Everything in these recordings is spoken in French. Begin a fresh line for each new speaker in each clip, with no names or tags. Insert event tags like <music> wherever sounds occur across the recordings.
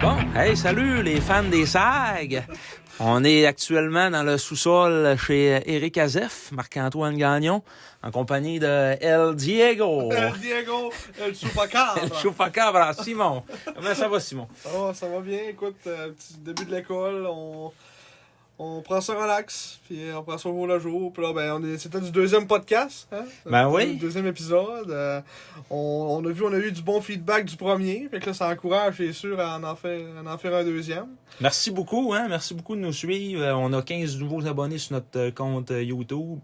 Bon, hey, salut les fans des SAG! On est actuellement dans le sous-sol chez Eric Azef, Marc-Antoine Gagnon, en compagnie de El Diego.
El Diego, El
El
Chupacabra.
Chupacabra, Simon. Comment ça va, Simon?
Oh, ça va bien, écoute, euh, petit début de l'école, on, on prend ça relax, puis euh, on prend ça au jour le jour. Puis là, ben, on est, c'était du deuxième podcast, hein?
Ben
C'était
oui.
le Deuxième épisode. euh, on, on a vu, on a eu du bon feedback du premier, fait que là, ça encourage, c'est sûr, à en, en faire, à en faire un deuxième.
Merci beaucoup, hein? Merci beaucoup de nous suivre. Euh, On a 15 nouveaux abonnés sur notre euh, compte euh, YouTube.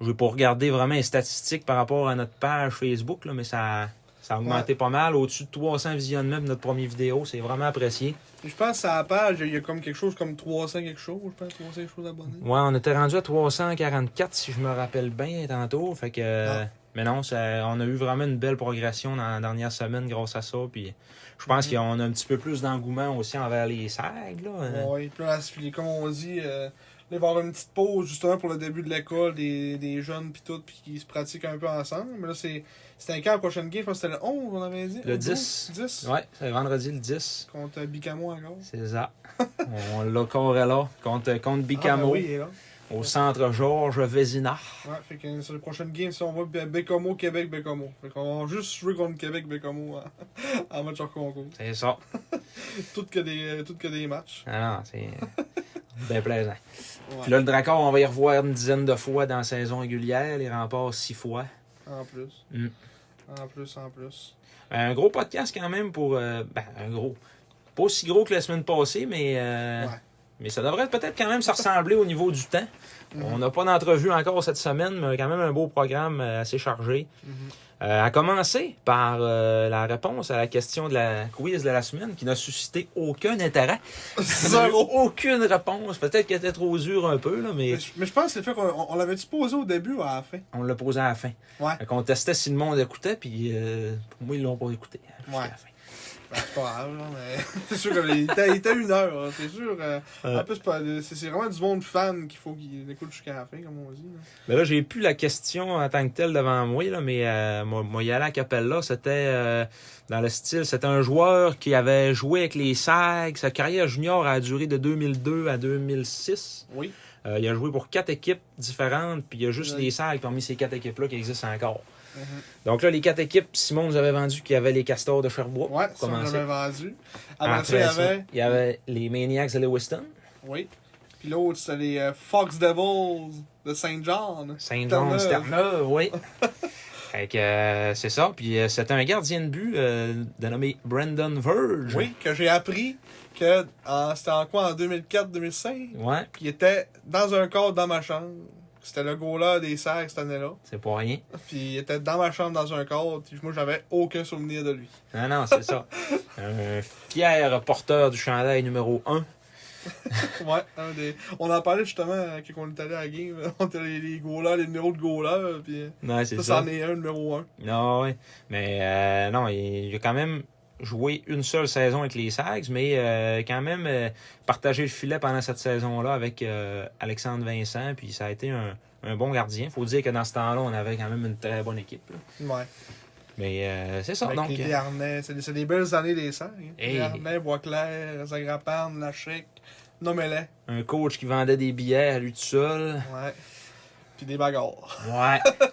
Je vais pas regarder vraiment les statistiques par rapport à notre page Facebook, là, mais ça, ça a augmenté pas mal. Au-dessus de 300 visionnements de notre première vidéo, c'est vraiment apprécié.
Je pense à la page, il y a comme quelque chose comme 300 quelque chose, je pense, 300 quelque chose d'abonnés.
Ouais, on était rendu à 344, si je me rappelle bien, tantôt. Fait que. euh,
Ah.
Mais non, ça- on a eu vraiment une belle progression dans la dernière semaine grâce à ça. Puis je pense
Mm.
qu'on a un petit peu plus d'engouement aussi envers les SAG. Là. Euh,
Oui, puis là, c'est- comme on dit, euh, là, il va y avoir une petite pause justement pour le début de l'école, des, des jeunes puis tout, puis qui se pratiquent un peu ensemble. Mais là, c'est c'était quand la prochaine game? Je pense que c'était le 11, on avait dit.
Le
12,
10.
10.
Ouais, c'est vendredi le 10.
Contre Bicamo encore.
C'est ça. on l'a Corella contre, contre Bicamo
Ah, ben oui, il est là.
au centre Georges Vézina.
Ouais, fait que sur les prochaines games, si on va Bé- Bécamo, Québec, Bécamo. Fait qu'on va juste jouer contre Québec, Bécamo <laughs> en, en match hors concours.
C'est ça.
Tout que des, euh, tout que des matchs.
Ah non,
<laughs>
c'est bien plaisant.
Ouais,
Puis là, le Dracor, on va y revoir une dizaine de fois dans la saison régulière, les remparts six fois.
En plus.
Mm.
En plus,
<laughs>
en plus.
Un gros podcast quand même pour. euh, ben, un gros. Pas aussi gros que la semaine passée, mais. euh,
Ouais.
Mais ça devrait peut-être quand même se ressembler au niveau du temps.
Mhm.
On n'a pas d'entrevue encore cette semaine, mais quand même un beau programme euh, assez chargé.
Mhm.
Euh, à commencer par euh, la réponse à la question de la quiz de la semaine qui n'a suscité aucun intérêt.
<laughs> Zéro.
aucune réponse. Peut-être qu'elle était trop dure un peu, là, mais
Mais je mais je pense que c'est le fait qu'on on- on l'avait-tu posé au début ou à la fin?
on l'a posé à la fin.
Ouais.
Fait qu'on testait si le monde écoutait, puis euh, pour moi, ils l'ont pas écouté. hein, jusqu'à
Ouais.
la fin.
Ben, c'est pas grave, là, mais <laughs> c'est sûr qu'il était, il était une heure, là, c'est sûr. euh,
Ouais.
En plus, pas- c'est c'est vraiment du monde fan qu'il faut qu'il écoute jusqu'à la fin, comme on dit. là.
Mais là, j'ai plus la question en tant que telle devant moi, là, mais euh, moi, moi, y aller à Capella, c'était euh, dans le style, c'était un joueur qui avait joué avec les SAG. Sa carrière junior a duré de 2002 à 2006.
Oui.
Euh, il a joué pour quatre équipes différentes, puis il y a juste
Oui.
les SAG parmi ces quatre équipes-là qui existent encore.
Mm-hmm.
Donc là, les quatre équipes, Simon nous avait vendu qu'il y avait les Castors de Sherbrooke.
Ouais,
pour
ça, on
commencer. Ah,
l'avait vendu. Après, ça,
Après
il y
ça,
avait.
il y avait les Maniacs de Lewiston,
Oui. Puis l'autre, c'était les euh, Fox Devils de Saint-John.
Saint John's,
Terre-Neuve.
Terre-Neuve,
<laughs>
oui. Fait que, euh, c'est ça. Puis euh, c'était un gardien de but euh, dénommé Brandon Verge.
Oui, que j'ai appris que en- c'était en quoi, en 2004-2005?
Ouais,
Puis il était dans un corps dans ma chambre. C'était le goaler des serres cette année-là.
c'est pas rien.
Puis il était dans ma chambre dans un corps. Puis moi, j'avais aucun souvenir de lui.
Non, non, c'est
<laughs>
ça. un fier porteur du chandail numéro 1.
Ouais, un des... on en parlait justement euh, quand on est allé à la game. <laughs> On était les, les goalers, les numéros de goalers. Puis euh,
Ouais, c'est
ça,
ça.
c'en est un, numéro un.
Non, ouais. Mais euh, non, il, il a quand même joué une seule saison avec les Sags, mais euh, quand même euh, partagé le filet pendant cette saison-là avec euh, Alexandre Vincent, puis ça a été un, un bon gardien. faut dire que dans ce temps-là, on avait quand même une très bonne équipe. là.
Ouais.
Mais euh, c'est ça,
Avec
donc.
les
euh,
Béarnais, c'est des, c'est des belles années des sangs. Hein.
Hey.
Béarnais, Boisclair, Zagrapan, Lachic, nommez-les.
Un coach qui vendait des billets à lui tout seul.
Ouais. puis des bagarres.
Ouais.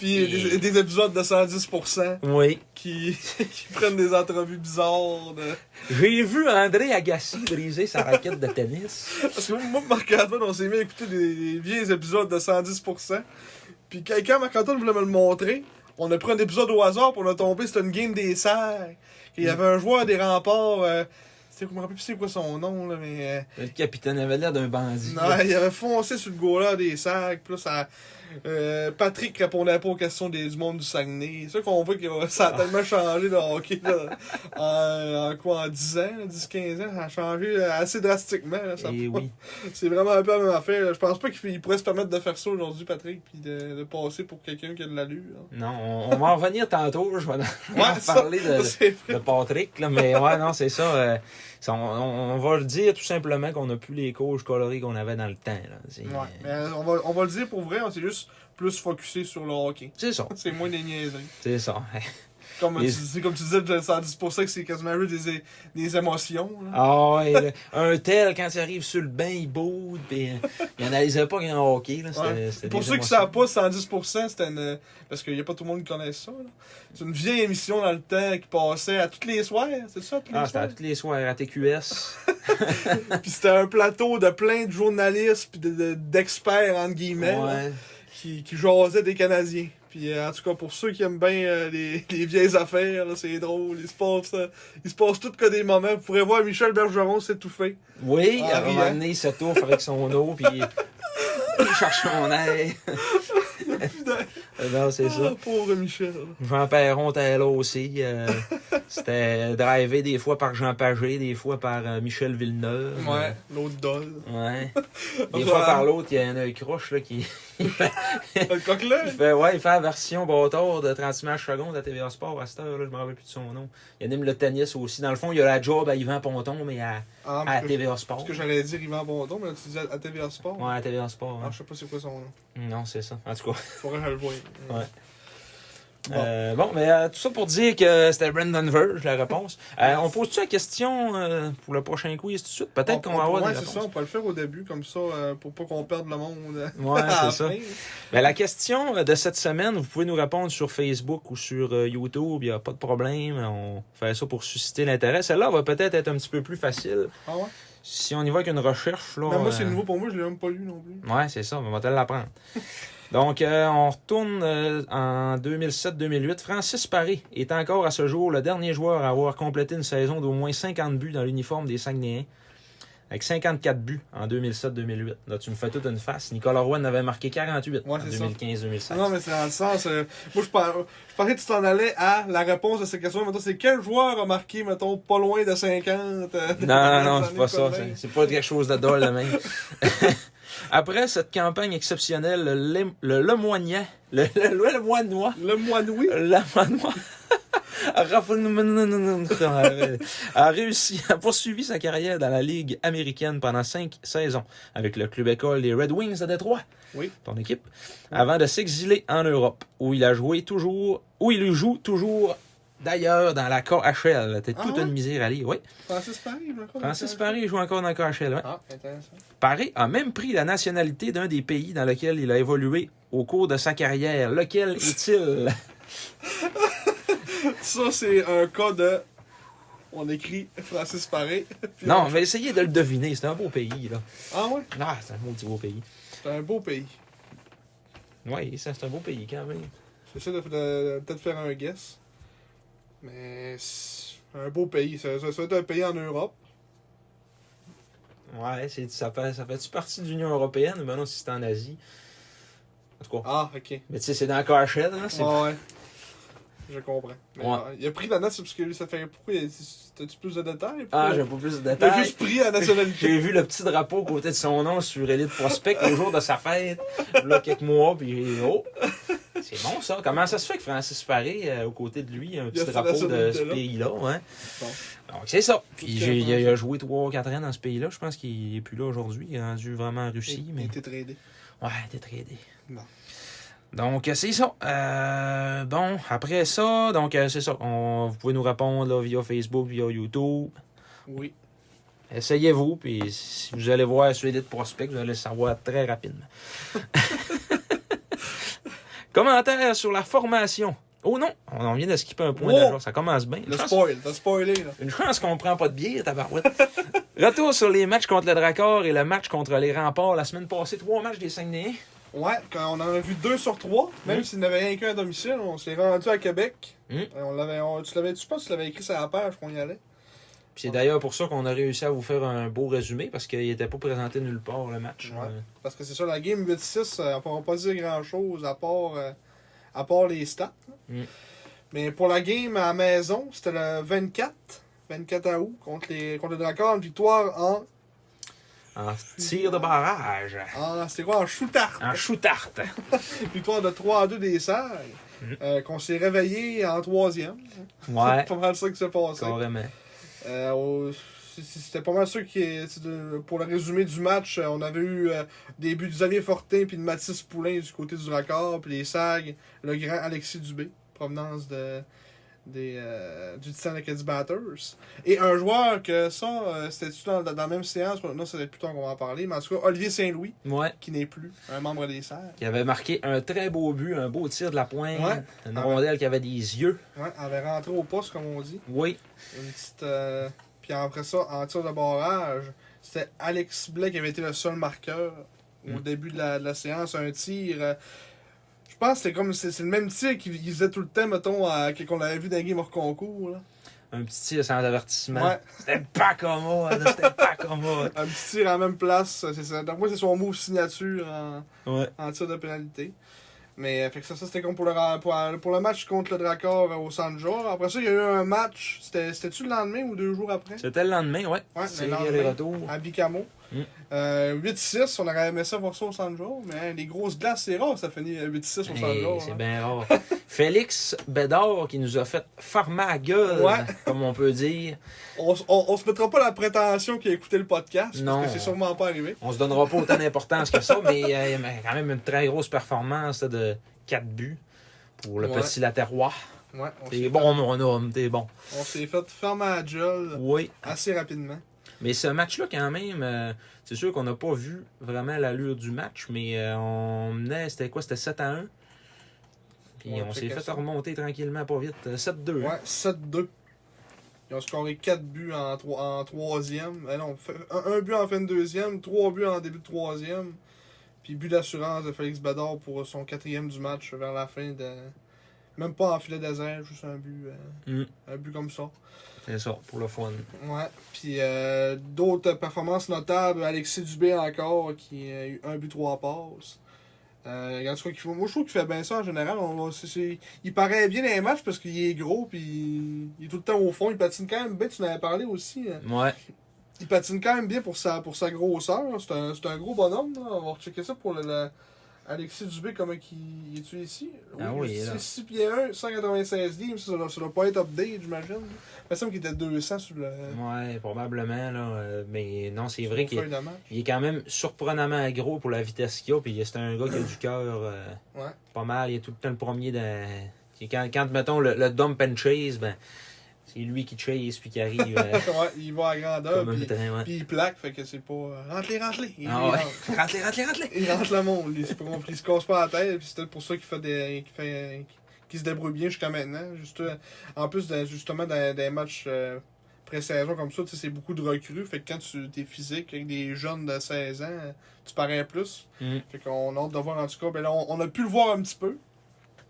Puis des, des épisodes de 110%
<laughs> Oui.
qui, <laughs> qui prennent des entrevues bizarres. de-
J'ai vu André Agassi briser sa raquette de tennis.
Parce que moi, Marc-Antoine, on s'est mis à écouter des, des vieux épisodes de 110%. Puis quand, quand Marc-Antoine voulait me le montrer, on a pris un épisode au hasard, puis on a tombé, c'était une game des serres. Il y avait un joueur des remparts, euh, je me rappelle plus c'est quoi son nom, là, mais... euh,
Le capitaine avait l'air d'un bandit.
Non, il avait foncé sur le goaler des sacs. Puis là, ça, euh, Patrick répondait pas aux questions des, du monde du Saguenay. C'est sûr qu'on voit que <laughs> euh, ça a tellement changé de hockey. là. en, en quoi En 10 ans, là, 10-15 ans, ça a changé euh, assez drastiquement. là, ça-
Et Eh oui.
C'est vraiment un peu la même affaire. là. Je pense pas qu'il il pourrait se permettre de faire ça aujourd'hui, Patrick, puis de, de passer pour quelqu'un qui a de l'allure. là.
Non, on, on va en revenir tantôt. Je vais en- en
Ouais, ça,
parler de,
<laughs> c'est vrai.
de Patrick. Là, mais ouais, non, c'est ça. euh, ça, on, on- on va le dire tout simplement qu'on n'a plus les coachs colorés qu'on avait dans le temps. là. C'est
Ouais, mais euh, on, va, on va le dire pour vrai, on s'est juste plus focusé sur le hockey.
c'est ça.
C'est moins des niaiseries.
C'est ça.
Comme,
Et-
tu, dis- comme tu disais, le 110% que c'est quasiment juste des, des émotions. là.
Ah ouais, là, un tel, quand il arrive sur le bain, il boude, pis euh, il analysait pas qu'il y a un hockey. Là, c'était-
Ouais.
c'était
Pour
des
ceux qui ne
émotions.
savent pas, 110%, c'était une. euh, Parce qu'il n'y a pas tout le monde qui connaît ça. là. C'est une vieille émission dans le temps qui passait à tous les soirs, c'est ça, à tous les
Ah, c'était
soirs?
à tous les soirs à TQS.
Puis c'était un plateau de plein de journalistes puis de- de- d'experts, entre guillemets, là,
ouais.
qui, qui jasaient des Canadiens. Puis euh, en tout cas, pour ceux qui aiment bien euh, les, <laughs> les vieilles affaires, là, c'est drôle. Il se passe, euh, il se passe tout que des moments. Vous pourrez voir Michel Bergeron s'étouffer.
Oui,
Ah,
à un
oui,
moment
hein.
donné, il s'étouffe avec son eau, puis il cherche son air.
Putain,
Non, c'est ça.
ah, pauvre Michel.
Jean Perron était là aussi. euh, c'était drivé des fois par Jean Pagé, des fois par euh, Michel Villeneuve.
Ouais, l'autre dol. <laughs>
Ouais. Des fois par l'autre, il y a un œil croche là, qui
Le coquelin.
il fait, ouais, il fait la version bâtard de 30 images secondes à TVA Sport à cette heure, là, je me rappelle plus de son nom. Il anime le tennis aussi. Dans le fond, il y a la job à Yvan Ponton, mais à,
Ah,
à
parce que-
TVA
parce
Sport.
que j'allais dire Yvan Bondon, mais là, tu disais à TVA Sport.
Ouais, à TVA Sport.
Ah,
hein.
je sais pas c'est quoi son nom.
Non, c'est ça. En tout cas.
Faudrait que je le voie.
Ouais.
Bon.
Euh, Bon, mais euh, tout ça pour dire que c'était Brandon Verge, la réponse. Euh, on pose-tu la question euh, pour le prochain quiz tout de suite? Peut-être
On-
qu'on va
on-
avoir
Ouais,
des
c'est ça,
réponses.
on peut le faire au début, comme ça, euh, pour pas qu'on perde le monde. euh,
Ouais,
<laughs> à la
c'est ça.
fin.
Ben, la question euh, de cette semaine, vous pouvez nous répondre sur Facebook ou sur euh, YouTube, il n'y a pas de problème. On fait ça pour susciter l'intérêt. Celle-là va peut-être être un petit peu plus facile.
Ah ouais?
Si on y va avec une recherche, là.
Mais Ben, moi,
euh,
c'est nouveau pour moi, je l'ai même pas lu non plus.
Ouais, c'est ça, on va te
<laughs>
l'apprendre. Donc, euh, on retourne euh, en 2007-2008. Francis Paré est encore à ce jour le dernier joueur à avoir complété une saison d'au moins 50 buts dans l'uniforme des Saguenayens, avec 54 buts en 2007-2008. Là, tu me fais toute une face. Nicolas Rouen avait marqué 48 en
Ouais, c'est ça.
2015-2016.
Non, mais c'est dans le sens. euh, moi, je par- je pensais que tu t'en allais à la réponse de cette question. Mettons, c'est quel joueur a marqué, mettons, pas loin de 50 euh,
Non,
dans
non,
<laughs> les
c'est pas ça.
années
C'est- C'est pas quelque chose de drôle de même. <laughs> Après cette campagne exceptionnelle, le, Lem- le Lemoignan, le, le, le Lemoinois
Le moinoué.
la manoir <laughs> a réussi, a poursuivi sa carrière dans la Ligue américaine pendant cinq saisons avec le club école des Red Wings de Détroit,
Oui.
ton équipe, avant de s'exiler en Europe où il a joué toujours, où il joue toujours d'ailleurs dans la KHL. T'es
Ah
toute
ouais? Ah,
une misère à lire, oui.
Francis Paris, je me rappelle.
Francis Paré joue encore dans la KHL, ouais.
Ah, intéressant.
Paré a même pris la nationalité d'un des pays dans lequel il a évolué au cours de sa carrière. Lequel est-il?
Ça, c'est un cas de. On écrit Francis Paré. puis
Non, mais essayez de le deviner. C'est un beau pays, là.
on- Ah ouais?
Ah, c'est un maudit beau pays.
C'est un beau pays.
Oui, ça, c'est un beau pays quand même.
J'essaie de, de- de- peut-être faire un guess. Mais. c'est Un beau pays. Ça, ça, ça doit être un pays en Europe.
Ouais, c'est, ça, fait, ça fait-tu partie de l'Union Européenne? Ben non, si c'est en Asie. En tout cas.
Ah, ok.
Mais tu sais, c'est dans le KHL, hein? C'est...
Ouais, ouais. Je comprends. Mais,
Ouais.
euh, Il a pris la nationalité parce que lui, ça fait. Pourquoi il a- T'as-tu plus de détails?
Ah,
Pourquoi-
j'ai pas plus de
Il a
détails.
juste pris la nationalité.
J'ai vu le petit drapeau à côté de son nom sur Elite Prospect le jour de sa fête, là, quelques mois, puis j'ai dit, oh, c'est bon ça. Comment ça se fait que Francis Paré, euh, aux côtés de lui, a un petit
cette
drapeau de ce
nationalité-là.
pays-là, hein?
Bon.
Donc, c'est ça. Puis
Tout
j'ai- il a,
à fait.
il a joué 3 ou 4 ans dans ce pays-là. Je pense qu'il est plus là aujourd'hui. Il est rendu vraiment en Russie,
Il
mais...
était tradé.
Ouais, t'es tradé.
Bon.
Donc, euh, c'est ça. Euh, bon, après ça, donc euh, c'est ça. On- vous pouvez nous répondre là, via Facebook, via YouTube.
Oui.
Essayez-vous,
<laughs>
puis si vous allez voir sur Elite Prospect, vous allez le savoir très rapidement. Commentaire sur la formation. Oh non, on en vient de skipper un point
Oh!
d'ajouter. Ça commence bien. Une
Le
chance-
spoil, t'as spoilé, là.
Une chance qu'on prend pas de bière,
<laughs>
tabarouette. Retour sur les matchs contre le Dracor et le match contre les Remparts la semaine passée. Trois matchs des Saguenayens.
Ouais, quand on en a vu deux sur trois, même s'il n'y avait rien qu'un à domicile, on s'est rendu à Québec.
Mm.
Et On l'avait, on- tu l'avais, tu penses, tu l'avais écrit sur la page qu'on y allait.
Puis c'est d'ailleurs pour ça qu'on a réussi à vous faire un beau résumé parce qu'il n'était pas présenté nulle part le match.
Ouais.
Euh,
Parce que c'est sûr, la game 8-6, euh, on pourra pas dire grand-chose à part, euh, à part les stats. là.
Mm.
Mais pour la game à la maison, c'était le 24, 24 août, contre, les, contre le Drakkar, une victoire en,
en tir de barrage.
en c'était quoi, en shootard.
En
<laughs>
shootarte.
Une victoire de 3 à 2 des Serres,
Mm.
euh, qu'on s'est réveillé en troisième.
Ouais.
C'est pas mal ça qui s'est passé.
Carrément.
Euh, au- c- c- C'était pas mal sûr que c'est de- pour le résumé du match, euh, on avait eu euh, des buts de Xavier Fortin puis de Mathis Poulain du côté du raccord, puis les SAG, le grand Alexis Dubé, provenance de, des, euh, du Titan Acadie Batters. Et un joueur que ça, euh, c'était-tu dans, dans la même séance Non, c'était plus tard qu'on va en parler, mais en tout cas, Olivier Saint-Louis,
Ouais.
qui n'est plus un membre des SAG,
qui avait marqué un très beau but, un beau tir de la pointe,
Ouais.
une
Ah ouais.
rondelle qui avait des yeux.
ouais, avait rentré au poste, comme on dit.
Oui,
Une petite. euh, Puis après ça, en tir de barrage, c'était Alex Blais qui avait été le seul marqueur au
Mm.
début de la, de la séance. Un tir. euh, je pense que c'était comme. C'est c'est le même tir qu'il qu'il faisait tout le temps, mettons, à- que- qu'on avait vu dans Game hors concours. là.
un petit tir sans avertissement.
Ouais.
C'était pas commode, c'était pas commode.
Un petit tir à la même place. c'est ça. Donc, moi, c'est son move signature en,
Ouais.
en tir de pénalité. Mais euh, fait que ça, ça c'était comme pour le, ra- pour, euh, pour le match contre le Dracor euh, au Sanjor. Après ça, il y a eu un match. C'était- C'était-tu le lendemain ou deux jours après
C'était le lendemain, ouais.
Ouais,
C'est les
le lendemain. Ah,
retours.
à Bicamo.
Mm.
Euh, 8-6, on aurait aimé ça voir ça au Sanjo, mais hein, les grosses glaces, c'est rare, ça finit euh, 8-6 au
Hey,
Sanjo.
c'est
hein.
bien rare. Félix Bédard qui nous a fait farmer à gueule,
Ouais.
comme on peut dire.
On, s- on, on se mettra pas la prétention qu'il a écouté le podcast,
Non.
parce que c'est sûrement pas arrivé.
On se donnera pas autant d'importance que ça, mais euh, mais quand même une très grosse performance là, de 4 buts pour le
Ouais.
petit Laterrois.
Ouais, on
T'es
s'est
bon, mon homme, t'es bon.
fait- on s'est fait fermer à gueule
Oui.
assez rapidement.
Mais ce match-là, quand même, euh, c'est sûr qu'on n'a pas vu vraiment l'allure du match, mais euh, on menait, c'était quoi C'était 7 à 1. Puis
Ouais,
on s'est
checker
fait
ça.
remonter tranquillement, pas vite. euh, 7-2. hein.
Ouais, 7-2. Ils ont scoré 4 buts en, trois- en troisième. Eh non, fait- un, un but en fin de deuxième, 3 buts en début de troisième. Puis but d'assurance de Félix Bador pour son quatrième du match vers la fin de. Même pas en filet désert, juste un but. euh,
Mm.
Un but comme ça.
C'est ça, pour le fun.
Ouais. Puis euh, d'autres performances notables, Alexis Dubé encore, qui euh, a eu un but, trois passes. Euh, en tout cas, qui fait- moi je trouve qu'il fait bien ça en général. On- c'est- c'est- il paraît bien dans les matchs parce qu'il est gros puis il, il est tout le temps au fond. Il patine quand même bien, tu en avais parlé aussi. hein.
Ouais.
Il patine quand même bien pour sa, pour sa grosseur. hein. C'est un, c'est un gros bonhomme. là. On va rechecker ça pour le, le- Alexis Dubé, comment il est-tu ici
Ah oui, il est
c'est
là.
6 pieds 1, 196 livres. Ça doit, ça doit pas être update, j'imagine. Il me semble qu'il était 200 sur le.
Ouais, probablement, là. euh, mais non, c'est vrai qu'il
feuille de match.
il est quand même surprenamment gros pour la vitesse qu'il a, puis c'est un gars qui a du cœur euh,
Ouais.
pas mal. Il est tout le temps le premier dans. Puis Quand, quand mettons, le, le dump and chase, ben, c'est lui qui chase, puis qui arrive euh,
Ouais, il va à grandeur,
comme un
Ah, puis,
train, ouais.
puis il plaque, fait que c'est pas. euh, rentre-les, rentre-les! Il,
Ah
il
ouais.
rentre.
Rentre-les, rentre-les, rentre-les!
Il rentre le monde, lui, c'est pas compliqué, il se casse pas la tête, puis c'est peut-être pour ça qu'il fait des. qu'il fait- qu'il se débrouille bien jusqu'à maintenant. Juste, euh, en plus, de- justement, dans des matchs euh, pré-saison comme ça, tu sais, c'est beaucoup de recrues, fait que quand tu es physique avec des jeunes de 16 ans, euh, tu parais plus.
Mm.
Fait qu'on a hâte de voir en tout cas, ben là, on, on a pu le voir un petit peu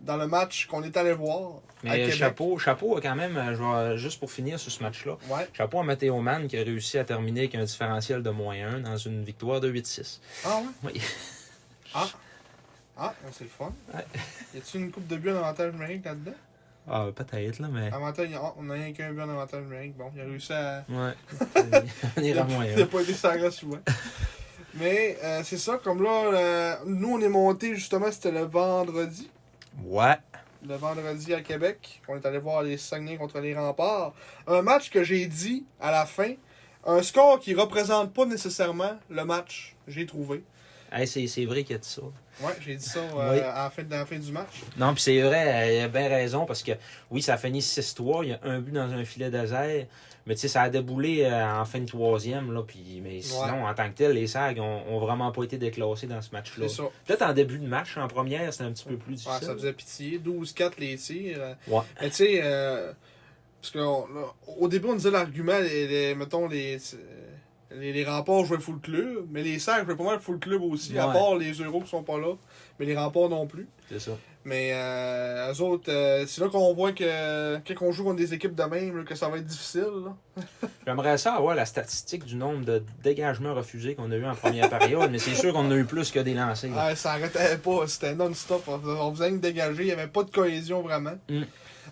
dans le match qu'on est allé voir à
Mais
Québec.
chapeau, chapeau a quand même, euh, je vais- juste pour finir sur ce match-là,
Ouais.
chapeau à Matteo Mann qui a réussi à terminer avec un différentiel de moins 1 dans une victoire de 8-6.
Ah ouais?
Oui.
Ah. Ah, ben c'est le fun.
Ouais.
Y a-tu une coupe de but en avantage numérique là-dedans?
Ah, peut-être, là, mais.
Avantage, ah, on a rien qu'un but en avantage numérique. Bon, il a réussi à.
Ouais. <laughs> On ira moins
<laughs> Il a
1.
pas été sarré souvent. Mais euh, c'est ça, comme là, euh, nous on est monté justement, c'était le vendredi.
Ouais.
Le vendredi à Québec. On est allé voir les Saguenay contre les remparts. Un match que j'ai dit à la fin. Un score qui représente pas nécessairement le match, j'ai trouvé.
Hey, c'est c'est vrai qu'il a dit ça.
Ouais, j'ai dit ça euh,
Oui.
à, la fin, à la fin du match.
Non, puis c'est vrai, euh, il a bien raison parce que oui, ça a fini 6-3, il y a un but dans un filet désert, Mais tu sais, ça a déboulé euh, en fin de troisième. Là, puis, mais sinon, en tant que tel, les SAG ont, ont vraiment pas été déclassés dans ce match-là.
C'est ça.
Peut-être en début de match, en première, c'était un petit peu plus
Ouais,
difficile.
ça faisait pitié. 12-4 les tirs. euh,
Ouais.
Mais tu sais, euh, parce que on- là, au début, on disait l'argument, les, les- mettons, les, euh, les, les remports jouaient full club, mais les Serres jouaient pas mal full club aussi, à
Ouais.
part les Euros qui sont pas là, mais les remports non plus.
C'est ça.
Mais euh, eux autres, euh, c'est là qu'on voit que quand on joue contre des équipes de même, là, que ça va être difficile. là.
J'aimerais ça avoir la statistique du nombre de dégagements refusés qu'on a eu en première période, mais c'est sûr qu'on en a eu plus que des lancers. là.
Ah, ça arrêtait pas, c'était non-stop. On- On faisait que dégager, il n'y avait pas de cohésion vraiment.
Mm.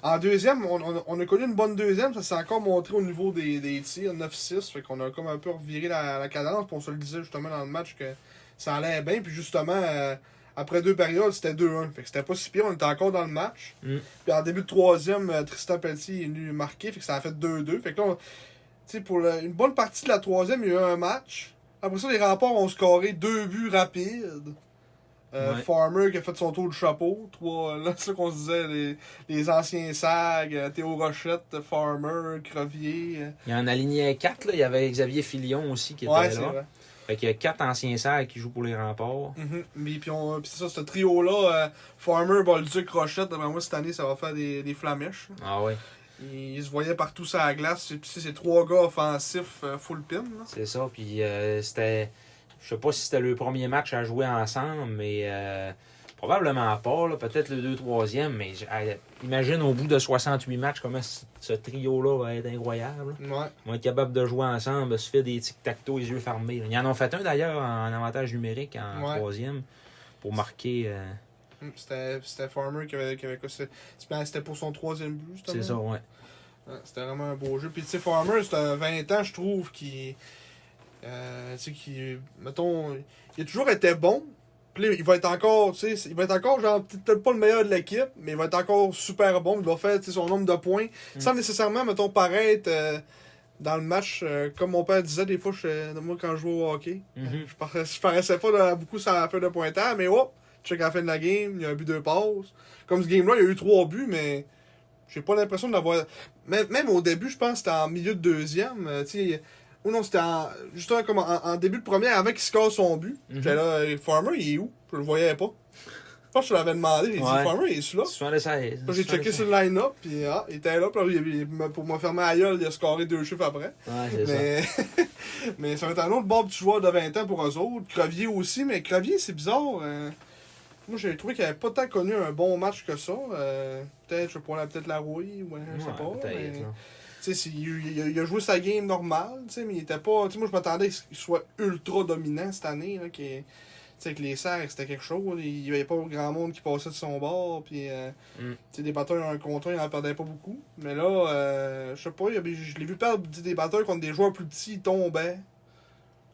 En deuxième, on, on- on a connu une bonne deuxième, ça s'est encore montré au niveau des, des tirs, 9-6, fait qu'on a comme un peu reviré la, la cadence, puis on se le disait justement dans le match que ça allait bien, puis justement, euh, après deux périodes, c'était 2-1, fait que c'était pas si pire, on était encore dans le match.
Mm.
Puis en début de troisième, euh, Tristan Pelletier est venu marquer, fait que ça a fait 2-2, fait que là, on- tu sais, pour le- une bonne partie de la troisième, il y a eu un match. Après ça, les remports ont scoré deux buts rapides. Euh,
Ouais.
Farmer qui a fait son tour de chapeau. Trois, là, c'est ça qu'on se disait, les, les anciens SAG, euh, Théo Rochette, euh, Farmer, Crevier. euh.
Il y en a aligné quatre, là. il y avait Xavier Filion aussi qui était
Ouais, c'est
là.
vrai.
Fait qu'il y a quatre anciens serres qui jouent pour les remports.
Mhm. Mais puis, on- puis c'est ça, ce trio-là, euh, Farmer, Bolduc, Rochette, d'après moi, cette année, ça va faire des, des flamèches.
Ah ouais,
Ils, ils se voyaient partout sur la glace. Et Puis c'est ces trois gars offensifs euh, full pin. là.
c'est ça. Puis euh, c'était. Je sais pas si c'était le premier match à jouer ensemble, mais euh, probablement pas. là. Peut-être le deux, troisième, mais j- euh, imagine au bout de 68 matchs comment c- ce trio-là va être incroyable. là.
Ouais.
Ils vont être capables de jouer ensemble, se faire des tic-tac-toe, les yeux fermés. là. Ils en ont fait un d'ailleurs en avantage numérique en
Ouais.
troisième pour marquer. euh,
Mm, C'était c'était Farmer qui avait, qui avait cassé- c'était c'était pour son troisième but, justement.
c'est ça, ouais.
Ouais, C'était vraiment un beau jeu. Puis, tu sais, Farmer, c'est un 20 ans, je trouve, qui. Euh, tu sais, qui. Mettons. Il a toujours été bon. Puis là, il va être encore, tu sais, il va être encore, genre, peut-être pas le meilleur de l'équipe, mais il va être encore super bon. Il va faire, tu sais, son nombre de points.
Mm.
Sans nécessairement, mettons, paraître euh, dans le match, euh, comme mon père disait des fois, je- moi, quand je jouais au hockey,
Mhm.
je, parais- je paraissais pas dans- beaucoup sur la feuille de pointeur, mais hop, check à la fin de la game, il y a un but, deux passes. Comme ce game-là, il y a eu trois buts, mais j'ai pas l'impression de l'avoir. Même, même au début, je pense que c'était en milieu de deuxième. euh, tu sais, ou non, c'était en, justement comme en, en début de première, avant qu'il score son but.
Mhm.
J'étais là, euh, Farmer, il est où Je le voyais pas. Je pense que je l'avais demandé, j'ai dit,
Ouais.
Farmer, il est celui là.
76.
Là, J'ai checké sur le line-up, puis ah, il était là, puis là, il- il m'a- pour me fermer la gueule, il a scoré deux chiffres après.
Ouais, c'est ça.
Mais... mais <laughs> ça va être un autre Bob du joueur de 20 ans pour eux autres. Crevier aussi, mais Crevier, c'est bizarre. euh, Moi, j'ai trouvé qu'il n'avait pas tant connu un bon match que ça. euh, Peut-être, je pourrais peut-être la rouille, ou je sais
Ouais,
pas.
peut-être,
mais-
là.
Tu sais, c'est- il, il a- il a joué sa game normale, tu sais, mais il était pas. Tu sais, moi, je m'attendais qu'il soit ultra dominant cette année, là, qu'il- tu sais, avec les serres, c'était quelque chose. là. Il n'y avait pas grand monde qui passait de son bord. Puis, euh,
Mm.
tu sais, des batteurs un contre un, il n'en perdait pas beaucoup. Mais là, euh, je sais pas, il avait- je l'ai vu perdre des batteurs contre des joueurs plus petits, il tombait.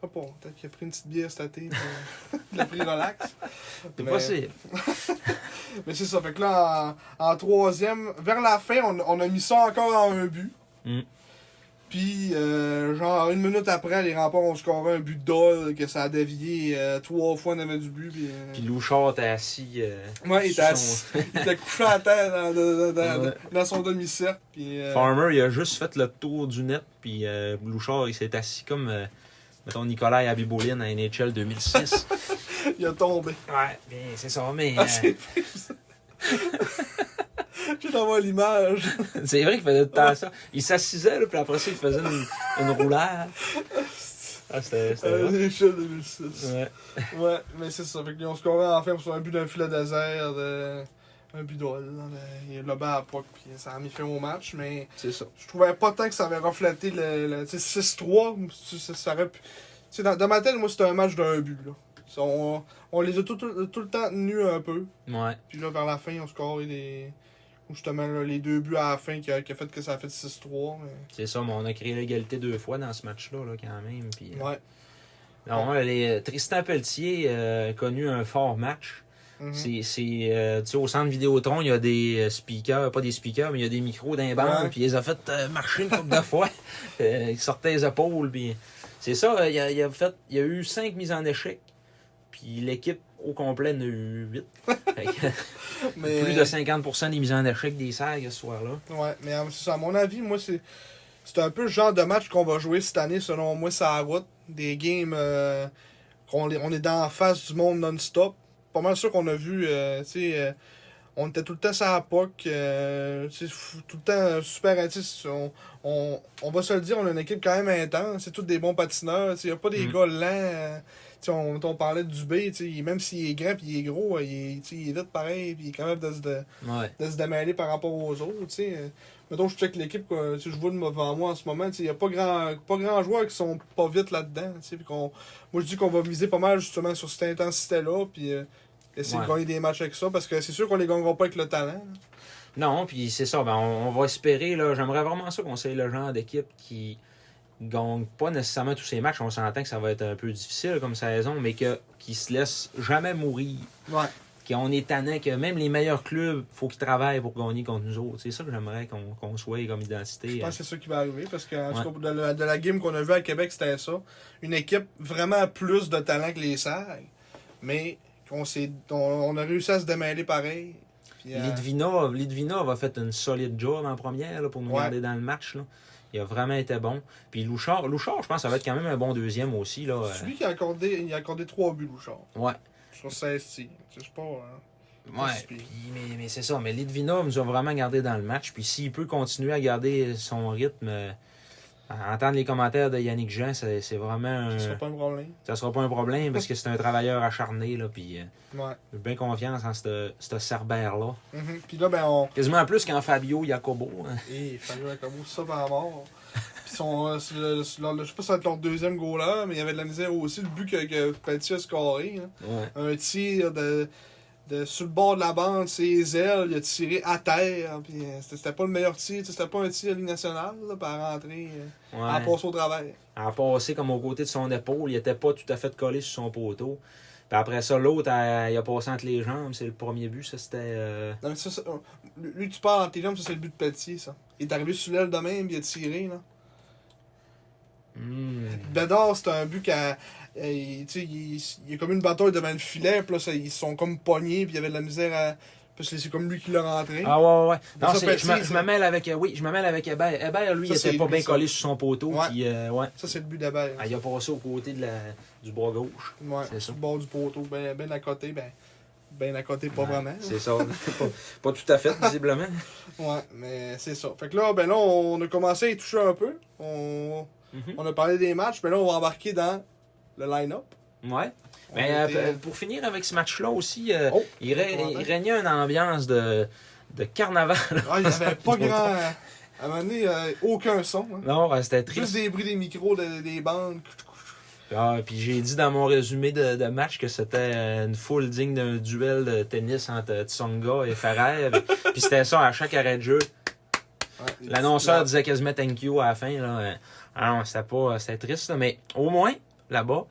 Je sais pas, peut-être qu'il a pris une petite bière cet été. puis <laughs> Il a pris relax.
C'est
Mais-
possible.
mais c'est ça. Fait que là, en, en troisième, vers la fin, on, on a mis ça encore en un but.
Mm.
Puis, euh, genre, une minute après, les remparts ont scoré un but d'ol que ça a dévié euh, trois fois en avait du but. Puis, euh,
Puis Louchard était assis. euh,
ouais, il était,
son-
assis- il était couché à terre dans, dans- dans-
Ouais.
dans son demi-cercle. Puis, euh,
Farmer, il a juste fait le tour du net. Puis euh, Louchard, il s'est assis comme, euh, mettons, Nicolas Abiboulin à NHL
<laughs>
2006.
il a tombé. <laughs>
ouais, mais c'est ça. Mais
Ah,
euh,
c'est fait, ça. Je t'envoie l'image.
c'est vrai qu'il faisait tout le temps ça. Il s'assisait, là, puis après ça, il faisait une, une roulade. Ah, c'était c'était
Euh,
vrai.
l'échelle 2006.
Ouais.
Ouais, mais c'est ça. Fait qu'ils ont scoré enfin pour un but d'un filet désert, de... un but d'ol. Il a lobé à la puck, puis ça a mis fin au match, mais
C'est ça.
je trouvais pas tant que ça avait reflété le. le- tu sais, 6-3, tu sais, ça aurait pu. tu sais, dans, dans ma tête, moi, c'était un match d'un but, là. Ça, On, on les a tout, tout- tout le temps tenus un peu,
Ouais.
puis là, vers la fin, ils ont scoré des. Justement, là, les deux buts à la fin qui a, qui a fait que ça a fait 6-3. Mais...
C'est ça, mais on a créé l'égalité deux fois dans ce match-là, là, quand même. Puis, euh,
Ouais.
non, les- euh, Tristan Pelletier euh, a connu un fort match.
Mhm.
C'est, c'est, euh, tu sais, au centre Vidéotron, il y a des euh, speakers, pas des speakers, mais il y a des micros d'un banc,
Ouais.
puis ils ont fait euh, marcher une coupe de fois. <laughs> Euh, ils sortaient les épaules, puis c'est ça, euh, il a, il a fait, il y a eu cinq mises en échec, puis l'équipe au complet en a eu
<laughs>
huit. Fait que,
Mais-
Plus de 50% des mises en échec des sages ce soir-là.
Ouais, mais euh, c'est ça. À mon avis, moi, c'est. C'est un peu le genre de match qu'on va jouer cette année, selon moi, sur la route. Des games euh, qu'on les- on est dans la face du monde non-stop. Pas mal sûr qu'on a vu, euh, tu sais, euh, on était tout le temps sur la POC, euh, tu sais, fou- tout le temps euh, super actifs. On, on, on va se le dire, on a une équipe quand même intense. C'est tous des bons patineurs. Il n'y a pas des
Mm.
gars lents. euh, tu sais, on, on parlait du B, même s'il est grand puis il est gros, euh, il est, tu sais, il est vite pareil, puis il est capable de se, de-
Ouais.
de se démêler par rapport aux autres. tu sais. Euh, Mettons, je check l'équipe, quoi, tu sais, je vois devant moi en ce moment, tu sais, il n'y a pas grand, pas grand joueur qui sont pas vite là-dedans. tu sais, puis qu'on- Moi, je dis qu'on va miser pas mal justement sur cette intensité-là, puis euh, essayer
Ouais.
de gagner des matchs avec ça, parce que c'est sûr qu'on les gagnera pas avec le talent. là.
Non, puis c'est ça. Ben, on, on va espérer. là. J'aimerais vraiment ça qu'on soit le genre d'équipe qui gagne pas nécessairement tous ses matchs. On s'entend que ça va être un peu difficile comme saison, mais que, qui se laisse jamais mourir.
Ouais.
Qu'on est tannant, que même les meilleurs clubs, faut qu'ils travaillent pour gagner contre nous autres. C'est ça que j'aimerais qu'on qu'on soit comme identité.
Je pense que c'est ça qui va arriver parce que en tout
Ouais.
cas, de, la, de la game qu'on a vue à Québec, c'était ça. Une équipe vraiment plus de talent que les Serres, mais qu'on s'est, on, on a réussi à se démêler pareil. Puis, euh,
Litvinov, Litvinov a fait une solide job en première là, pour nous
Ouais.
garder dans le match. là. Il a vraiment été bon. Puis Louchard, Louchard, je pense que ça va être quand même un bon deuxième aussi. Là.
c'est lui qui a accordé, il a accordé 3 buts, Louchard,
Euh, ouais.
sur 16 tirs. Je sais pas. hein.
Ouais,
Puis-
puis- mais, mais c'est ça. Mais Litvinov nous a vraiment gardé dans le match. Puis s'il peut continuer à garder son rythme, euh, à entendre les commentaires de Yannick Jean, c'est c'est vraiment. un-
Ce sera pas un problème.
ça sera pas un problème parce que c'est un travailleur acharné. Là, puis euh,
Ouais.
j'ai bien confiance en ce ce Cerbère-là.
Mhm. Puis là, ben, on.
Quasiment plus qu'en Fabio Jacobo. hein.
Et Fabio Acabo, ça par la mort. Puis son, euh, sur le- sur leur- je sais pas si ça va être leur deuxième goal-là, mais il y avait de la misère aussi, le but que, que Petit a scoré. hein. un tir de, de sur le bord de la bande, ses ailes, il a tiré à terre. hein, puis, euh, c'était c'était pas le meilleur tir, tu sais, c'était pas un tir à Ligue nationale là, par rentrer euh,
Ouais.
en passe au travers.
en passé comme au côté de son épaule, il était pas tout à fait collé sur son poteau. Puis après ça, l'autre, elle- il a passé entre les jambes. C'est le premier but, ça c'était. euh,
Non, mais ça, ça, euh, lui, tu parles en tes jambes, ça c'est le but de Pelletier, ça. Il est arrivé sur l'aile de même, puis il a tiré. Là.
hmm.
Bédard, c'est un but qu'à. euh, il, tu sais, il, il y a comme une bataille devant le filet, puis là, ça- ils sont comme pognés, puis il y avait de la misère à. Parce que c'est comme lui qui l'a rentré.
Ah ouais, ouais, ouais.
Mais
Non,
Hein? ça,
c'est-
Petit,
je, me,
c'est-
je me mêle avec. euh, Oui, je me mêle avec Hébert. Hébert, lui,
Ça,
il
c'est
était pas
lui,
bien
ça.
collé sur son poteau.
Ouais.
Puis, euh, ouais.
Ça, c'est le but d'Abel.
Ah, il a passé au côté de la, du bras gauche.
Ouais,
c'est ça.
sur le bord du poteau, ben, ben à côté, ben, ben à côté, pas
Ouais,
vraiment.
C'est ça. <laughs> pas, pas tout à fait, visiblement.
Ouais, mais c'est ça. Fait que là, ben là, on a commencé à y toucher un peu. On,
Mhm.
on a parlé des matchs, mais là, on va embarquer dans le line-up.
Ouais.
On
Mais euh,
était-
p- pour finir avec ce match-là aussi, euh,
Oh,
il, ré-
comment
il
dire?
régnait une ambiance de, de carnaval. <laughs>
Ah, il n'y avait pas grand. À un moment donné, euh, aucun son. hein.
Non, euh, c'était
Juste
triste.
des bruits des micros, des, des bandes.
Ah, puis j'ai dit dans mon résumé de, de match que c'était euh, une foule digne d'un duel de tennis entre euh, Tsonga et Ferrer. <laughs> puis c'était ça à chaque arrêt de jeu.
Ouais, des
L'annonceur
petits-
disait quasiment thank you à la fin. Là. Euh, ah non, c'était pas. C'était triste, là, mais au moins, là-bas,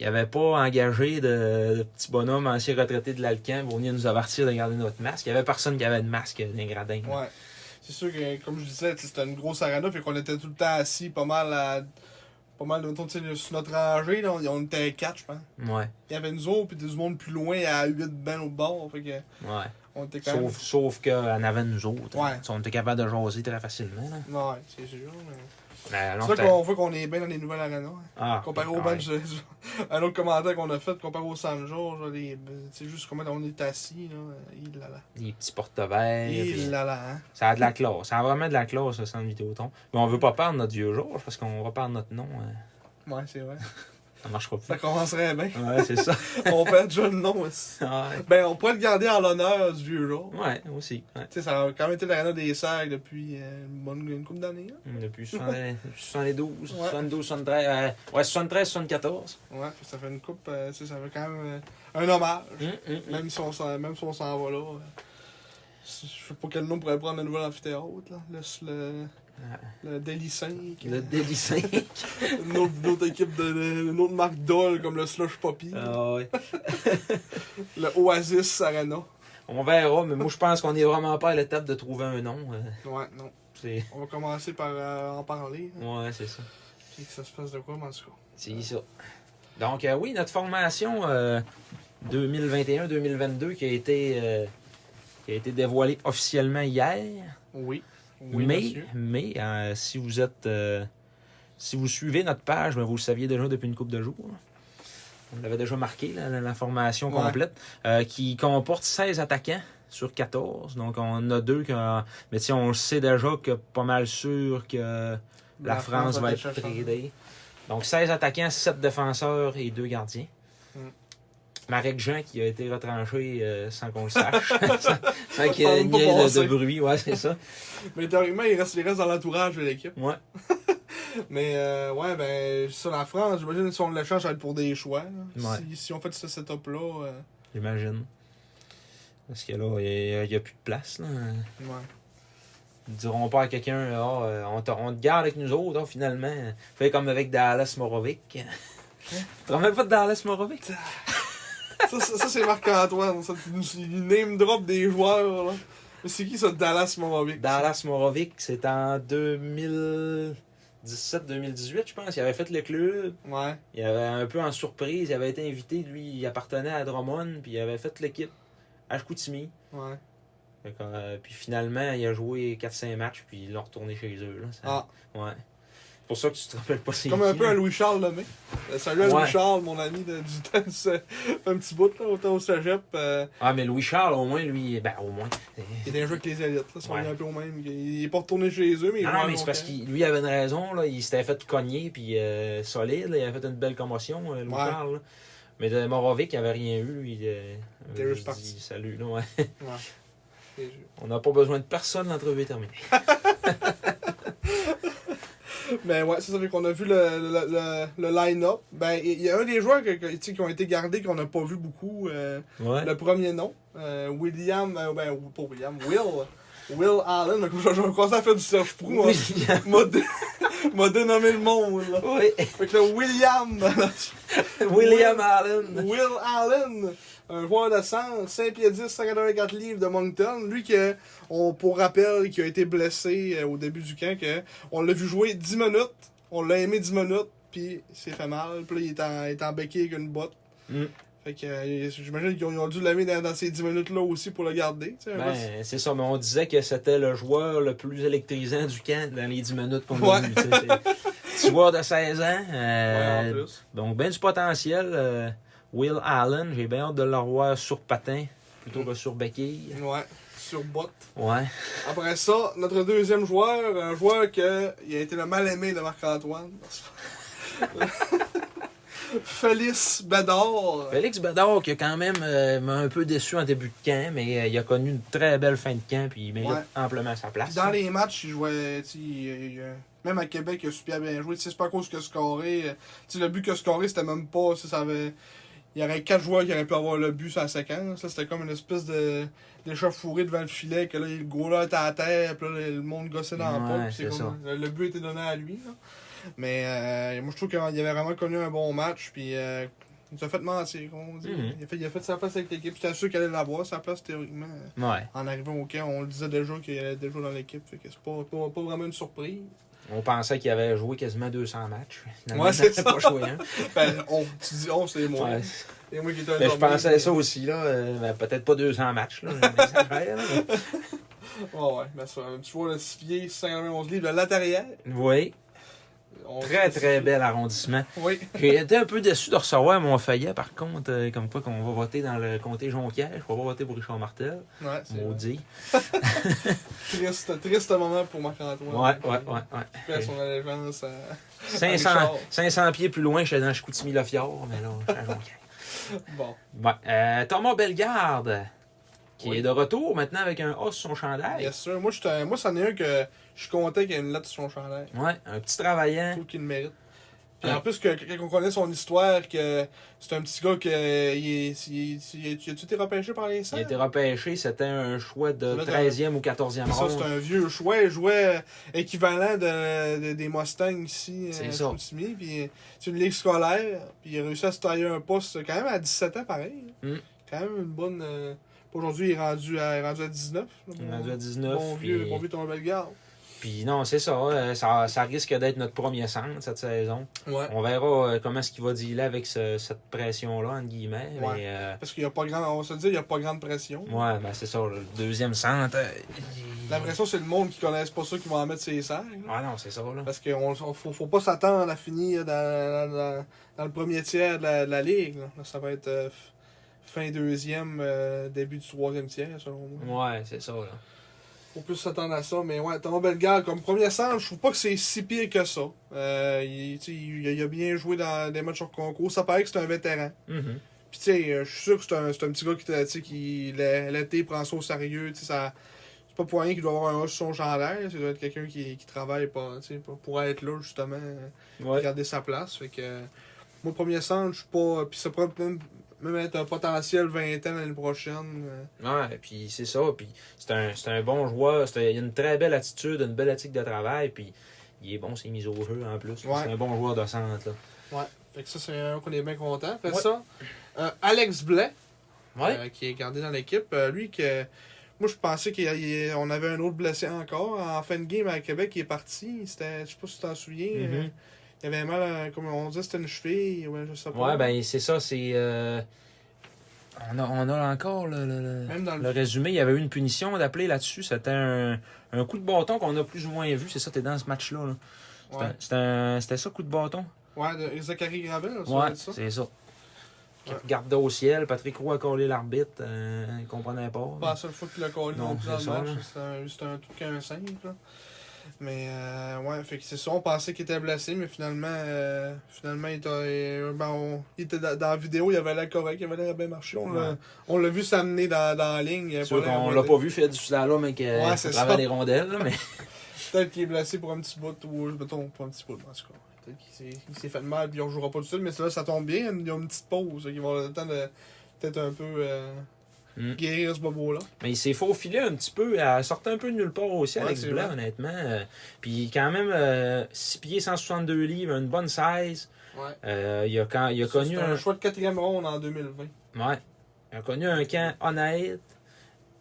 il avait pas engagé de, de petits bonhommes anciens retraités de l'Alcan pour venir nous avertir de garder notre masque. Il y avait personne qui avait de masque dans les gradins. là.
Ouais. C'est sûr que, comme je disais, tu sais, c'était une grosse arena, fait qu'on était tout le temps assis pas mal à. Pas mal, mettons, tu sais, sur notre rangée, là, on, on était quatre, je pense.
Ouais.
Il y avait nous autres, puis du monde plus loin à 8 bancs au bord. Fait que
ouais.
on était quand même.
Sauf, sauf qu'en avant de nous autres.
Ouais.
hein. On était capable de jaser très facilement. Là.
Ouais, c'est sûr. Mais...
Mais non,
C'est là
c'était-
qu'on voit qu'on est bien dans les nouvelles arenas. hein.
Ah,
Comparé au
ouais.
bench, <laughs> un autre commentaire qu'on a fait, comparé au San Jorge, les- tu sais juste comment on est assis, là. Il là là.
Les petits porte-verres. puis-
Il là là. hein.
Ça a de la classe. Ça a vraiment de la classe, le centre Vidéotron. Mais on veut pas perdre notre vieux Georges parce qu'on va perdre notre nom. euh,
Ouais, c'est vrai.
Ça marchera pas.
Ça commencerait bien. <laughs>
Ouais, c'est ça.
on perd déjà le nom aussi.
ouais.
Ben, on pourrait le garder en l'honneur du vieux jour.
Ouais, aussi. Ouais.
Tu sais, ça a quand même été l'arena des Serres depuis euh, une bonne une couple d'années. hein.
Depuis 70 72,
Ouais.
72, 73, euh, ouais, 73, 74.
Ouais, puis ça fait une coupe, euh, tu sais, ça fait quand même euh, un hommage.
Hum, hum, hum.
Même si on s'en, même si on s'en va là. euh, Je sais pas quel nom pourrait prendre le nouvel amphithéâtre, là. Le, le, le Delhi 5.
Le Daily 5.
<laughs> une, autre, une autre équipe de, de- une autre marque d'ol comme le Slush Poppy.
<laughs> Ah ouais.
Le Oasis Arena.
On verra, mais moi je pense qu'on est vraiment pas à l'étape de trouver un nom. euh,
Ouais, non.
C'est...
On va commencer par euh, en parler. hein,
Ouais, c'est ça.
puis que ça se passe de quoi, mais en tout cas.
C'est ça. Donc, euh, oui, notre formation euh, 2021-2022 qui, a été, euh, qui a été dévoilée officiellement hier.
Oui. Oui,
mais
monsieur.
mais euh, si vous êtes euh, si vous suivez notre page, ben, vous le saviez déjà depuis une couple de jours. On l'avait déjà marqué, la, la- la formation
Ouais.
complète, euh, qui comporte 16 attaquants sur 14. Donc, on a deux. Que, mais si on le sait déjà que pas mal sûr que la, France, va être
chercher.
tradée. Donc 16 attaquants, 7 défenseurs et 2 gardiens.
Mm.
Marek Jean qui a été retranché euh, sans qu'on le
<laughs>
sache. <laughs> sans sans qu'il y
On
ait
parle pas
ni de- de,
passé.
bruit, ouais, c'est ça.
Mais théoriquement, il reste les restes dans l'entourage de l'équipe.
Ouais.
Mais euh, ouais, ben, sur la France, j'imagine si on l'échange, ça va être pour des choix. là.
Ouais.
Si, si on fait ce setup-là, euh,
J'imagine. Parce que là, il n'y a, plus de place. Là.
ouais.
Ils diront pas à quelqu'un, Ah, euh, on, te, on te garde avec nous autres, hein, finalement. Fait comme avec Dallas Morovic. <laughs> Tu te rappelles pas de Dallas Morovic?
Ça, ça, ça, c'est Marc-Antoine. ça, Il name drop des joueurs. Là. Mais c'est qui ça, Dallas Morovic?
Dallas Morovic, c'est en 2017-2018, je pense. Il avait fait le club.
Ouais.
Il avait un peu en surprise. Il avait été invité. Lui, il appartenait à Drummond. Puis il avait fait l'équipe à Chicoutimi.
Ouais.
Fait que, euh, puis finalement, il a joué 4-5 matchs. Puis ils l'ont retourné chez eux. Là. Ça-
Ah,
Ouais. C'est pour ça que tu te rappelles pas c'est
comme un
qui,
peu
là.
un Louis-Charles Lemay. Euh, Salut à
Ouais.
Louis-Charles, mon ami de, du temps, <laughs> du cé- un petit bout, là, autant au cégep. euh,
Ah, mais Louis-Charles, au moins, lui, ben au moins.
il était un jeu avec les élites, là, si
Ouais.
on est un peu au même. Il est pas retourné chez eux, mais il
Non,
joue
non,
à
mais c'est
long
parce
terme.
qu'il lui avait une raison, là. il s'était fait cogner, puis euh, solide, là. il avait fait une belle commotion, euh, Louis
Ouais.
Charles, là. Mais de Morovic, il avait rien eu, lui. Il euh,
était
avait
juste
juste
parti.
dit salut. là, ouais.
Et
On n'a pas besoin de personne, l'entrevue est terminée.
je- Mais Ben ouais, c'est ça, fait qu'on a vu le, le, le, le line-up. Ben, il y a un des joueurs que- que, tu sais, qui ont été gardés, qu'on n'a pas vu beaucoup. euh,
Ouais.
Le premier nom, euh, William, euh, ben, ou- pas William, Will. Will Allen, donc je je vais commencer à faire du Serge Prou. hein.
Oui.
M'a dé- <laughs> m'a dénommé le monde, là.
Oui.
Fait que là, William,
<laughs>
<laughs>
William Allen.
Will Allen, un joueur de sang, 5 pieds 10, 184 livres de Moncton. Lui, que, on, pour rappel, qui a été blessé euh, au début du camp, que on l'a vu jouer 10 minutes, on l'a aimé 10 minutes, puis il s'est fait mal. Puis là, il est, en, il est embêqué avec une botte.
Mm.
Fait que euh, j'imagine qu'ils ont, ils ont dû l'aimer dans, dans ces 10 minutes-là aussi pour le garder. tu sais, un peu-
Ben, c'est ça, mais on disait que c'était le joueur le plus électrisant du camp dans les 10 minutes qu'on a
Ouais.
vu. tu sais,
<laughs>
c'est- Petit joueur de 16 ans. euh,
Ouais, en plus.
Donc, ben du potentiel. euh, Will Allen, j'ai bien hâte de le revoir sur patin plutôt que sur béquille.
Ouais, sur botte.
Ouais.
Après ça, notre deuxième joueur, un joueur que il a été le mal-aimé de Marc-Antoine. <laughs> Félix Bédard.
Félix Bedard, qui a quand même euh, m'a un peu déçu en début de camp, mais euh, il a connu une très belle fin de camp, puis il mérite
Ouais.
amplement sa place.
Dans les matchs, il jouait. tu sais, il- il- Même à Québec, il a super bien joué. Tu sais, C'est pas à cause que scoré. euh, tu sais, Le but que scoré, c'était même pas. tu sais, Ça avait... Il y aurait quatre joueurs qui auraient pu avoir le but sur la séquence. là. C'était comme une espèce de d'échauffourée devant le filet. Que là, le goaler était à terre. Puis là, le monde gossait dans le
Ouais,
pot. puis c'est
c'est
comme- Le but était donné à lui. là. Mais euh, moi, je trouve qu'il avait vraiment connu un bon match. Puis euh, il nous a fait mentir. comme on dit.
Mhm.
il, a fait, il a fait sa place avec l'équipe. J'étais sûr qu'elle allait l'avoir, sa place théoriquement
Ouais.
en arrivant au camp, on le disait déjà qu'il allait déjà dans l'équipe. Fait que c'est pas, pas, pas vraiment une surprise.
On pensait qu'il avait joué quasiment 200 matchs. Finalement,
Ouais,
il
c'est
n'avait pas joué un.
<laughs> Ben, on, tu dis on, c'est moi.
Ouais.
Et moi qui étais un
Ben, je
dormant.
pensais à ça aussi, là. euh, ben, peut-être pas 200 matchs,
<laughs>
là. j'exagère, là, mais-
Ouais, ouais. Ben, ça, tu vois, le 6 pieds, 191 livres de l'intérieur.
Oui,
On-
très très bel arrondissement.
Oui.
J'ai été un peu déçu de recevoir mon feuillet, par contre, euh, comme quoi qu'on va voter dans le comté Jonquière. Je ne vais pas voter pour Richard Martel.
Ouais, c'est
Maudit.
triste, triste moment pour Marc-Antoine.
Ouais, ouais, ouais. ouais.
Il fait son allégeance euh, à.
500, 500 pieds plus loin, j'étais dans Chicoutimi-Lafiore, mais là, j'étais à
<laughs>
Jonquière.
<laughs> Bon.
Ouais. Euh, Thomas Bellegarde, qui
Oui.
est de retour maintenant avec un A sur son chandail.
Bien sûr. Moi, j'étais- moi c'en est un que je suis content qu'il y ait une lettre sur son chandail.
Ouais, un petit
Je
travaillant.
trouve qu'il le mérite. Puis en
Ouais.
plus, que, que- quand on connaît son histoire, que c'est un petit gars que. euh, Il, est- il, est- il, est- il a-tu été repêché par les
Il
Saints?
a été repêché, c'était un choix de
Ça doit être
13e ou 14e
Ça, c'est
ronde.
un vieux choix. Il jouait équivalent de, de- des Mustangs ici
C'est
euh, à
ça.
Chicoutimi. Puis euh, c'est une ligue scolaire. Puis il a réussi à se tailler un poste quand même à 17 ans, pareil.
Mm.
Quand même une bonne. euh, Aujourd'hui, il est rendu à, il est rendu à 19. là,
Il est
mon-
rendu à 19.
Bon
puis-
vieux, bon vieux ton bel gars.
Puis non, c'est ça, euh, ça. ça risque d'être notre premier centre cette saison.
Ouais.
On verra euh, comment est-ce qu'il va dealer avec ce- cette pression-là, entre guillemets.
Ouais.
Mais euh,
Parce qu'il n'y a pas grand. On va se le dire, il n'y a pas grande pression.
ouais, ben c'est ça, le deuxième centre. euh, il-
La pression, c'est le monde qui ne connaisse pas ça qui va en mettre ses serres. là.
Ah non, c'est ça, là.
Parce qu'il ne faut, faut pas s'attendre à finir dans, dans- dans le premier tiers de la, de la ligue. là. Là, ça va être euh, f- fin deuxième, euh, début du troisième tiers, selon moi.
Ouais, c'est ça, là.
Faut plus s'attendre à ça, mais ouais, Thomas Bellegarde, comme premier centre, je trouve pas que c'est si pire que ça. Euh, il, tu sais, il- il a bien joué dans des matchs hors concours. Ça paraît que c'est un vétéran.
Mhm.
Puis, tu sais, euh, je suis sûr que c'est un, c'est un petit gars qui, était- tu sais, qui l'é- l'été, prend ça au sérieux. Tu sais, ça- c'est pas pour rien qu'il doit avoir un haut sur son gendarme. Ça doit être quelqu'un qui, qui travaille pas, tu sais, pour, pour être là, justement, euh,
Ouais.
garder sa place. Fait que, euh, moi, premier centre, je suis pas. Puis, ça pourrait même, même être un potentiel 20 ans l'année prochaine. euh.
Ouais, puis c'est ça. Puis c'est un, c'est un bon joueur. c'est un- il a une très belle attitude, une belle éthique de travail. Puis il est bon, c'est mis au jeu en plus.
Ouais.
C'est un bon joueur de centre. Là.
Ouais. Fait que ça, c'est un qu'on est bien content. Après
Ouais.
ça, euh, Alex Blais,
Ouais.
euh, qui est gardé dans l'équipe, euh, lui, que moi, je pensais qu'on avait un autre blessé encore. En fin de game à Québec, il est parti. C'était, je sais pas si tu t'en souviens.
Mhm.
euh, il avait mal, euh, comme on dit, c'était une cheville. Ouais, je sais pas.
ouais, ben c'est ça. C'est. euh, On, a, on a encore le, le- le-
Même dans le-
le résumé. Il y avait eu une punition d'appeler là-dessus. C'était un, un coup de bâton qu'on a plus ou moins vu. C'est ça, t'es dans ce match-là. là. C'était
Ouais,
un- C'était un- c'était ça, coup de bâton.
ouais de Zachary Gravel, ça, on
Ouais,
dit ça.
c'est ça.
Ouais.
Garde au ciel, Patrick Roy a collé l'arbitre, euh, il comprenait pas.
pas la seule fois qu'il l'a collé
Non,
non plus dans le
c'est ça,
match.
là.
C'était un, c'était un tout qu'un simple. là. Mais euh, ouais, fait que c'est ça. On pensait qu'il était blessé, mais finalement, euh, finalement il, était- euh, ben, on- il était dans, dans la vidéo, il avait l'air correct, il avait l'air bien marché. On l'a-
Ouais.
on l'a vu s'amener dans, dans la ligne. il avait
C'est sûr
pas l'air
qu'on l'a
rodé.
pas vu faire du sida là, mais qu'il
Ouais, c'est ça.
travaille les rondelles, là, mais
Peut-être qu'il est blessé pour un petit bout, ou mettons, pas un petit bout, en tout cas. Peut-être qu'il s'est- qu'il s'est fait mal, puis on jouera pas tout de suite, mais là, ça tombe bien, il y a une petite pause. Ils vont avoir le temps de peut-être un peu euh,
Mm.
guérir ce bobo-là.
mais il s'est faufilé un petit peu, elle sortait un peu de nulle part aussi,
Ouais,
Alex
c'est
Blanc,
vrai.
honnêtement. Euh, Puis quand même, euh, 6 pieds, 162 livres, une bonne 16.
Ouais.
Euh, il a, quand, il a
Ça,
connu
c'était un
un,
choix de quatrième ronde en 2020.
ouais, il a connu un camp honnête,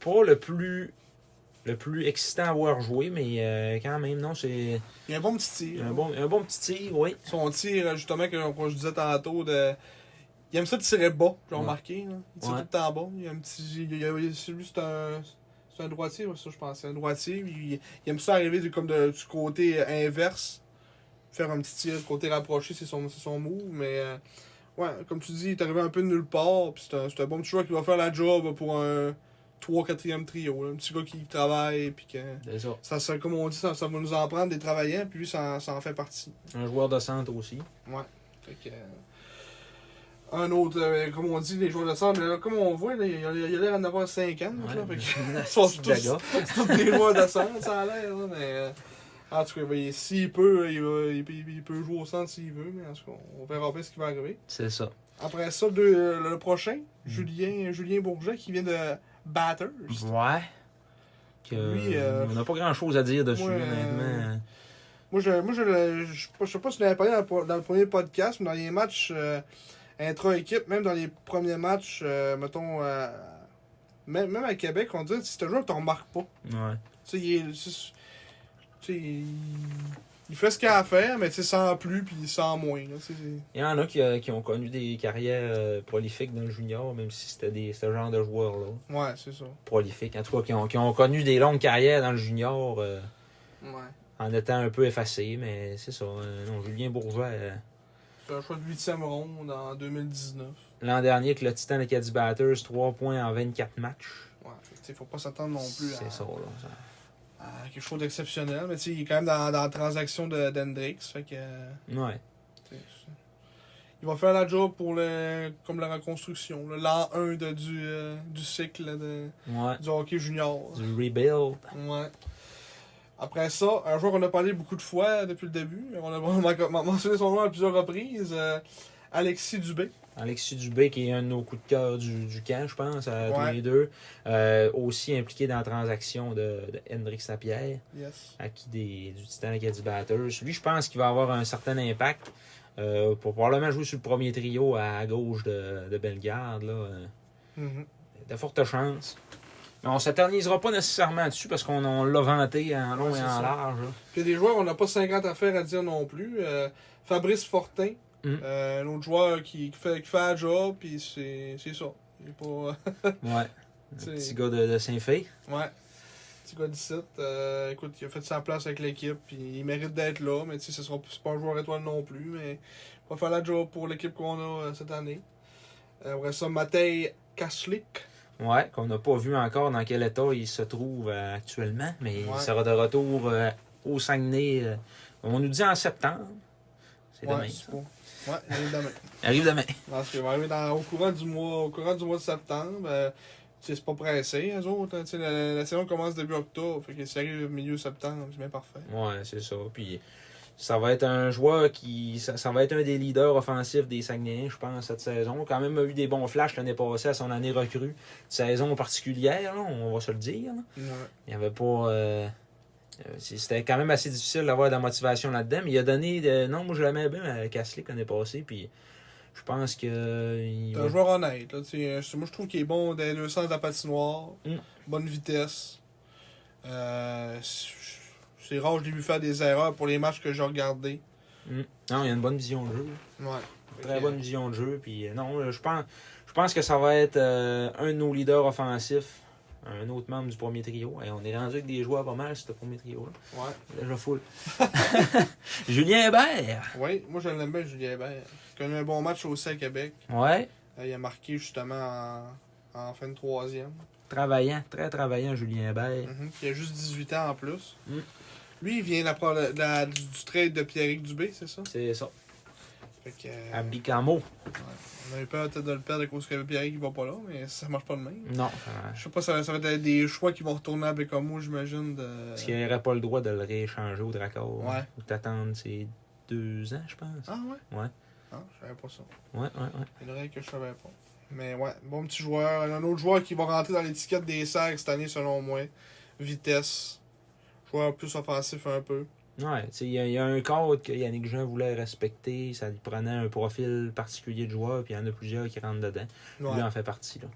pas le plus le plus excitant à avoir joué, mais euh, quand même, non, c'est
Il y a un bon petit tir.
un bon, un bon petit tir, oui.
Son tir, justement, que, que je disais tantôt, de... il aime ça tirer bas, j'ai
Ouais.
remarqué. là. Il tire
Ouais.
tout le temps bas. Il y a un petit. il y a- il y a- celui, c'est un. C'est un droitier, ouais, ça, je pense. C'est un droitier. Il, il aime ça arriver du, comme de- du côté euh, inverse. Faire un petit tir, côté rapproché, c'est son, c'est son move. Mais, euh, ouais, comme tu dis, il est arrivé un peu de nulle part. Puis c'est un, c'est un bon petit joueur qui va faire la job pour un 3-4e trio. là. Un petit gars qui travaille. Puis que.
C'est ça.
Ça, ça, comme on dit, ça, ça va nous en prendre des travailleurs, puis lui, ça, en- ça en fait partie.
Un joueur de centre aussi.
Fait que, euh, un autre, euh, comme on dit, les joueurs de centre, mais là, comme on voit, là, il y a il y a l'air d'en avoir 5 ans.
Ouais,
là,
<laughs>
fait que-
un
Ils sont
petit
tous-
dégât.
tous des joueurs de centre, ça a l'air. là, mais, euh, en tout cas, ben, s'il peut, il, va- il peut- il peut jouer au centre s'il veut, mais en tout cas, on verra bien ce qui va arriver.
C'est ça.
Après ça, deux- euh, le prochain, Julien, Julien Bourget, qui vient de Batters.
Mm. Ouais. Que,
Lui, euh,
on n'a pas grand chose à dire dessus,
ouais,
honnêtement.
Moi, je, moi, je, le- je, sais pas- je sais pas si je l'avais parlé dans le, pro- dans le premier podcast, mais dans les matchs euh, intra-équipe, même dans les premiers matchs, euh, mettons, euh, même, même à Québec, on dit si tu joues, tu remarques pas.
Ouais.
Tu sais, il, est- c'est- tu sais, il, il fait ce qu'il a à faire, mais tu sais, sans plus, puis sans moins. là, tu sais, c'est-
Il y en a qui, euh, qui ont connu des carrières euh, prolifiques dans le junior, même si c'était des ce genre de joueurs-là.
ouais, c'est ça.
Prolifiques. En tout cas, qui ont, qui ont connu des longues carrières dans le junior euh,
Ouais.
en étant un peu effacés, mais c'est ça. euh, non, Julien Bourgeois, euh,
C'est un choix de 8e ronde en 2019.
l'an dernier, avec le Titan Acadie Batters, 3 points en 24 matchs.
Ouais, fait que, tu sais, faut pas s'attendre non plus hein. à.
C'est ça, là. ça.
à quelque chose d'exceptionnel, mais tu sais, il est quand même dans, dans la transaction de- d'Hendrix, fait que... euh,
Ouais.
Il va faire la job pour le, comme la reconstruction, là, l'an 1 de, du, euh, du cycle de,
Ouais.
du hockey junior.
Du rebuild.
Ouais. Après ça, un joueur qu'on a parlé beaucoup de fois euh, depuis le début, on a <laughs> vraiment men- mentionné son nom à plusieurs reprises, euh, Alexis Dubé.
Alexis Dubé, qui est un de nos coups de cœur du, du camp, je pense, à
Ouais.
tous les deux. Euh, aussi impliqué dans la transaction de, de Hendrix Lapierre,
Yes.
acquis des, du Titan Acadie Batters. Lui, je pense qu'il va avoir un certain impact euh, pour probablement jouer sur le premier trio à, gauche de, de Bellegarde. Là. Euh,
Mhm.
De fortes chances. On s'éternisera pas nécessairement dessus parce qu'on on l'a vanté en long
Ouais,
et
c'est
en
ça.
large. là.
<laughs> Puis il y a des joueurs, on n'a pas 50 affaires à dire non plus. Euh, Fabrice Fortin,
Mm.
euh, un autre joueur qui, qui fait, qui fait la job, puis c'est c'est ça. Il est pas.
Ouais. Un
C'est-
petit gars de, de Saint-Fé.
ouais. Petit gars 17. Euh, écoute, il a fait sa place avec l'équipe, puis il mérite d'être là, mais tu sais, ce sera c'est pas un joueur étoile non plus, mais il va faire la job pour l'équipe qu'on a euh, cette année. Euh, Après ça, Matej Kaslik.
Ouais, qu'on n'a pas vu encore dans quel état il se trouve euh, actuellement, mais
Ouais.
il sera de retour euh, au Saguenay. euh, on nous dit en septembre. C'est demain.
c'est bon. Ouais, il est demain.
Il arrive demain.
Parce qu'il va arriver dans- au, courant du mois, au courant du mois de septembre. euh, tu sais, c'est pas pressé, eux autres. hein. Tu sais, la, la- la saison commence début octobre. Fait que s'il arrive au milieu septembre, c'est bien parfait.
Ouais, c'est ça. Puis ça va être un joueur qui. Ça, ça va être un des leaders offensifs des Saguenayens, je pense, cette saison. Quand même, a eu des bons flashs l'année passée à son année recrue. Une saison particulière, là, on va se le dire. là. Il n'y avait pas. euh, euh, c'est- C'était quand même assez difficile d'avoir de la motivation là-dedans, mais il a donné. de- Non, moi je l'aimais bien, mais Caslick l'année passée, puis je pense que. euh, il
C'est un
va-
joueur honnête. Là, tu sais, euh, moi, je trouve qu'il est bon dans les deux sens de la patinoire.
Mm.
Bonne vitesse. Euh, c'est rare, je l'ai vu faire des erreurs pour les matchs que j'ai regardés.
Non, il a une bonne vision de jeu. là.
Ouais.
Très
Ok.
bonne vision de jeu. Puis euh, non, euh, je pense, je pense que ça va être euh, un de nos leaders offensifs, un autre membre du premier trio. Et on est rendu avec des joueurs pas mal, ce premier trio. Là.
euh, Ouais.
Déjà
<laughs>
full. <laughs> Julien Hébert.
Oui, moi, je l'aime bien, Julien Hébert. Il a eu un bon match aussi à Québec.
Ouais.
Euh, Il a marqué justement en, en fin de troisième.
Travaillant, très travaillant, Julien Hébert.
Mhm, puis Il a juste 18 ans en plus.
Mm.
Lui, il vient de la pro- de la- du, du trade de Pierrick Dubé, c'est ça?
C'est ça.
Fait que, euh,
À Bicamo.
on avait peur peut-être de le perdre à cause que Pierrick il va pas là, mais ça marche pas de même.
Non. euh,
Je sais pas, ça, ça va être des choix qui vont retourner à Bécamo, j'imagine. De...
Parce qu'il n'aurait pas le droit de le rééchanger au Dracor.
Ouais.
Ou d'attendre ses deux ans, je pense.
Ah ouais?
Ouais.
Ah, je savais pas ça.
Ouais, ouais, ouais.
Il y en aurait que je savais pas. Mais ouais, bon petit joueur. Un autre joueur qui va rentrer dans l'étiquette des sacs cette année, selon moi. Vitesse. Joueur plus offensif un peu.
Ouais, tu sais, il y, a- il y a un code que Yannick Jean voulait respecter, ça lui prenait un profil particulier de joueur, puis il y en a plusieurs qui rentrent dedans.
Ouais.
Lui en fait partie, là.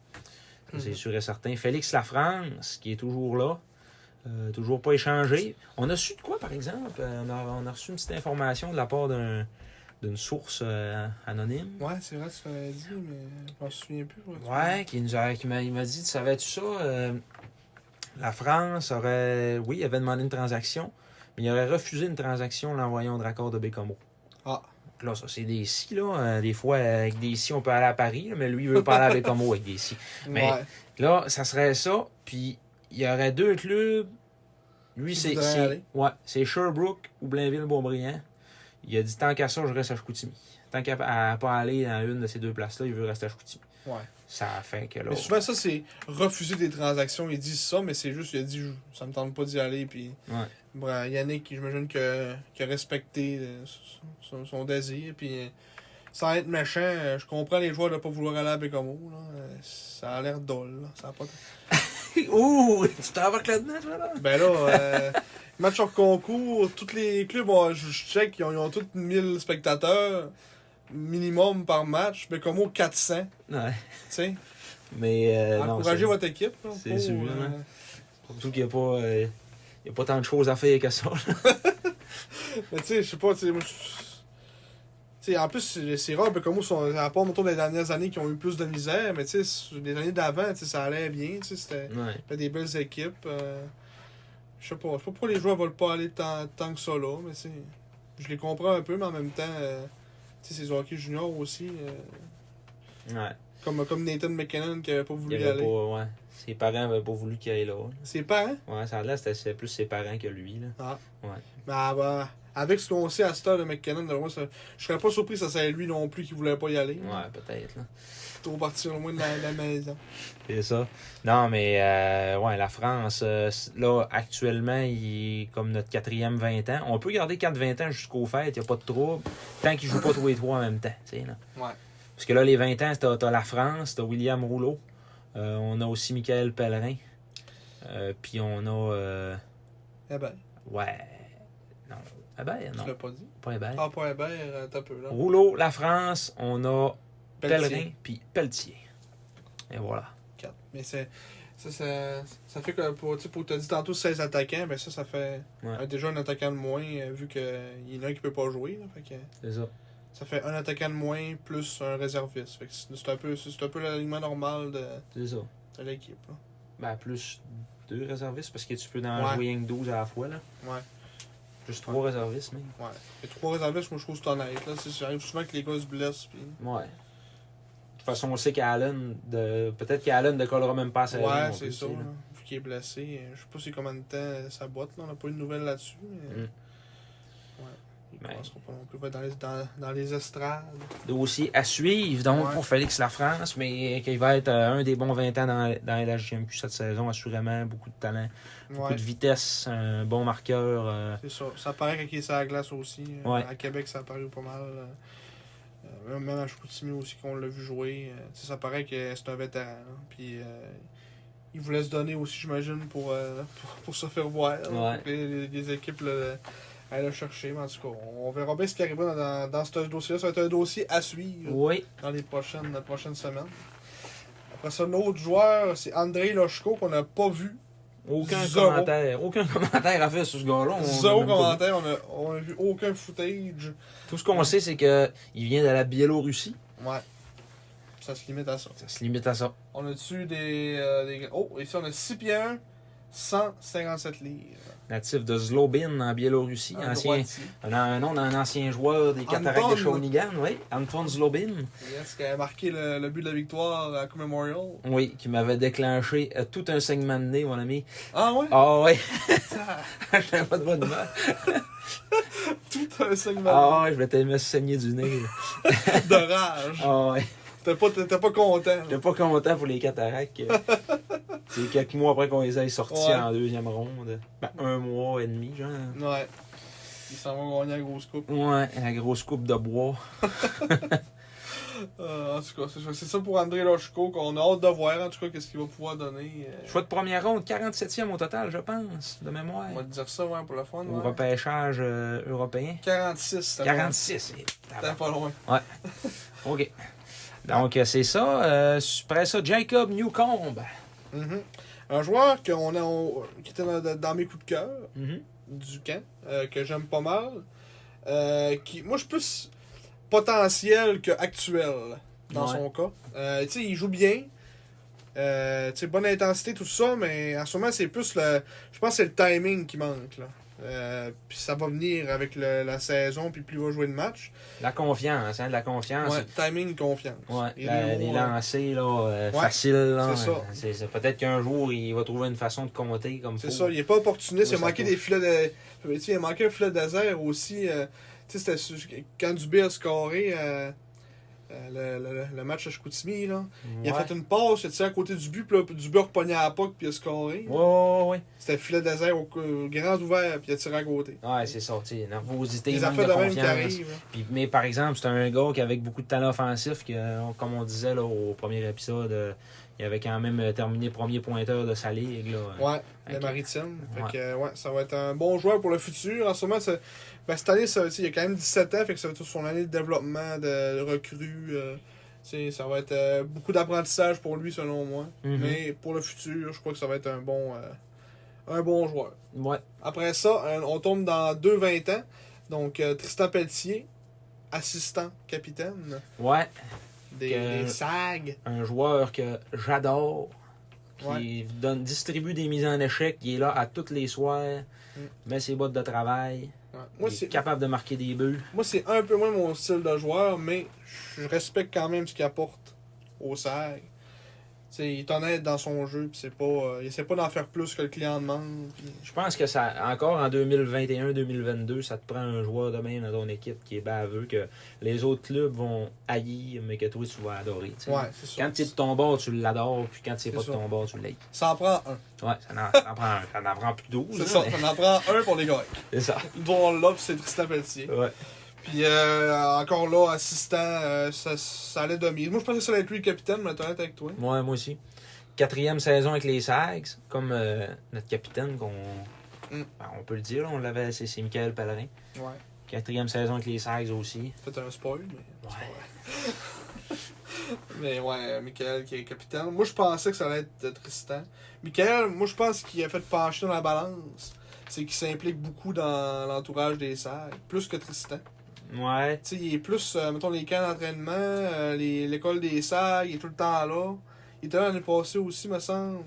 Ça, C'est
Mhm.
sûr et certain. Félix Lafrance, qui est toujours là, euh, toujours pas échangé. On a su de quoi, par exemple? Euh, on, a, on a reçu une petite information de la part d'un- d'une source euh, anonyme.
Ouais, c'est vrai, tu l'avais dit, mais je m'en souviens plus. ouais, tu
Ouais, qui nous a- qui m'a, il m'a dit, tu savais-tu ça? euh, la France aurait, oui, il avait demandé une transaction, mais il aurait refusé une transaction l'envoyant de raccord de Bécomo.
Ah.
Donc Là, ça, c'est des si, là. Euh, Des fois, euh, avec des si, on peut aller à Paris, là, mais lui, il veut pas aller à Bécomo avec des si. Mais-
Ouais.
Là, ça serait ça, puis il y aurait deux clubs. Lui,
Qui
c'est,
voudraient
c'est-
aller.
ouais, c'est Sherbrooke ou Blainville-Beaubriand. Il a dit, tant qu'à ça, je reste à Chicoutimi. Tant qu'à à pas aller dans une de ces deux places-là, il veut rester à Chicoutimi.
Ouais.
Ça fait que là...
Mais souvent, ça, c'est refuser des transactions. Ils disent ça, mais c'est juste, il a dit, Je- ça me tente pas d'y aller. Puis,
Ouais.
Bra- Yannick, j'imagine que- qu'il a respecté euh, son, son désir. Puis, euh, sans être méchant, euh, je comprends les joueurs de pas vouloir aller à Bécamo. là. Euh, Ça a l'air dole. là. Ça a pas de- <laughs>
Ouh, tu t'en vas avec là-dedans, toi, là?
Ben là, euh, match hors concours, tous les clubs, ont- je, je check, ils ont, ils ont tous 1000 spectateurs minimum par match. Bécamo, 400.
Ouais.
Tu sais,
Mais euh, non,
encouragez
c'est-
votre équipe. là,
c'est
pour,
sûr,
euh,
hein. Surtout qu'il n'y a, pas, euh, il y a pas tant de choses à faire que ça. là.
Mais tu sais, je sais pas, tu sais, moi, je- tu sais, en plus, c'est- c'est rare, comme nous, sont- à part, mettons, les dernières années qui ont eu plus de misère, mais tu sais, sur les années d'avant, tu sais, ça allait bien, tu sais, c'était
Ouais.
c'était des belles équipes. euh, je sais pas, je sais pas pourquoi les joueurs veulent pas aller tant, tant que ça là, mais tu sais, je les comprends un peu, mais en même temps, euh, tu sais, ces hockey juniors aussi, euh,
ouais.
comme, comme Nathan McKinnon qui avait pas
Il
voulu
y
y
avait
aller.
pas, ouais. Ses parents n'avaient pas voulu qu'il aille là.
C'est pas, hein?
Ouais, ça a l'air c'était c'est plus ses parents que lui. Là.
Mais ah, bah, avec ce qu'on sait à cette heure de McKinnon, de moi, ça- je serais pas surpris que ça soit lui non plus qui voulait pas y aller.
Ouais, peut-être. là.
Trop partir au moins de la- de la maison.
C'est ça. Non, mais euh, ouais, la France, euh, c- là, actuellement, il est comme notre quatrième 20 ans. On peut garder 4 20 ans jusqu'aux fêtes, il n'y a pas de trouble, tant qu'ils ne jouent pas tous les trois en même temps. tu sais, Là.
Ouais.
Parce que là, les 20 ans, t'as as la France, t'as William Rouleau, euh, on a aussi Michael Pellerin, euh, puis on a. euh,
Eh ben,
ouais. Non. Hébert, non,
tu l'as pas dit.
pas Hébert.
Ah, pas Hébert, euh, t'as peu, là.
Rouleau, la France, on a
Pelletier,
Pellerin, puis Pelletier. Et voilà.
quatre. Mais c'est. c'est- Ça, ça, ça fait que pour, tu sais, pour t'as dit tantôt 16 attaquants, ben ça, ça fait
Ouais.
euh, déjà un attaquant de moins, euh, vu qu'il y en a un qui peut pas jouer. là. fait que,
C'est ça.
ça fait un attaquant de moins plus un réserviste. Fait que c'est c'est un peu, c'est c'est un peu l'alignement normal de,
C'est ça.
de l'équipe. là.
Ben, plus deux réservistes, parce que tu peux en
Ouais.
jouer rien que 12 à la fois, là.
Ouais.
Juste trois réservistes, même.
Ouais. Les trois réservistes, moi, je trouve que c'est honnête. Là. C'est- Ça arrive souvent que les gars se blessent. Puis...
Ouais. De toute façon, on sait qu'Allen, de... peut-être qu'Allen ne collera même pas à saison,
Ouais,
on peut
c'est hein.
le
ça.
dire, là.
là. Vu qu'il est blessé, euh, je sais pas c'est combien de temps euh, ça botte. Là. On n'a pas eu de nouvelles là-dessus. Mais...
Mm.
euh, Ouais. Il
Ben.
commencera pas non plus. Il va être dans les, dans, dans les estrades.
Dossier à suivre, donc,
Ouais.
pour Félix Lafrance, mais qu'il va être euh, un des bons 20 ans dans, dans la GMQ cette saison, assurément. Beaucoup de talent, beaucoup
Ouais.
de vitesse, un bon marqueur. euh,
C'est ça. Ça paraît quand il est sur la glace aussi. Euh,
Ouais.
À Québec, ça a paru pas mal. euh, euh, même- Même à Chicoutimi aussi, qu'on l'a vu jouer. euh, tu sais, Ça paraît que c'est un vétéran. là. Puis euh, il voulait se donner aussi, j'imagine, pour, euh, pour, pour se faire voir. là.
Ouais.
Pour que Les, les- les équipes le- allaient le chercher. Mais en tout cas, on verra bien ce qui arrivera dans, dans ce dossier-là. Ça va être un dossier à suivre
Oui,
dans les prochaines, les prochaines semaines. Après ça, l'autre joueur, c'est André Lochko qu'on n'a pas vu.
aucun
Zéro.
commentaire. Aucun <laughs> commentaire à faire sur ce gars-là. on- on
Zéro
a même pas vu.
commentaire, on a- on n'a vu aucun footage.
Tout ce qu'on sait, c'est que il vient de la Biélorussie.
Ouais. Ça se limite à ça.
Ça se limite à ça.
On a dessus des, euh, des- Oh, ici on a 6 pieds 1, 157 livres.
Natif de Zlobin en Biélorussie,
Un
ancien,
droitier.
un, un nom d'un ancien joueur des cataractes de
Ah, Anton.
Shawinigan, oui. Anton Zlobin,
Yes, qui a marqué le, le but de la victoire à Commémorial.
oui, qui m'avait déclenché euh, tout un segment de nez, mon ami.
Ah ouais?
Ah <laughs> oui,
<laughs> Ça,
j'avais pas de bonne humeur.
Tout un segment
Ah ouais, je m'étais me saigner du nez. là.
de rage.
Ah ouais,
T'es pas, t'étais pas content.
j'étais pas content pour les cataractes.
<laughs>
euh, C'est quelques mois après qu'on les ait sortis
Ouais.
en deuxième ronde. Ben, un mois et demi, genre.
Ouais. Ils s'en vont gagner à grosse coupe.
Ouais, la grosse coupe de bois.
Euh, en tout cas, c'est ça- c'est ça pour André Lochko qu'on a hâte de voir en tout cas qu'est-ce qu'il va pouvoir donner. euh,
Choix de première ronde, 47e au total, je pense, de mémoire.
on va te dire ça ouais, pour le fun.
Au
ouais.
repêchage euh, européen.
46. t'as pas-
46. eh,
T'as
tabarnak.
pas loin.
OK. Donc, euh, c'est ça. Euh, après ça, Jacob Newcomb.
Mhm. Un joueur qu'on a, on- qui était dans, dans mes coups de cœur
Mhm.
du camp, euh, que j'aime pas mal. euh, qui, moi, je suis plus potentiel que actuel dans
Ouais.
son cas. Euh, tu sais, il joue bien. Euh, tu sais, bonne intensité, tout ça, mais en ce moment, c'est plus le. Je pense que c'est le timing qui manque. là. Euh, puis ça va venir avec le- la saison, puis plus il va jouer de match.
La confiance, hein, de la confiance.
Ouais, timing, confiance.
Ouais,
Les
la-
deux
les
mots, hein.
lancers, là, euh,
Ouais,
faciles, là.
c'est ça.
euh, c'est- c'est- Peut-être qu'un jour, il va trouver une façon de compter comme
C'est
faut.
ça, il n'est pas opportuniste. Il a
Ouais, ça
manqué
compte.
des filets de. tu sais, Il a manqué un filet désert aussi. euh, tu sais, c'était sur- quand Dubé a scoré euh, euh, le, le- le match à Chicoutimi, là. Il
Ouais.
a fait une passe, il a tiré à côté du but, puis là, Dubé a repogné à la POC, puis il a scoré.
Ouais, ouais, ouais.
C'était filet désert au, au grand ouvert, puis il a tiré à côté.
Ouais, c'est ça, tu sais, nervosité,
Des
manque
affaires
de
de même qui
confiance.
arrivent. là.
Puis- mais par exemple, c'est un gars qui avec beaucoup de talent offensif, que, euh, comme on disait là, au premier épisode, euh, il avait quand même euh, terminé premier pointeur de sa ligue. Là.
Ouais,
Ok.
les maritimes. Fait
Ouais.
que, euh, ouais, ça va être un bon joueur pour le futur. En ce moment, c'est- ben, cette année, ça, tu sais, il a quand même 17 ans, fait que ça va être son année de développement, de, de recrue. euh, tu sais, ça va être euh, beaucoup d'apprentissage pour lui, selon moi.
Mhm.
Mais pour le futur, je crois que ça va être un bon, euh, un bon joueur.
Ouais.
Après ça, euh, on tombe dans 2-20 ans. Donc, euh, Tristan Pelletier, assistant capitaine
Ouais.
des,
Que-
des SAG.
Un joueur que j'adore, qui
Ouais.
donne, distribue des mises en échec, qui est là à tous les soirs,
Mm.
met ses bottes de travail,
Ouais. Moi,
il est
c'est-
capable de marquer des buts.
Moi, c'est un peu moins mon style de joueur, mais je respecte quand même ce qu'il apporte au SAG. T'sais, Il est honnête dans son jeu, puis c'est pas, euh, il essaie pas d'en faire plus que le client demande. puis-
Je pense que ça, encore en 2021-2022, ça te prend un joueur de même dans ton équipe qui est baveux, que les autres clubs vont haïr, mais que toi, tu vas adorer. tu sais.
Ouais, c'est ça.
Quand tu es de ton bord, tu l'adores, puis quand tu n'es
C'est
pas de
ça.
ton bord, tu l'aimes.
Ça en prend un.
Ouais, ça n'en ça en prend, ça en prend plus 12.
C'est
là,
ça,
mais-
ça en prend un pour les gars.
C'est ça.
Dont là, puis c'est Tristan Pelletier.
Ouais.
Puis euh, encore là, assistant, euh, ça, ça allait de mise. Moi, je pensais que ça allait être lui le capitaine, mais t'es honnête avec toi.
Moi, moi aussi. Quatrième saison avec les Sags, comme euh, notre capitaine, qu'on
Mm.
ben, on peut le dire, là, on l'avait, c'est, c'est Michael Pellerin.
Ouais.
Quatrième saison avec les Sags aussi.
Peut-être un spoil, mais.
Ouais.
c'est pas vrai. Mais ouais, Michael qui est capitaine. Moi, je pensais que ça allait être Tristan. Michael, moi, je pense qu'il a fait pencher dans la balance. C'est qu'il s'implique beaucoup dans l'entourage des serres, plus que Tristan.
Ouais.
Tu sais, il est plus, euh, mettons, les camps d'entraînement, euh, les- l'école des serres, il est tout le temps là. Il était là l'année passée aussi, me semble.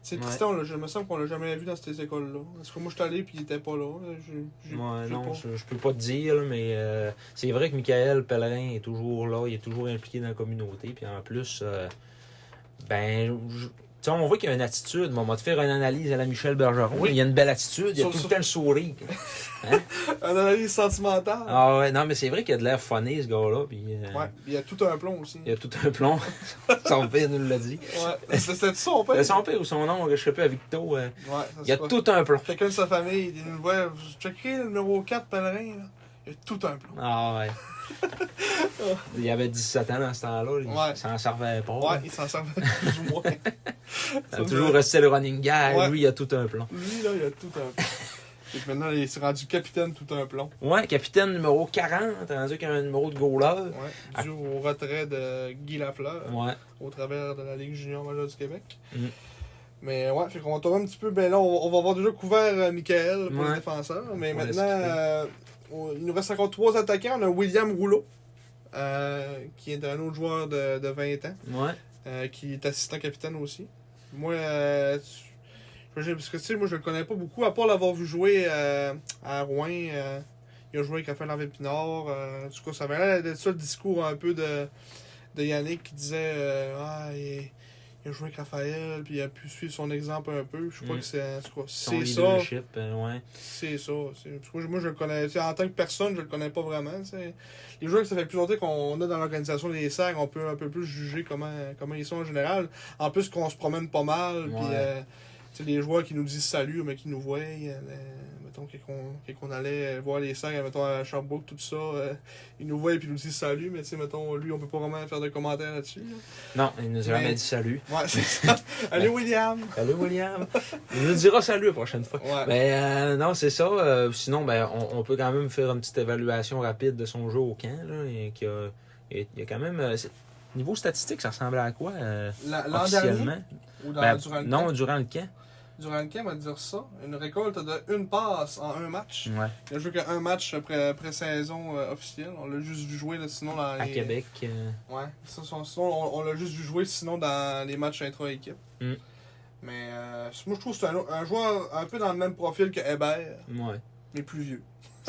C'est
Ouais.
Tristan, on l'a- je me semble qu'on l'a jamais vu dans ces écoles-là. Parce que moi, je suis allé puis il était pas là. Je, je-
Ouais,
je sais
non,
pas.
je, je peux pas te dire, là, mais euh, c'est vrai que Michael Pellerin est toujours là, il est toujours impliqué dans la communauté. Puis en plus, euh, ben, je- tu sais, on voit qu'il y a une attitude. Bon, on va te faire une analyse à la Michel Bergeron. Il y a une belle attitude, il y a
Sauf-
tout le
sauf-
temps le
<laughs>
sourire.
Un <laughs> analyse sentimentale.
Ah ouais, non, mais c'est vrai qu'il a de l'air funny, ce gars-là. Puis, euh,
Ouais, il y a tout un plomb aussi.
Il y a tout un
<laughs>
plomb. son père nous l'a dit.
Ouais,
<laughs>
c'était son père.
Euh, Son père ou son nom, je sais plus, à Victo. euh,
Ouais, ça
il y a
se passe.
tout un plomb.
Quelqu'un de sa famille, il nous voit, vous checkerez le numéro 4 pèlerin, là. Il y a tout un plan.
Ah ouais.
<laughs>
il avait 17 ans dans ce temps-là. Il
Ouais.
s'en servait pas.
Ouais, il s'en sert plus ou moins.
Ça a toujours resté le running gag.
Ouais.
Lui, il a tout un plomb.
Lui, là, il a tout un plan. Et que maintenant, il s'est rendu capitaine tout un plomb.
Ouais, capitaine numéro 40, rendu qu'il y a un numéro de goaler.
Ouais, dû au retrait de Guy Lafleur
Ouais.
au travers de la Ligue junior majeure du Québec.
Mhm.
Mais ouais, fait qu'on va tomber un petit peu. Ben là, on, on va avoir déjà couvert euh, Michael pour
Ouais.
les défenseurs. Mais
On va
maintenant,
discuter.
euh, on- il nous reste encore trois attaquants. On a William Rouleau, euh, qui est un autre joueur de, de 20 ans.
Ouais.
euh, qui est assistant capitaine aussi. Moi, euh, tu- moi, j'ai- parce que tu sais, moi je le connais pas beaucoup, à part l'avoir vu jouer euh, à Rouen. euh, il a joué avec Raphaël Henri Pinard. euh, en tout cas, ça avait l'air d'être ça le discours un peu de, de Yannick qui disait euh, Ah, il, il a joué avec Raphaël, puis il a pu suivre son exemple un peu. Je crois
Mm.
que c'est en tout cas,
Son
c'est ça.
leadership. euh, ouais.
C'est ça. c'est- parce que moi, je le connais. tu sais, En tant que personne, je le connais pas vraiment. tu sais. Les joueurs que ça fait plus longtemps qu'on est dans l'organisation des SAG, on peut un peu plus juger comment, comment ils sont en général. En plus qu'on se promène pas mal. Puis,
Ouais.
euh, tu sais, les joueurs qui nous disent salut, mais qui nous voient. euh, mettons que- qu'on que- qu'on allait voir les SAG, mettons à Sherbrooke, tout ça. euh, ils nous voient et puis ils nous disent salut, mais tu sais, mettons, lui, on peut pas vraiment faire de commentaires là-dessus. là.
Non, il nous a
Mais-
jamais dit salut.
Ouais, c'est ça. Allez, William!
Salut, William. il nous dira salut la prochaine fois.
Ouais.
Ben, euh, non, c'est ça. Euh, sinon, ben, on, on peut quand même faire une petite évaluation rapide de son jeu au camp. Là, et qu'il y a- il y a quand même. euh, c'est- niveau statistique, ça ressemblait à quoi euh,
La- L'an dernier,
officiellement
ou dans,
Ben,
durant le
Non, durant le camp.
Durant le camp, on va dire ça. Une récolte de une passe en un match.
Ouais.
Il a joué qu'un match après, après saison euh, officielle. On l'a juste vu jouer là, sinon dans
À
les...
Québec. euh,
Ouais. Ça, son- sinon, on, on l'a juste vu jouer sinon dans les matchs intra-équipe.
Mm.
Mais euh, moi, je trouve que c'est un, un joueur un peu dans le même profil que Hébert,
ouais.
mais
<laughs>
plus vieux.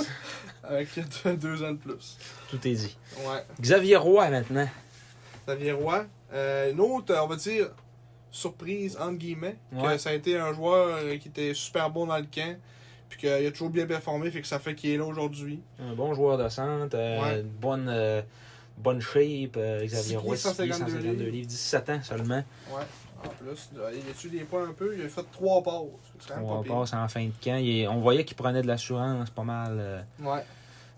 <laughs> Avec deux, deux ans de plus.
Tout est dit.
Ouais.
Xavier Roy maintenant.
Xavier Roy. Euh, une autre, on va dire, surprise, entre guillemets, que
Ouais.
ça a été un joueur euh, qui était super bon dans le camp, puis qu'il a toujours bien performé, fait que ça fait qu'il est là aujourd'hui.
Un bon joueur de centre, euh,
Ouais.
une bonne, euh, bonne shape, euh, Xavier
Six
Roy,
pieds,
6 pieds,
152
152 livres. 17 ans seulement.
Ouais, en plus. là, Il a tué des points un peu, il a fait trois passes. C'est quand même
On
Ben, pas pire.
passe en fin de camp. Il est- on voyait qu'il prenait de l'assurance pas mal. euh,
Ouais,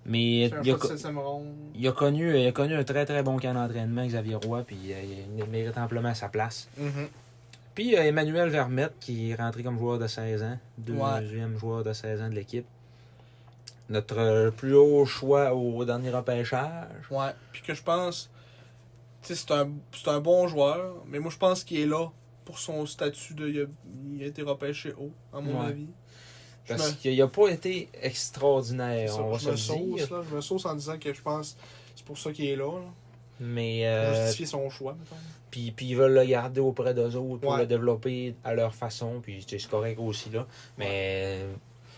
mais
c'est un
il a,
choix de septième ronde.
il a connu, il a connu un très très bon camp d'entraînement, Xavier Roy, puis euh, il mérite amplement sa place.
Mhm.
Puis euh, Emmanuel Vermette, qui est rentré comme joueur de 16 ans,
Ouais.
deuxième joueur de 16 ans de l'équipe. Notre euh, plus haut choix au dernier repêchage.
Ouais, puis que je pense, tu sais, c'est un, c'est un bon joueur, mais moi je pense qu'il est là pour son statut de. Il a, il a été repêché haut, à mon
Ouais.
avis. Je me-
Parce qu'il n'a pas été
C'est
extraordinaire,
ça,
on va
je
se
me
le
sauce,
dire.
là, je me sauce en disant que je pense c'est pour ça qu'il est là. là.
Mais
Pour
euh,
justifier son choix, mettons.
puis, puis ils veulent le garder auprès d'eux autres pour
Ouais.
le développer à leur façon. Puis tu sais, c'est correct aussi là. Mais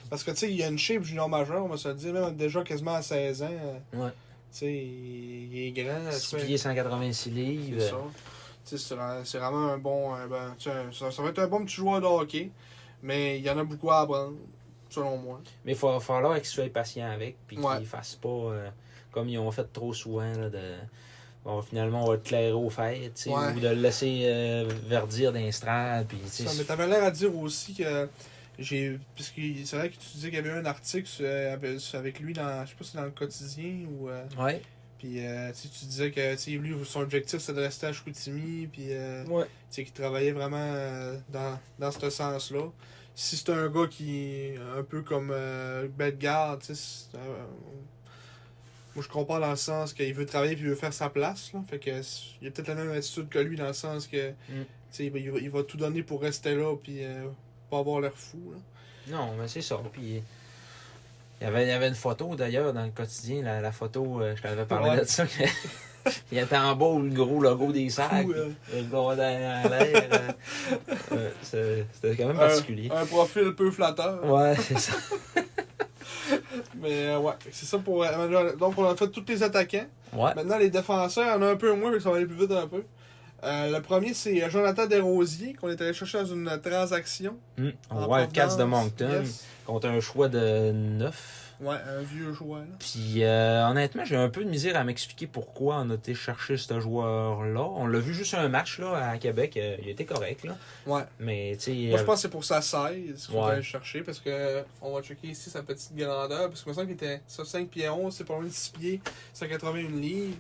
Parce que tu sais, il y a une shape junior majeur, on va se le dire, même déjà quasiment à 16 ans. euh,
Ouais.
Tu sais, il il est grand.
6
ça fait-
pieds 186 livres.
c'est ça. Tu sais, c'est vra- c'est vraiment un bon. un bon- tu sais, un- ça, ça va être un bon petit joueur de hockey, mais il y en a beaucoup à apprendre, selon moi.
Mais il va falloir qu'ils soient patients avec, puis
Ouais.
qu'ils fassent pas euh, comme ils ont fait trop souvent, là, de bon, finalement on va éclairer au fait, tu sais,
Ouais.
ou de le laisser euh, verdir d'un strade, puis tu sais,
Ça, mais t'avais l'air à dire aussi que j'ai. Parce que c'est vrai que tu disais qu'il y avait eu un article euh, avec- avec lui dans. Je sais pas si c'est dans le quotidien ou. euh,
Ouais.
Puis euh, tu sais, tu disais que tu sais, lui, son objectif, c'est de rester à Chicoutimi, puis euh, tu
Ouais.
sais, qu'il travaillait vraiment euh, dans, dans ce sens-là. Si c'est un gars qui est un peu comme euh, Bedgar, tu sais, c'est, euh, Moi, je compare dans le sens qu'il veut travailler puis il veut faire sa place. Là. Fait que, c- il a peut-être la même attitude que lui dans le sens que
Mm.
tu sais, il, va, il va tout donner pour rester là puis euh, pas avoir l'air fou. là.
Non, mais c'est ça. Puis, il y avait, il y avait une photo d'ailleurs dans le quotidien, la, la photo, euh, je t'avais parlé
Ouais.
de ça. que- <laughs> il était en bas le gros logo des sacs.
Fou, euh.
Le gars derrière l'air. euh, euh, c'est- C'était quand même
Un-
particulier.
Un, profil peu flatteur.
Ouais, c'est ça.
Mais euh, ouais, Fait que c'est ça pour Emmanuel. Donc, on a fait tous les attaquants.
Ouais.
Maintenant, les défenseurs, on a un peu moins, mais ça va aller plus vite un peu. Euh, le premier, c'est Jonathan Desrosiers, qu'on est allé chercher dans une transaction.
Hmm.
en
Wildcats de
Providence.
Moncton.
Yes.
Contre un choix de 9.
Ouais, un vieux joueur. Là.
Puis euh, honnêtement, j'ai un peu de misère à m'expliquer pourquoi on a été chercher ce joueur-là. On l'a vu juste un match là, à Québec, euh, il était correct. Là.
Ouais.
Mais tu sais.
Moi, je
euh,
pense que c'est pour sa size qu'on
Ouais.
va aller chercher parce que euh, on va checker ici sa petite grandeur. Parce que me semble qu'il était ça, 5 pieds 11, c'est pas loin de 6 pieds, 181 livres.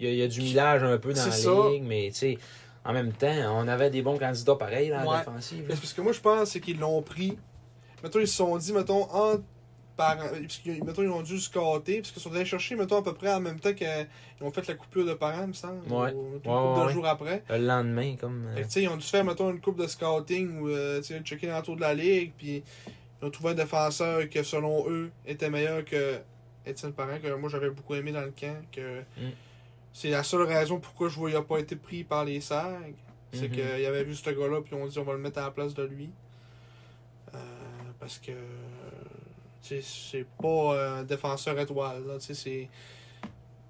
Il y, a- il y a du millage un peu dans
C'est
la
ça.
ligue, mais tu sais, en même temps, on avait des bons candidats pareils là, en
Ouais.
défensive.
Mais c'est parce que moi, je pense c'est qu'ils l'ont pris. Mettons, ils se sont dit, mettons, en. Par, parce que, mettons, ils ont dû se gâter, parce qu'ils sont allés chercher, mettons, à peu près en même temps qu'ils ont fait la coupure de parents, il me semble.
Ouais.
ou une couple
Ouais, ouais,
de
ouais.
jours après.
Le lendemain, comme. euh,
Fait que, tu sais, ils ont dû faire, mettons, une coupe de scouting ou euh, tu sais, checker dans le tour de la ligue. Puis ils ont trouvé un défenseur que, selon eux, était meilleur que Étienne Parent, que moi j'avais beaucoup aimé dans le camp. que
Mm.
C'est la seule raison pourquoi je vois qu'il n'a pas été pris par les SAG. C'est
Mhm.
qu'ils avaient vu ce gars-là, puis on dit on va le mettre à la place de lui. Euh, parce que. tu sais, C'est pas un défenseur étoile, là, tu sais, c'est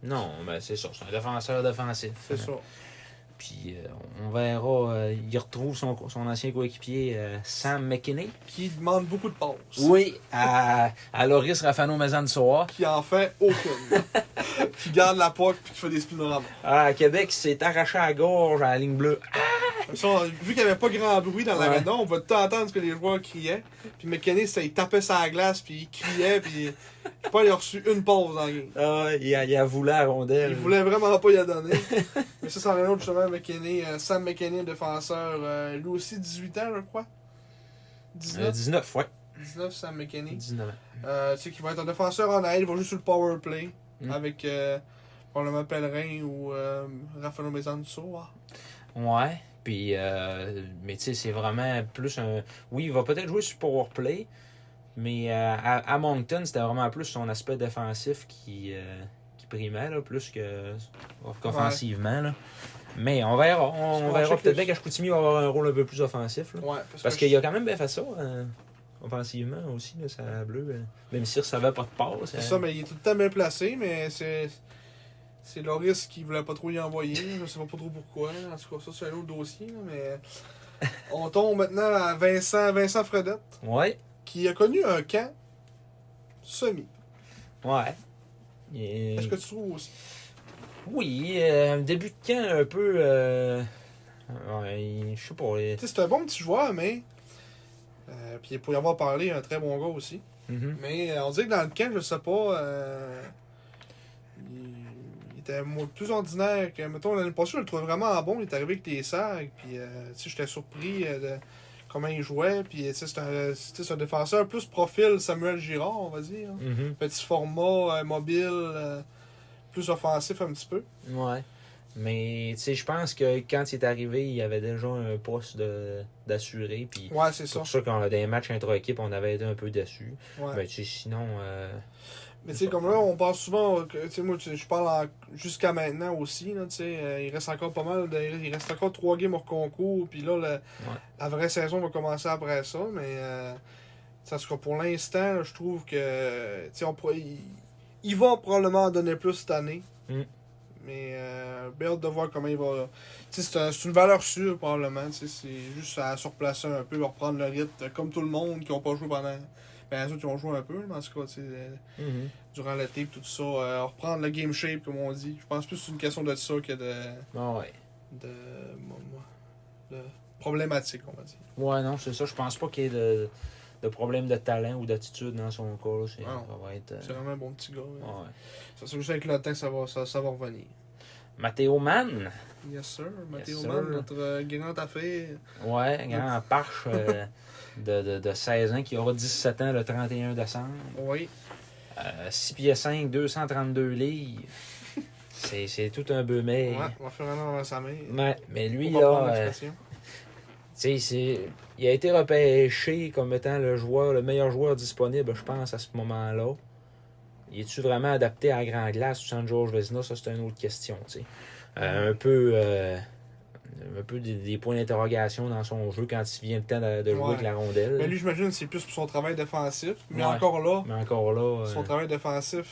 Non, mais c'est ça, c'est un défenseur défensif.
c'est ça.
Puis euh, on verra, euh, il retrouve son, son ancien coéquipier euh, Sam McKinney.
Qui demande beaucoup de passes.
Oui, à, à Loris Rafano Mazan Soir.
qui en fait
<laughs>
aucune. qui garde la poque puis qui fait des spinoramas.
Ah, à Québec, il s'est arraché à la gorge à la ligne bleue.
Comme ça, on- vu qu'il n'y avait pas grand bruit dans
Ouais.
l'aréna, on va tout entendre ce que les joueurs criaient. Puis McKenny, ça, il tapait sa glace, puis il criait, puis je sais pas, il a reçu une pause dans le game.
Ah, il a, il a voulu la rondelle.
Il voulait vraiment pas y en donner. Mais ça, c'en est un autre, justement, McKenny. euh, Sam McKenny, le défenseur, euh, lui aussi 18 ans, je crois.
Euh,
19,
19, ouais.
19 Sam McKenny.
19 ans.
Euh, tu sais, qui va être un défenseur en aide, il va jouer sur le power play
Mm.
avec euh, probablement Pellerin ou euh, Raffaello Mesanzo. ah.
Ouais. Puis, euh, mais tu sais, c'est vraiment plus un. Oui, il va peut-être jouer sur Powerplay, mais euh, à, à Moncton, c'était vraiment plus son aspect défensif qui, euh, qui primait, là, plus que qu'offensivement. là. Mais on verra. On,
Ouais, je
verra
sais que
peut-être
le-
bien qu'Ashkoutimi va avoir un rôle un peu plus offensif. là.
Ouais,
Parce
que
qu'il a quand même bien fait ça, euh, offensivement aussi, là, ça bleu. euh, Même si ça savait pas de passe.
C'est
euh,
ça, mais il est tout le temps bien placé, mais c'est. C'est Loris qui voulait pas trop y envoyer. Je sais pas trop pourquoi. En tout cas, ça, c'est un autre dossier. là,
<laughs>
mais on tombe maintenant à Vincent, Vincent Fredette,
Ouais,
qui a connu un camp semi.
ouais. Et-
Est-ce que tu trouves aussi
Oui, euh, début de camp un peu. euh, ouais, je sais pas. euh,
Tu sais, c'est un bon petit joueur, mais. euh, puis pour y avoir parlé, un très bon gars aussi.
mhm.
Mais euh, on dirait que dans le camp, je sais pas. euh, il, il était mo- plus ordinaire que. Mettons, l'année passée, je le trouvais vraiment bon. Il est arrivé avec les sacs. Puis, euh, tu sais, j'étais surpris euh, de comment il jouait. Puis, tu sais, c'est un, c'est- c'est un défenseur plus profil Samuel Girard, on va dire. hein.
Mhm.
Petit format, euh, mobile, euh, plus offensif un petit peu.
Ouais. Mais, tu sais, je pense que quand il est arrivé, il y avait déjà un poste de- d'assuré. Puis,
Ouais, c'est
c'est
ça.
pour ça qu'on a des matchs intra-équipe, on avait été un peu déçus.
Ouais.
Mais, tu sais, sinon. euh,
Mais tu sais, comme là, on pense souvent, euh, que- tu sais, moi, tu sais, je parle en- jusqu'à maintenant aussi, là, tu sais, euh, il reste encore pas mal, de- il reste encore trois games hors concours, puis là, le- la vraie saison va commencer après ça, mais euh, ça sera pour l'instant, là, je trouve que, tu sais, on pourrait- ils- ils vont probablement en donner plus cette année,
Mm.
mais euh, bien hâte de voir comment il va, tu sais, c'est un- c'est une valeur sûre probablement, tu sais, c'est juste à surplacer un peu, reprendre le rythme, comme tout le monde qui n'ont pas joué pendant, ben, les autres qui ont joué un peu, mais en tout cas, tu sais... euh,
mhm.
durant l'été pis tout ça, euh, reprendre le game shape comme on dit. Je pense plus que c'est une question de ça que de,
Ah ouais.
de, moi- moi, de problématique, on va dire.
Ouais, non, c'est ça. Je pense pas qu'il y ait de, de problème de talent ou d'attitude dans son cas. là. C'est-
Ah Non.
Ça va être. euh,
C'est vraiment un bon petit gars. hein.
ouais.
Ça, c'est juste avec le temps que ça va, ça, ça va revenir.
Matteo Mann.
Yes sir, Mathéo
sir.
Mann, notre euh, grande affaire. <laughs>
Ouais, grand parche euh, de, de, de 16 ans qui aura 17 ans le 31 décembre.
Oui.
Euh, 6 pieds 5, 232
<laughs>
livres. C'est c'est tout un bœuf
Ouais, on va faire un an dans sa mère.
Ouais, mais lui,
Faut
là,
comprendre
euh,
l'expression.
tu sais, c'est- il a été repêché comme étant le joueur, le meilleur joueur disponible, je pense, à ce moment-là. Il est-tu vraiment adapté à la Grand Glace ou San George Vezina? Ça, c'est une autre question, tu sais. Euh, un peu, euh, un peu des, des points d'interrogation dans son jeu quand il vient le temps de, de jouer
Ouais.
avec la rondelle.
Mais Ben, lui, j'imagine, c'est plus pour son travail défensif. Mais
Ouais.
encore là,
Mais encore là, euh,
son travail défensif,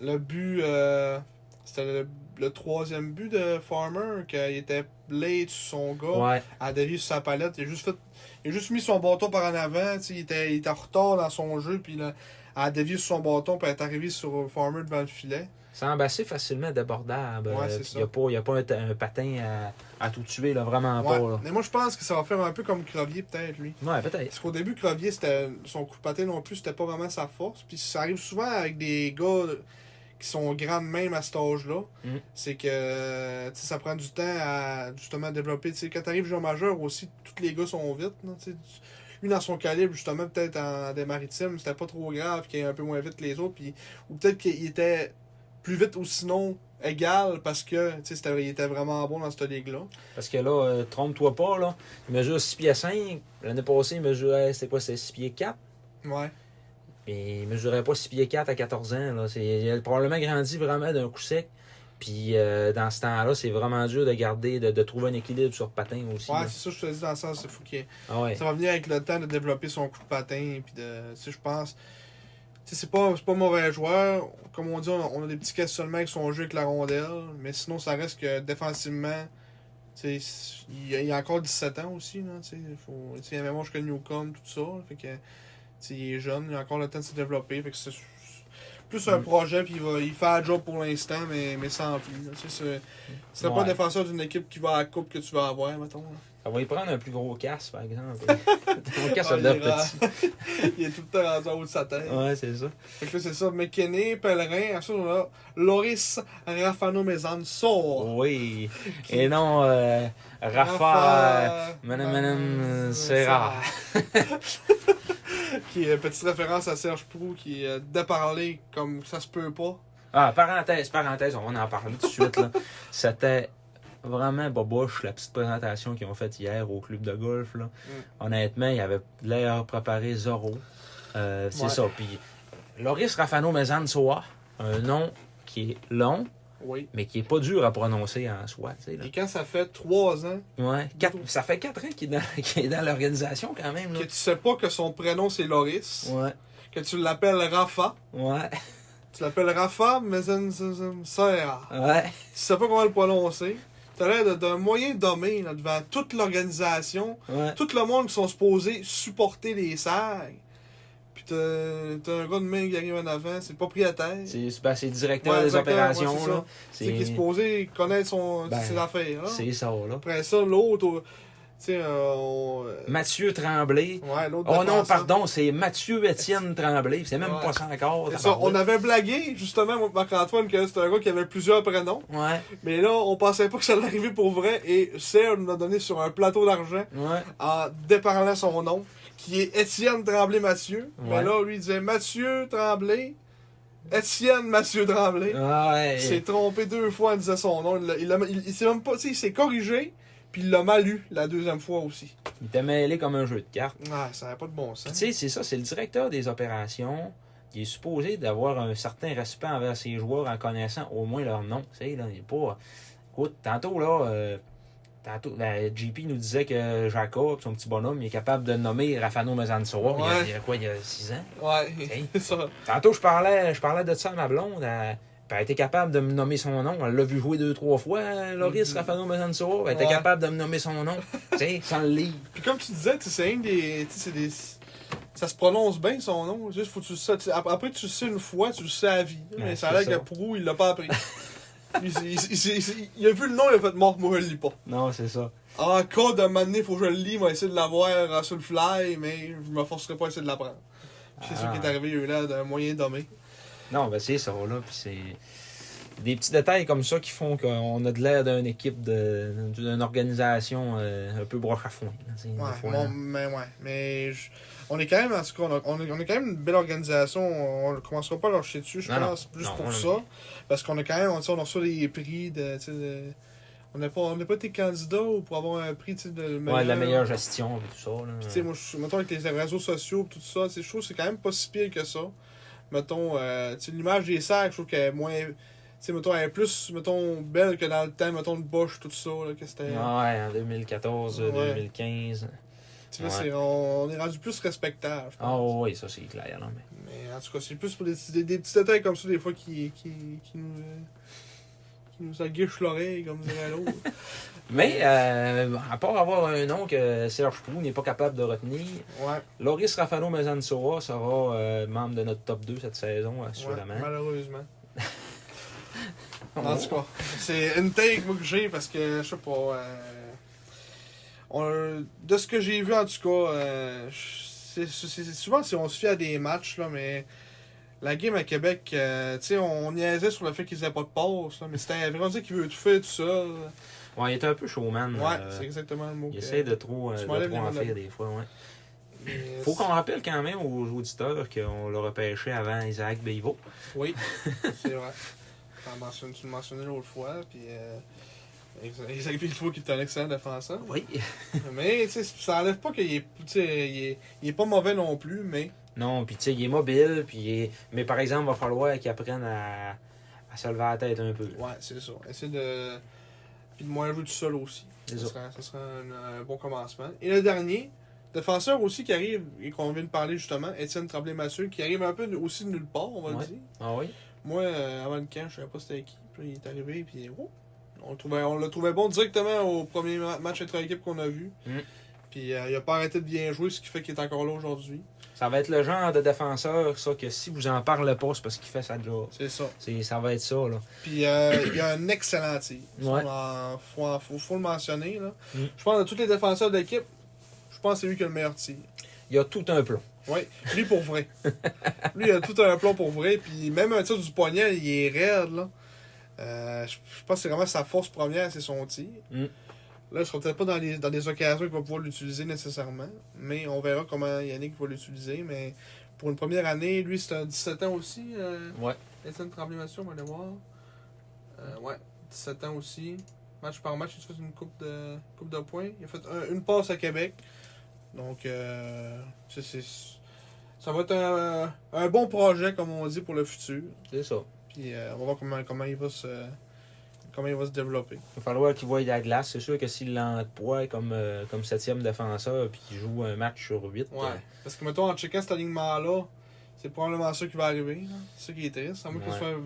le but, euh, c'était le, le troisième but de Farmer, qu'il était late sur son gars.
ouais,
à dérive sur sa palette. Il a juste, fait, il a juste mis son bâton par en avant. tu sais, Il était, il était en retard dans son jeu. Puis là, à dévier sur son bâton. Puis elle est arrivé sur Farmer devant le filet.
c'est embassé facilement d'abordable.
Ouais, c'est
il n'y a
ça.
pas, y a pas un, t- un patin à, à tout tuer, là, vraiment
Ouais.
pas. Là.
Mais moi, je pense que ça va faire un peu comme Crevier, peut-être, lui.
Ouais, peut-être.
Parce qu'au début, Crevier, c'était son coup de patin non plus, c'était pas vraiment sa force. Puis ça arrive souvent avec des gars qui sont grands de même à cet âge-là.
Mm.
C'est que tu sais, ça prend du temps à justement développer. Tu sais, quand t'arrives joueur majeur aussi, tous les gars sont vite. là, tu sais. Lui, dans son calibre, justement, peut-être en des maritimes, c'était pas trop grave qu'il est un peu moins vite que les autres. Puis, ou peut-être qu'il était plus vite ou sinon égal parce que tu sais, c'était- il était vraiment bon dans cette ligue-là.
Parce que là, euh, trompe-toi pas, là. Il mesure 6 pieds 5. L'année passée, il mesurait, c'était quoi, c'est 6 pieds 4.
Ouais.
Mais il mesurait pas 6 pieds 4 à 14 ans, là. C'est, il a probablement grandi vraiment d'un coup sec. Puis euh, dans ce temps-là, c'est vraiment dur de garder, de, de trouver un équilibre sur patin aussi.
Ouais,
là.
c'est ça, je te dis dans le sens, il faut qu'il
Ah ouais.
Ça va venir avec le temps de développer son coup de patin. Puis de, tu sais, je pense. Tu sais, c'est pas, c'est pas mauvais joueur. Comme on dit, on a, on a des petits questionnements avec son jeu avec la rondelle. Mais sinon, ça reste que défensivement, tu sais, il, a- il a encore 17 ans aussi. Là, tu sais, faut, tu sais, il a même âge que Newcomb, tout ça. Fait que, tu sais, il est jeune, il a encore le temps de se développer. Fait que c'est plus un
Mm.
projet, puis il, va, il fait un job pour l'instant, mais, mais sans plus. là. Tu sais, c'est- c'est pas
Ouais.
un défenseur d'une équipe qui va à la coupe que tu vas avoir, mettons. là. <laughs>
Ça va y prendre un plus gros casque, par exemple. Mon casque, ça
Ah,
l'a
il est rare.
petit.
il est tout le temps rendu en haut de sa tête.
Ouais, c'est ça.
Fait que là, c'est ça. McKinney, Pellerin, ensuite on a Loris Rafano Mézane sort.
Oui. Et non, euh, Rafa. euh,
Rafa-
Madame, madame, euh, c'est
Serra.
rare.
<laughs> qui est petite référence à Serge Prou qui est euh, de parler comme ça se peut pas.
Ah, parenthèse, parenthèse, on va en parler tout de suite.
<laughs>
là. C'était vraiment boboche la petite présentation qu'ils ont faite hier au club de golf. Là.
Mm.
Honnêtement, il avait l'air préparé Zorro. Euh, c'est
Ouais.
ça. Puis, Loris Rafano Mezan Soa, un nom qui est long,
Oui.
mais qui est pas dur à prononcer en soi. tu sais, là.
Et quand ça fait trois ans
Ouais, quatre- ça fait quatre ans qu'il est dans, <laughs> qu'il est dans l'organisation quand même. Là.
que tu sais pas que son prénom c'est Loris,
Ouais,
que tu l'appelles Rafa,
ouais,
tu l'appelles Rafa Mézane Serra.
ouais.
Tu sais pas comment le prononcer. T'as l'air de- d'un moyen dommé là, devant toute l'organisation.
ouais.
tout le monde qui sont supposés supporter les sacs. Puis t'as t'as un gars de main qui arrive en avant, c'est le propriétaire. C'est
C'est ben, c'est directeur
Ouais,
des
directeur, ouais,
opérations.
c'est ça.
là.
qui est supposé connaître son,
Ben,
ses affaires. là.
c'est ça, là.
Après ça, l'autre, au- tu sais, euh, on- euh,
Mathieu Tremblay.
ouais, l'autre.
Oh non,
défenseur.
pardon, c'est Mathieu Étienne Tremblay. C'est même
Ouais.
pas ça encore.
C'est ça, on
tabarouette.
avait blagué justement moi, Marc-Antoine que c'était un gars qui avait plusieurs prénoms,
Ouais,
mais là on pensait pas que ça allait arriver pour vrai et Serge nous l'a donné sur un plateau d'argent
ouais.
en déparlant son nom, qui est Étienne Tremblay Mathieu.
Ouais.
Mais là, lui, il disait Mathieu Tremblay, Étienne Mathieu Tremblay.
Ah, Ouais.
Il s'est trompé deux fois en disant son nom. Il, l'a- il, l'a- il- il s'est même pas, tu sais, il s'est corrigé, puis il l'a mal lu la deuxième fois aussi.
Il était mêlé comme un jeu de cartes.
Ah, ça n'a pas de bon
Puis,
sens.
tu sais, c'est ça, c'est le directeur des opérations. qui est supposé d'avoir un certain respect envers ses joueurs en connaissant au moins leur nom. Tu sais, là, il est pas. Écoute, tantôt, là. euh, Tantôt, la JP nous disait que Jacob, son petit bonhomme, il est capable de nommer Rafano Mezansoa. Il, y a-
Ouais.
il y a quoi, il y a 6 ans?
Ouais, <laughs> c'est ça.
Tantôt, je parlais, je parlais de ça à ma blonde. Elle, puis elle était capable de me nommer son nom. Elle l'a vu jouer deux, trois fois, hein, Loris
Mhm.
Rafano Mazansoa. Elle était
Ouais.
capable de me nommer son nom. tu
<laughs>
sais, sans le livre.
Puis comme tu disais, tu sais, c'est un des, tu sais, c'est des. Ça se prononce bien son nom. Juste faut que tu le sais. Tu- ap- Après, tu le sais une fois, tu le sais à vie.
Ouais,
mais ça a
c'est ça.
l'air que Prou, il l'a
<laughs>
pas appris. il, il- il- il- il a vu le nom, il a fait mort, moi je le lis pas.
Non, c'est ça.
Ah, En cas de mané, faut que je le lis, moi essayer de l'avoir euh, sur le fly, mais je me forcerai pas à essayer de l'apprendre. Puis C'est
Ah.
sûr qu'il est arrivé, il y a eu là d'un moyen dommé.
Non, ben c'est ça, là. Puis c'est. des petits détails comme ça qui font qu'on a de l'air d'une équipe, de- d'une organisation euh, un peu broche à fond.
Ouais,
hein.
bon, mais ouais, mais je- on est quand même en tout cas, on, a- on est, on est quand même une belle organisation. On ne commencera pas à leur chier dessus, je
Non, non.
pense, plus
Non,
pour
on-
ça. Parce qu'on a quand même, on, tu sais, on reçoit des prix de. tu sais, de- on n'a pas, on n'a pas été candidat ou pour avoir un prix tu sais, de, le
Ouais, de la
meilleur-
meilleure gestion et tout ça. là.
Puis, tu sais, moi, je, mettons, avec les réseaux sociaux, tout ça, tu sais, je trouve que c'est quand même pas si pire que ça. Mettons, euh, tu sais, l'image des sacs, je trouve qu'elle est moins. Tu sais, mettons, elle est plus, mettons, belle que dans le temps, mettons, de Bosch, tout ça, là, que c'était.
Ouais, en 2014, euh,
Ouais.
2015.
Tu vois,
Ouais.
c'est- on, on est rendu plus respectable, je
Ah
pense.
oui, ça c'est clair. là, mais-
Mais en tout cas, c'est plus pour des, des, des petits détails comme ça, des fois, qui, qui, qui nous. euh, qui nous aguichent l'oreille, comme
<laughs>
dirait l'autre.
Mais, euh, à part avoir un nom que Serge Prou n'est pas capable de retenir,
ouais,
Loris Rafano Mazansoa sera euh, membre de notre top 2 cette saison,
ouais,
assurément. <laughs>
malheureusement. En tout cas, c'est une take moi, que j'ai parce que je sais pas. euh, on- de ce que j'ai vu en tout cas, euh, c'est c'est- c'est souvent si on se fie à des matchs là, mais la game à Québec, euh, tu sais, on niaisait sur le fait qu'ils n'avaient pas de passe, là, mais c'était vraiment dire qu'il veut tout faire tout ça.
Ouais, il est un peu showman.
Ouais,
euh,
c'est exactement le mot.
il
que-
essaie de trop, euh,
Tu
de
m'enlèves
trop
les mots
en
de la
faire des fois. Ouais.
mais
Faut qu'on rappelle quand même aux auditeurs qu'on l'a repêché avant Isaac Béivo.
Oui, c'est vrai. T'en mentionnes- tu le mentionnais l'autre fois, puis. Euh... Isaac Bilfo qui est un excellent défenseur.
Oui. <laughs>
Mais tu sais, ça enlève pas qu'il est, tu sais, il est, il est pas mauvais non plus, mais
Non, puis tu sais, il est mobile, puis il est- mais par exemple, il va falloir qu'il apprenne à, à se lever la tête un peu.
Ouais, c'est ça. Essayer de. Puis de moins jouer tout seul aussi.
C'est
Ce
ça.
serait, ça serait un, euh, bon commencement. Et le dernier, défenseur aussi qui arrive, et qu'on vient de parler justement, Étienne Tremblay-Massieu, qui arrive un peu de- aussi de nulle part, on va
Ouais.
le dire.
Ah oui?
Moi, euh, avant le camp, je savais pas c'était qui. Puis là, il est arrivé, puis oh, on, le trouvait, on le trouvait bon directement au premier ma- match entre équipes qu'on a vu.
Mm.
Puis euh, il a pas arrêté de bien jouer, ce qui fait qu'il est encore là aujourd'hui.
Ça va être le genre de défenseur, ça, que si vous en parlez pas, c'est parce qu'il fait ça de là.
C'est ça.
C'est- Ça va être ça, là.
Puis euh, il y a un excellent tir. Ça,
Ouais.
on en- faut, en- faut, faut le mentionner. Là.
Mm.
Je pense de tous les défenseurs de l'équipe, je pense que c'est lui qui a le meilleur tir.
Il y a tout un plan.
Oui, lui
<laughs>
pour vrai. lui, il a tout un plomb pour vrai. Puis même un tir du poignet, il est raide. Là. Euh, je, je pense que c'est vraiment sa force première, c'est son tir.
Mm.
Là, je ne peut-être pas dans les, dans les occasions qu'il va pouvoir l'utiliser nécessairement. Mais on verra comment Yannick va l'utiliser. Mais pour une première année, lui, c'est un 17 ans aussi. Euh,
Ouais.
Étienne Tremblay-Mathieu, on va aller voir. Euh, ouais, 17 ans aussi. Match par match, il a fait une coupe de, coupe de points. Il a fait un- une passe à Québec. Donc, euh, c'est- c'est- ça va être un, un bon projet, comme on dit, pour le futur.
C'est ça.
Puis euh, on va voir comment, comment, il va se, comment il va se développer.
Il va falloir qu'il voie de la glace. C'est sûr que s'il l'emploie comme, euh, comme septième défenseur puis qu'il joue un match sur huit, euh,
Ouais. Parce que, mettons, en checkant cet alignement-là, c'est probablement ça qui va arriver. là. C'est ça qui est triste. À moins que ce
Ouais.
soit,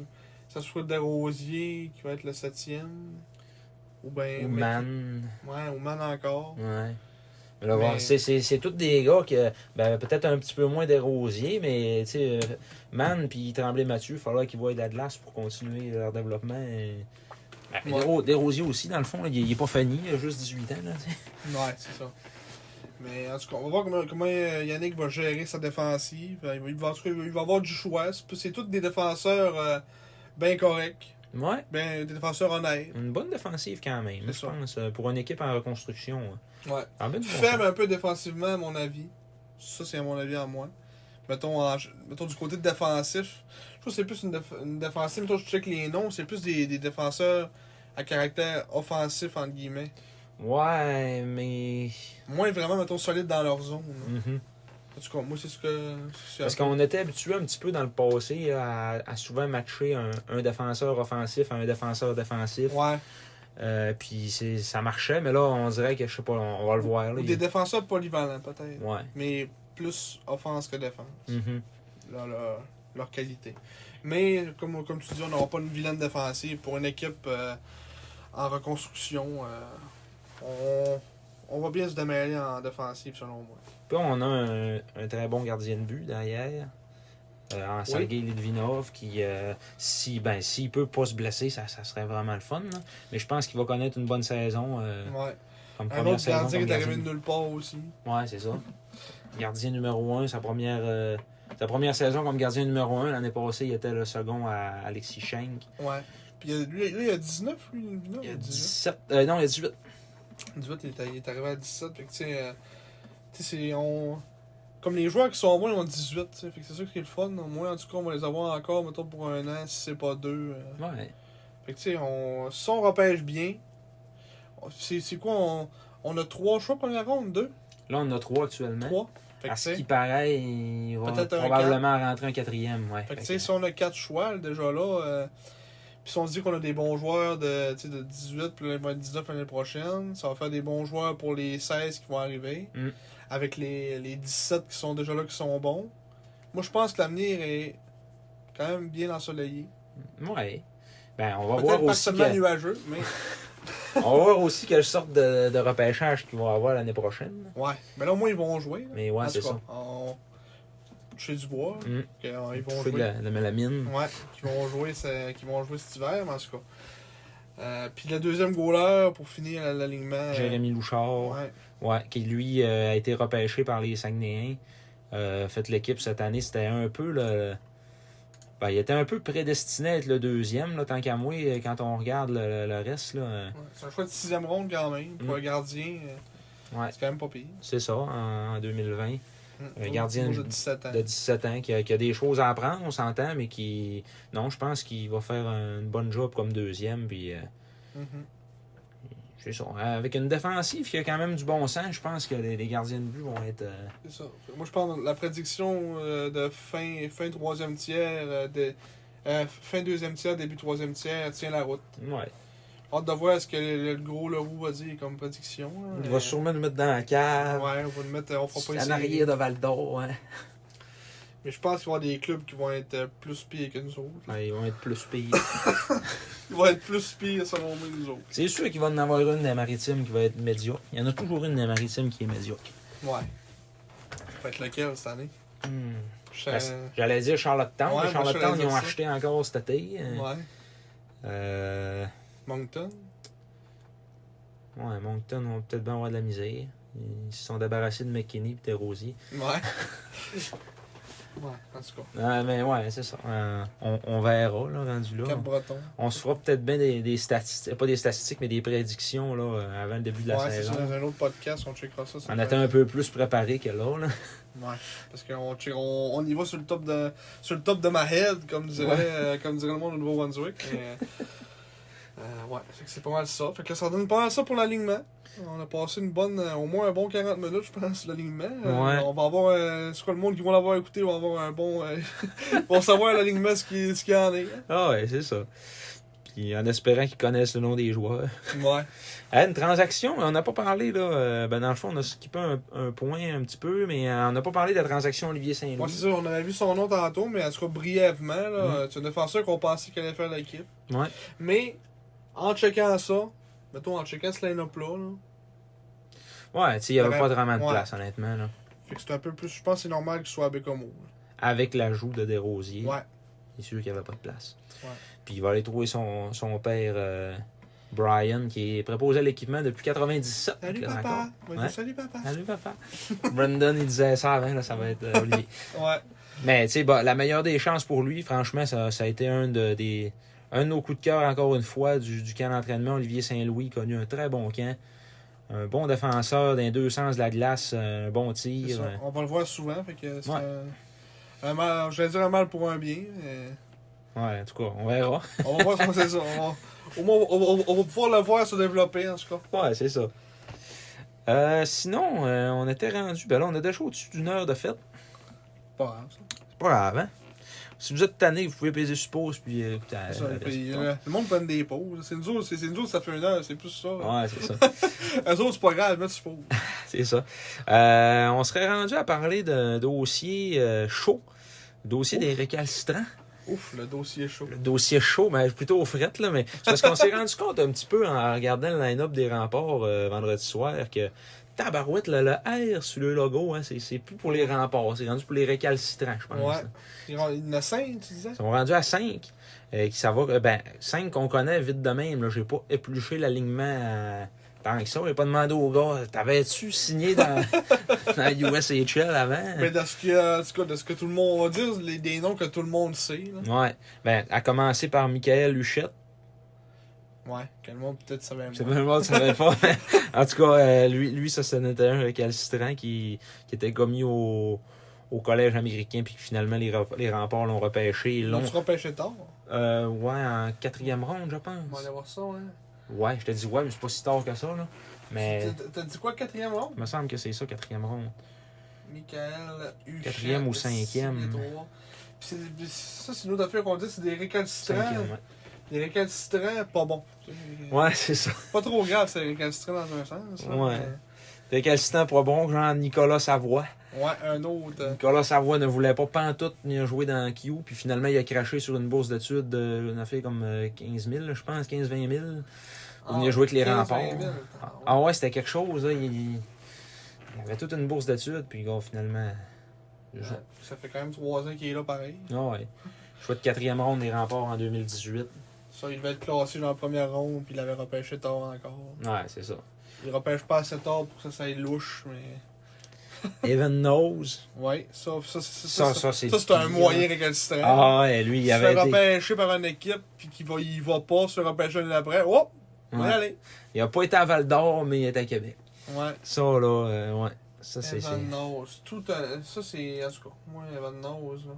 ça soit Desrosiers qui va être le septième. Ou
euh,
bien.
ou man.
Ouais, ou Man encore.
Ouais. Mais là,
Mais-
bon, c'est- c'est c'est tous des gars que ben, peut-être un petit peu moins des rosiers, mais tu sais, euh, Man puis Tremblay Mathieu, il va falloir qu'ils voient de la glace pour continuer leur développement. Et... Ben,
Ouais.
Desro- Desrosiers aussi, dans le fond, là, il n'est pas fini, il a juste 18 ans. Là, tu sais.
Ouais, c'est ça. Mais en tout cas, on va voir comment, comment euh, Yannick va gérer sa défensive. Euh, Il va, il va- en tout cas, il va- il va avoir du choix. C'est c'est tous des défenseurs euh, bien corrects,
ouais,
ben, des défenseurs honnêtes.
une bonne défensive quand même,
C'est
je
ça.
pense, euh, pour une équipe en reconstruction. hein.
Ouais.
En bonne
Faible un peu défensivement, à mon avis. Ça, c'est à mon avis à moi. Mettons, en- mettons du côté de défensif. Je trouve que c'est plus une, déf- une défensive. Mettons, je check les noms. C'est plus des, des défenseurs à caractère offensif, entre guillemets.
Ouais, mais.
Moins vraiment, mettons, solide dans leur zone.
Mhm.
En tout cas, moi, c'est ce que. c'est
Parce qu'on était habitué un petit peu dans le passé à, à souvent matcher un, un défenseur offensif à un défenseur défensif.
Ouais.
Euh, puis c'est- ça marchait, mais là, on dirait que, je sais pas, on, on va le voir. Là,
Ou
il-
des défenseurs polyvalents, peut-être.
Ouais.
Mais plus offense que défense.
Mhm.
Leur, leur, leur qualité. Mais, comme, comme tu dis, on n'aura pas une vilaine défensive. Pour une équipe euh, en reconstruction, euh, on, on va bien se démêler en défensive, selon moi.
Puis on a un, un très bon gardien de but derrière. euh, en Sergei Litvinov, qui, euh, si, ben, s'il peut pas se blesser, ça, ça serait vraiment le fun. là. Mais je pense qu'il va connaître une bonne saison, euh,
Ouais.
comme
Un
première
autre
saison.
gardien
comme
qui est arrivé
gardien
de nulle part aussi.
Ouais, c'est ça. Gardien numéro un, sa première, euh, sa première saison comme gardien numéro un. L'année passée, il était le second à Alexis Schenk.
Ouais. Puis il a- lui, lui, il a 19, lui. Non,
Il y
il
a
a 18.
17. euh, non, il y a 18.
18, il est, il est arrivé à 17. Fait que, tu sais, euh, tu sais, c'est- on... Comme les joueurs qui sont au moins, ils ont 18. tu sais, Fait que c'est ça qui est le fun. Au moins, en tout cas, on va les avoir encore, mettons, pour un an, si c'est pas deux. euh.
Ouais.
Fait que, tu sais, on... si on repêche bien, on- c'est c'est quoi on... on a trois choix première ronde, deux,
Là, on en a trois actuellement.
trois. Fait que,
À
tu
ce
sais,
qui paraît, il va
Peut-être un
probablement rentrer un quatrième. Ouais.
Fait
Fait
que, tu sais,
que,
si on a 4 choix, déjà là, euh, puis si on se dit qu'on a des bons joueurs de, tu sais, de 18, puis là, ils vont être 19 l'année prochaine, ça va faire des bons joueurs pour les 16 qui vont arriver,
Mm.
avec les, les 17 qui sont déjà là, qui sont bons. Moi, je pense que l'avenir est quand même bien ensoleillé.
ouais. Ben, on va voir
Peut-être pas
aussi.
seulement
que-
nuageux, mais...
On va voir aussi quelle sorte de, de repêchage qu'ils vont avoir l'année prochaine.
ouais. Mais là, au moins, ils vont jouer. là.
Mais ouais,
En
c'est
tout cas,
ça.
on- Chez du bois,
Mm.
euh, ils vont
Bouffer de
jouer.
la, de la mélamine.
Ouais, qui vont jouer, ce- qui vont jouer cet hiver, mais en tout cas. Euh, puis le deuxième goaler pour finir à l'alignement. euh,
Jérémy Louchard, ouais.
Ouais.
qui lui euh, a été repêché par les Saguenayens. Euh, fait que l'équipe cette année, c'était un peu le. Ben, il était un peu prédestiné à être le deuxième, là, tant qu'à moi, euh, quand on regarde le, le reste. Là. euh,
Ouais, C'est un choix de sixième ronde quand même. Pour
Mm.
un gardien, euh,
Ouais,
c'est quand même pas pire.
c'est ça, en, en 2020.
Mm.
Un gardien
Toujours de 17 ans.
de 17 ans qui a, qui a des choses à apprendre, on s'entend, mais qui. Non, je pense qu'il va faire une bonne job comme deuxième. Puis, euh,
Mhm.
c'est ça. Avec une défensive qui a quand même du bon sens, je pense que les, les gardiens de but vont être. euh,
C'est ça. Fait que Moi, je pense que la prédiction euh, de fin, fin troisième tiers, euh, de, euh, fin deuxième tiers, début troisième tiers, tient la route.
Ouais.
Hâte de voir ce que le, le gros Leroux va dire comme prédiction. là.
Il
Euh,
va sûrement nous mettre dans la cave.
Ouais, on va le mettre, on fera pas
en
essayer.
arrière de Val d'Or, ouais.
Mais je pense qu'il va y avoir des clubs qui vont être euh, plus pires que nous autres. là.
Ils vont être plus
<laughs>
payés.
Ils vont être plus pires selon moi que nous autres.
C'est sûr qu'il va en avoir une des maritimes qui va être médiocre. Il y en a toujours une des maritimes qui est médiocre.
Ouais. Ça va être lequel cette année?
Hmm.
Je sais-
Parce- J'allais dire Charlottetown.
Euh, Ouais,
mais
moi,
Charlottetown,
j'allais
ils
dire
ont
ça.
acheté encore cet été. Euh,
Ouais.
Euh,
Moncton?
ouais, Moncton vont peut-être bien avoir de la misère. Ils se sont débarrassés de McKinney et de Rosier.
Ouais. ouais, en tout cas.
Ah, mais ouais, c'est ça. Euh, on, on verra, là, rendu là.
Cap-Breton.
On se fera peut-être bien des, des statistiques, pas des statistiques, mais des prédictions là, euh, avant le début de la
Ouais, c'est ça,
saison.
dans un autre podcast, on checkera ça. ça
On
peut
attend un
être-
peu plus préparé que là. là.
Ouais. Parce qu'on check- on, on y va sur le top de sur le top de ma head, comme dirait,
Ouais.
euh, comme dirait le monde au Nouveau-Brunswick. mais, euh, ouais, fait que c'est pas mal ça. Fait que ça donne pas mal ça pour l'alignement. On a passé une bonne, euh, au moins un bon 40 minutes, je pense, l'alignement. Euh,
Ouais.
on va avoir, euh, c'est quoi le monde qui vont l'avoir écouté, va avoir un bon, euh, <laughs> vont savoir l'alignement ce qui, ce qu'il y en est. hein.
Ah ouais, c'est ça. Puis en espérant qu'ils connaissent le nom des joueurs.
Ouais.
Ah, une transaction, on n'a pas parlé là. euh, ben dans le fond, on a skippé un, un point un petit peu, mais euh, on n'a pas parlé de la transaction Olivier Saint-Louis.
Moi, c'est sûr, on avait vu son nom tantôt, mais en tout cas, brièvement, là,
Mm.
euh, c'est un défenseur qu'on pensait qu'il allait faire l'équipe.
Ouais.
Mais, en checkant ça, mettons, en checkant ce line-up-là, là,
Ouais, tu sais, il n'y avait pas vraiment de
Ouais.
place, honnêtement. Là.
fait que c'est un peu plus, je pense que c'est normal qu'il soit à Bécomo.
Avec l'ajout de Desrosiers,
Ouais.
c'est sûr qu'il n'y avait pas de place.
Ouais.
Puis il va aller trouver son, son père euh, Brian, qui est préposé à l'équipement depuis 97.
Salut
là,
papa! On va dire
Ouais.
Salut papa!
Salut papa. <laughs> Brandon, il disait ça avant, là, ça va être euh, Olivier.
Ouais.
Mais tu sais, bah, la meilleure des chances pour lui, franchement, ça, ça a été un de, des, un de nos coups de cœur, encore une fois, du, du camp d'entraînement. Olivier Saint-Louis, connu un très bon camp. Un bon défenseur dans les deux sens de la glace, un bon
c'est
tir.
ça.
euh,
On va le voir souvent, fait que c'est
Ouais.
un, un mal, j'allais dire un mal pour un bien. mais
Ouais, en tout cas, on verra.
on va voir <laughs> comment c'est ça. On va, au moins, on va, on va- on va pouvoir le voir se développer, en tout cas.
Ouais, c'est ça. Euh, sinon, euh, on était rendu. Ben là, on a déjà au-dessus d'une heure de fête.
Pas grave, ça.
C'est pas grave, hein? Si vous êtes tanné, vous pouvez peser suppose, puis. euh, écoutez,
C'est ça,
euh,
puis, euh, le monde prend des pauses. C'est nous autres, c'est, c'est nous autres, ça fait une heure, c'est plus ça.
Ouais, c'est ça.
Eux autres, c'est pas grave, mais tu pauses.
C'est ça. Euh, on serait rendu à parler d'un dossier euh, chaud. Dossier des récalcitrants.
Ouf, le dossier est chaud.
Le dossier chaud, mais plutôt au fret, là, mais c'est parce qu'on s'est rendu compte un petit peu en regardant le line-up des remports euh, vendredi soir que tabarouette, là, le R sur le logo, hein, c'est c'est plus pour les remports, c'est rendu pour les récalcitrants, je pense.
Ouais.
là.
Ils ont- Il y en a cinq, tu disais?
Ils sont rendus à 5. qui ça va, euh, ben, 5 qu'on connaît vite de même. là. J'ai pas épluché l'alignement euh, tant que ça. J'ai pas demandé au gars, t'avais-tu signé <laughs> dans, dans USHL avant?
Mais de ce, que, euh, en tout cas, de ce que tout le monde on va dire, les, des noms que tout le monde sait. Là.
Ouais. Ben, à commencer par Michael Huchette,
Ouais, que le monde peut-être savait
Je sais
moins.
pas, le monde savait <laughs> pas. mais Ben, en tout cas, euh, lui, lui, ça, c'en était un récalcitrant qui, qui était commis au, au collège américain, puis que finalement, les, rep- les remparts l'ont repêché. Ils
On
l'ont.
se repêchait tard.
Euh, ouais, en quatrième ronde, je
On va
pense.
aller voir ça, hein.
Ouais, je te dis, ouais, mais c'est pas si tard que ça, là. Mais
T'as- T'as dit quoi, quatrième ronde?
il me semble que c'est ça, quatrième ronde.
Michael Huchet.
Quatrième ou
de
cinquième.
Ciné trois. Puis c'est- puis ça, c'est une autre affaire qu'on dit, c'est des récalcitrants.
Cinquième,
Des récalcitrants, pas bons.
ouais. Ouais, c'est ça.
Pas trop grave, c'est des récalcitrants dans un sens. là,
Ouais. Récalcitrant pas bon, genre Nicolas Savoie.
mais- Ouais, un autre. euh,
Nicolas Savoie ne voulait pas pantoute venir jouer dans Q, puis finalement, il a craché sur une bourse d'études de, on a fait comme euh, 15 000, je pense, 15-20 000. Pour venir jouer avec les
15,
remparts.
20 000.
Ah, ah ouais, c'était quelque chose. Là. Il, il- il avait toute une bourse d'études, puis gars, finalement.
Ouais,
je-
Ça fait quand même trois ans qu'il est là, pareil.
Ah ouais. Choix de quatrième ronde des remparts en 2018.
Ça, il devait être classé dans la première ronde, puis il l'avait repêché tard encore.
Ouais, c'est ça.
Il repêche pas assez tard pour que ça, ça aille louche, mais.
Evan Nose.
Ouais, ça, ça,
Ça,
ça, ça,
ça, c'est.
ça, c'est un moyen récalcitrant.
Ah ouais, lui, il
il se
avait
fait
été.
repêcher par une équipe, puis qu'il va, il va pas se repêcher l'année d'après. Oh! On
Ouais.
est allé!
Il a pas été à Val d'Or, mais il était à Québec.
Ouais.
Ça, là, euh, ouais. Ça, c'est. c'est-
Evan Nose. Tout un- Ça, c'est. En tout cas, moi, Evan Nose, là.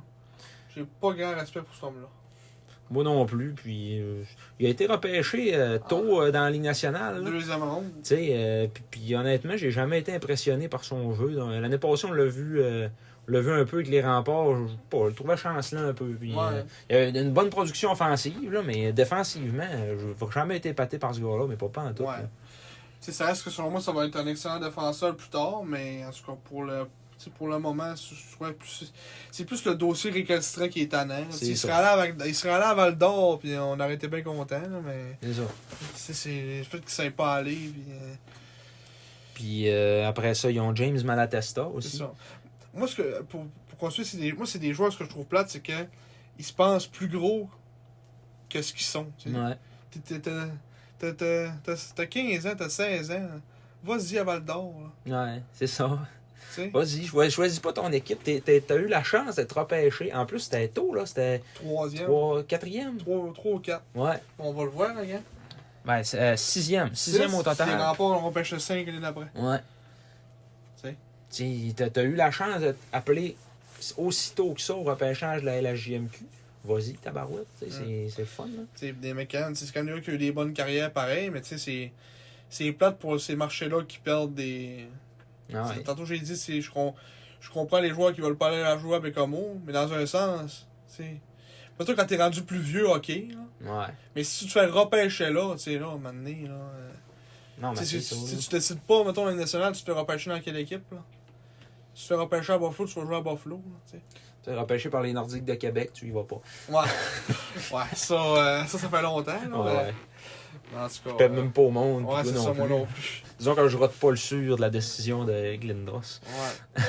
J'ai pas grand respect pour cet homme-là.
Moi non plus, puis. euh, il a été repêché euh, tôt euh, dans la Ligue nationale. là.
Deuxième ronde.
Tu sais, euh, puis- puis honnêtement, j'ai jamais été impressionné par son jeu. Donc, L'année passée, on l'a vu, euh, on l'a vu un peu avec les remparts. Je sais pas, on le trouvais chancelant un peu. Puis, euh,
Ouais.
il a eu une bonne production offensive, là, mais défensivement, euh, je n'ai jamais été épaté par ce gars-là, mais pas, pas en tout.
Ouais. Tu sais, ça reste que selon moi, ça va être un excellent défenseur plus tard, mais en tout cas, pour le, tu sais, pour le moment, je- je trouvais plus- c'est plus le dossier récalcitrant qui est tannant. Tu sais,
C'est
Il
ça.
serait allé, avec, il serait allé à Val d'Or, puis on aurait été bien content, mais
C'est ça.
tu sais, c'est le fait qu'il ne savait pas aller, puis euh,
Puis euh, après ça, ils ont James Malatesta
c'est
aussi.
ça. Moi, ce que, pour, pour construire, c'est des, moi, c'est des joueurs, ce que je trouve plate, c'est que ils se pensent plus gros que ce qu'ils sont. tu sais.
Ouais.
T'es- t'es- t'es- t'es- t'es- t'es- T'as 15 ans, t'as 16 ans. hein. Vas-y à Val d'Or, là,
Ouais, c'est ça.
tu sais.
Vas-y, choisis, choisis pas ton équipe. T'es- t'es- T'as eu la chance d'être repêché. En plus, c'était tôt, là. C'était
Troisième.
3 quatrième.
3, ou 4.
Ouais.
On va le voir, regarde.
Ben, c'est, euh, sixième. Sixième au total.
Les remparts on repêche 5 l'année d'après.
Ouais.
Tu sais.
Tu as, eu la chance de t'appeler aussitôt que ça au repêchage de la LHJMQ. Vas-y, tabarouette. tu sais, C'est c'est le fun. Là.
Tu sais, des mécanes, c'est quand même qui ont eu des bonnes carrières pareil, mais tu sais, c'est. C'est plate pour ces marchés-là qui perdent des.
Ah
Tu sais,
ouais.
Tantôt, j'ai dit, c'est, je, com- je comprends les joueurs qui veulent pas aller la jouer à Bécamo, mais dans un sens, tu sais. Pas toi quand t'es rendu plus vieux, ok. là.
Ouais.
Mais si tu te fais repêcher là, tu sais, là, à un moment donné, là. euh,
Non, Ah, mais
Tu
c'est
sais, si,
ça.
si
là.
tu décides pas, mettons, l'année nationale, tu te fais repêcher dans quelle équipe, là. Si tu te fais repêcher à Buffalo, tu vas jouer à Buffalo, là, tu sais.
Tu es repêché par les Nordiques de Québec, tu y vas pas.
Ouais.
<laughs>
ouais, ça, euh, ça, ça fait longtemps. Là,
Ouais.
mais- mais En tout cas.
Peut-être
euh,
même pas au monde.
ouais,
puis
c'est
toi
ça,
non
moi
plus.
non plus.
Disons que je rate pas le sûr de la décision de Glendos.
Ouais.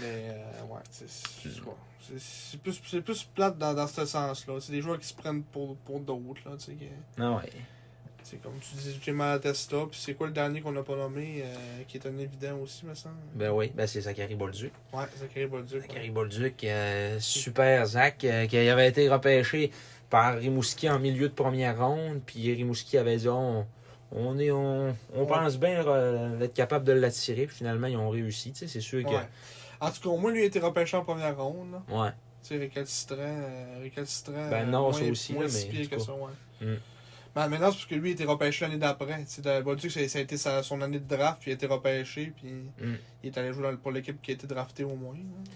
mais, euh, ouais, c'est- c'est- c'est bon. C'est- c'est plus, c'est plus plate dans, dans ce sens-là. C'est des joueurs qui se prennent pour, pour d'autres, là, tu sais. que-
Ah ouais.
tu sais, Comme tu dis, Jim Testa, puis c'est quoi le dernier qu'on n'a pas nommé, euh, qui est un évident aussi, me semble.
Ben oui, ben c'est Zachary Bolduc.
Ouais, Zachary Bolduc. ouais.
Zachary Bolduc, euh, super Zach, euh, qui avait été repêché par Rimouski en milieu de première ronde. Puis Rimouski avait dit on, on est, on, on pense bien euh, être capable de l'attirer. Puis finalement, ils ont réussi. tu sais, C'est sûr que.
Ouais. En tout cas, au moins, lui, il a été repêché en première ronde, là.
Ouais.
Tu sais, récalcitrant. euh, récalcitrant
Ben
euh,
non,
moins-
ça aussi,
moins
là, mais
si pire
en tout
que
cas.
ça, ouais.
Mm.
Ben, maintenant, c'est parce que lui, il était repêché l'année d'après. Tu sais, dans- bon, tu sais, ça, ça a été sa- son année de draft, puis il a été repêché, puis
Mm.
il est allé jouer dans- pour l'équipe qui a été draftée au moins. là.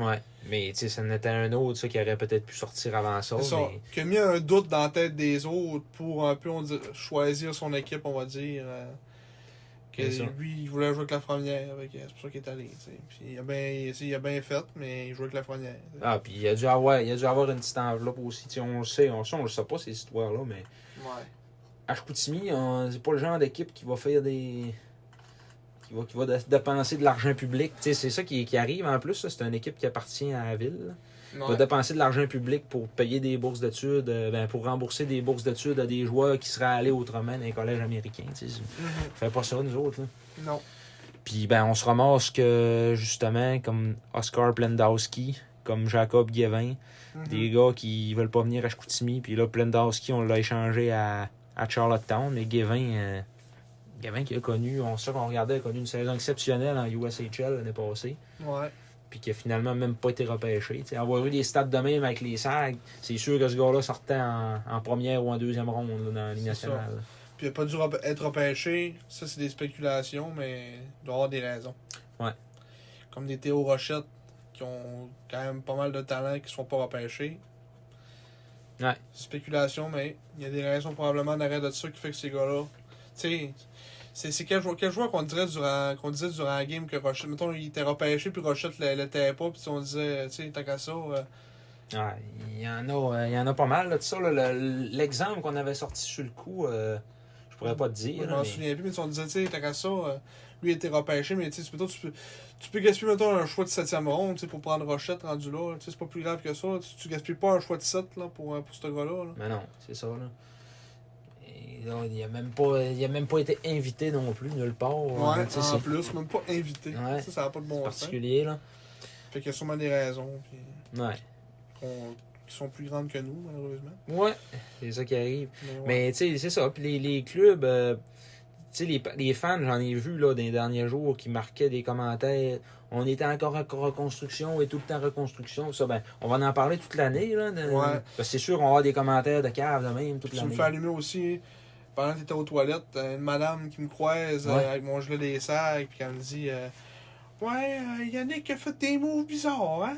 Euh,
Ouais. Mais tu sais, ça en était un autre ça, qui aurait peut-être pu sortir avant ça.
c'est ça,
Oh, mais-
qui a mis un doute dans la tête des autres pour un peu on dit- choisir son équipe, on va dire. euh, que
C'est ça.
lui, il voulait jouer avec la première. fait que C'est pour ça qu'il est allé. tu sais. Puis il a bien tu sais, il a bien fait, mais il jouait avec la première. tu sais.
Ah, puis il a dû avoir, il a dû avoir une petite enveloppe aussi. tu sais, on le sait, on, ça, on le sait pas, ces histoires-là, mais.
Ouais.
Ashkoutimi, on- hein, c'est pas le genre d'équipe qui va faire des. qui va, qui va dé- dépenser de l'argent public. Tu sais, c'est ça qui, qui arrive en plus. ça, C'est une équipe qui appartient à la ville. là.
Ouais.
On va dépenser de l'argent public pour payer des bourses d'études, euh, ben, pour rembourser des bourses d'études à des joueurs qui seraient allés autrement dans les collèges américains. tu sais.
Mhm.
On fait pas ça, nous autres. là.
Non.
Puis ben, on se ramasse que, justement, comme Oscar Plendowski, comme Jacob Guévin,
Mhm.
des gars qui veulent pas venir à Chicoutimi. Puis là, Plendowski, on l'a échangé à, à Charlottetown. Mais Gavin, euh, Gavin qui a connu, on sait qu'on regardait, a connu une saison exceptionnelle en USHL l'année passée.
Ouais.
Puis qui a finalement même pas été repêché. Tu sais, avoir eu des stats de même avec les sacs, c'est sûr que ce gars-là sortait en, en première ou en deuxième ronde là, dans la Ligue
C'est ça.
nationale.
Puis il a pas dû rep- être repêché. Ça, c'est des spéculations, mais il doit y avoir des raisons.
Ouais.
Comme des Théo Rochette qui ont quand même pas mal de talent qui ne sont pas repêchés.
Ouais.
Spéculation, mais il y a des raisons probablement derrière de ça qui fait que ces gars-là. Tu sais, c'est, c'est quel joueur, quel joueur qu'on dirait durant qu'on disait durant la game que Rochette. Mettons, il était repêché, puis Rochette ne l'était pas, puis on disait, tu sais, t'as qu'à ça. euh,
Ouais, il y en a, euh, il y en a pas mal là, de ça. là. Le- L'exemple qu'on avait sorti sur le coup, euh, je pourrais pas te dire.
Je
là,
m'en
mais-
souviens plus, mais tu sais, on disait, tu sais, t'as qu'à ça, euh, lui il était repêché, mais tu sais, plutôt, tu peux, tu peux gaspiller, mettons, un choix de 7ème ronde, tu sais, pour prendre Rochette rendu là, tu sais, c'est pas plus grave que ça, tu, tu gaspilles pas un choix de 7, là, pour, euh, pour ce gars-là, là.
Mais Ben non, c'est ça. Là. Et là, il n'a même, pas- il a même pas été invité non plus, nulle part.
Ouais,
Tu sais,
en
c'est
plus, même pas invité,
Ouais.
ça, ça a pas de bon sens,
particulier. Là.
fait qu'il y a sûrement des raisons, puis,
Ouais.
qu'on- qui sont plus grandes que nous, malheureusement,
ouais, c'est ça qui arrive.
mais, ouais.
Mais tu sais, c'est ça. Puis les, les clubs, euh, tu sais, les, pa- les fans, j'en ai vu là, dans les derniers jours qui marquaient des commentaires. On était encore en reconstruction et tout le temps reconstruction. Ça, ben, on va en parler toute l'année. là. de-
Ouais.
parce que c'est sûr, on va avoir des commentaires de cave de même toute
Puis tu me
l'année.
fais allumer aussi, pendant que t'étais aux toilettes, euh, une madame qui me croise euh,
Ouais.
avec mon gelé des sacs, puis elle me dit euh, Ouais, euh, Yannick a fait des moves bizarres, hein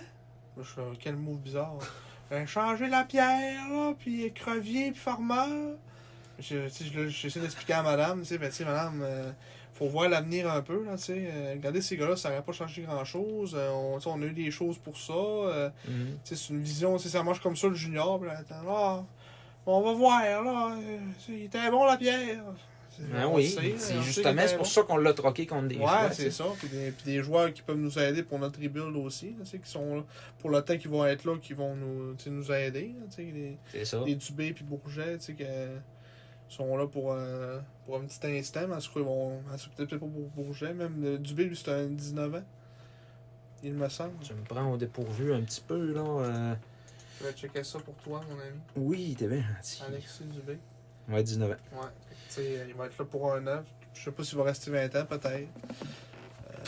Moi, Je suis là, quel move bizarre <laughs> Ben, changer la pierre, là, puis crevier, puis farmer. Je- tu sais, je- là, J'essaie d'expliquer à madame, tu sais, ben, tu sais, madame, euh, faut voir l'avenir un peu, là, tu sais. euh, regardez, ces gars-là, ça n'aurait pas changé grand-chose. euh, on, tu sais, on a eu des choses pour ça. euh,
Mhm.
tu sais, c'est une vision, tu sais, ça marche comme ça le junior. Puis là, attends, là, on va voir, là. euh, c'est- Il était bon la pierre. C'est-
Ben
on le
oui,
sait,
c'est
on sait
justement,
qu'il était
c'est pour
bon.
ça qu'on l'a troqué contre des
Ouais,
choix, tu
c'est
sais.
ça. Puis des, puis des joueurs qui peuvent nous aider pour notre rebuild aussi, tu sais, qui sont là, pour le temps qu'ils vont être là, qui vont nous, tu sais, nous aider. tu sais, des,
C'est ça.
des Dubé puis Bourget, tu sais, qui euh, sont là pour, euh, pour un petit instant, mais en tout cas, ils vont- en tout cas, peut-être pas pour Bourget, même le Dubé, lui, c'est un 19 ans. Il me semble.
Tu me prends au dépourvu un petit peu, là. euh.
Je vais checker ça pour toi, mon ami.
Oui, t'es bien gentil.
Alexis Dubé.
Ouais, 19 ans.
Ouais. Tu sais, il va être là pour un an. Je sais pas s'il va rester 20 ans, peut-être. Euh,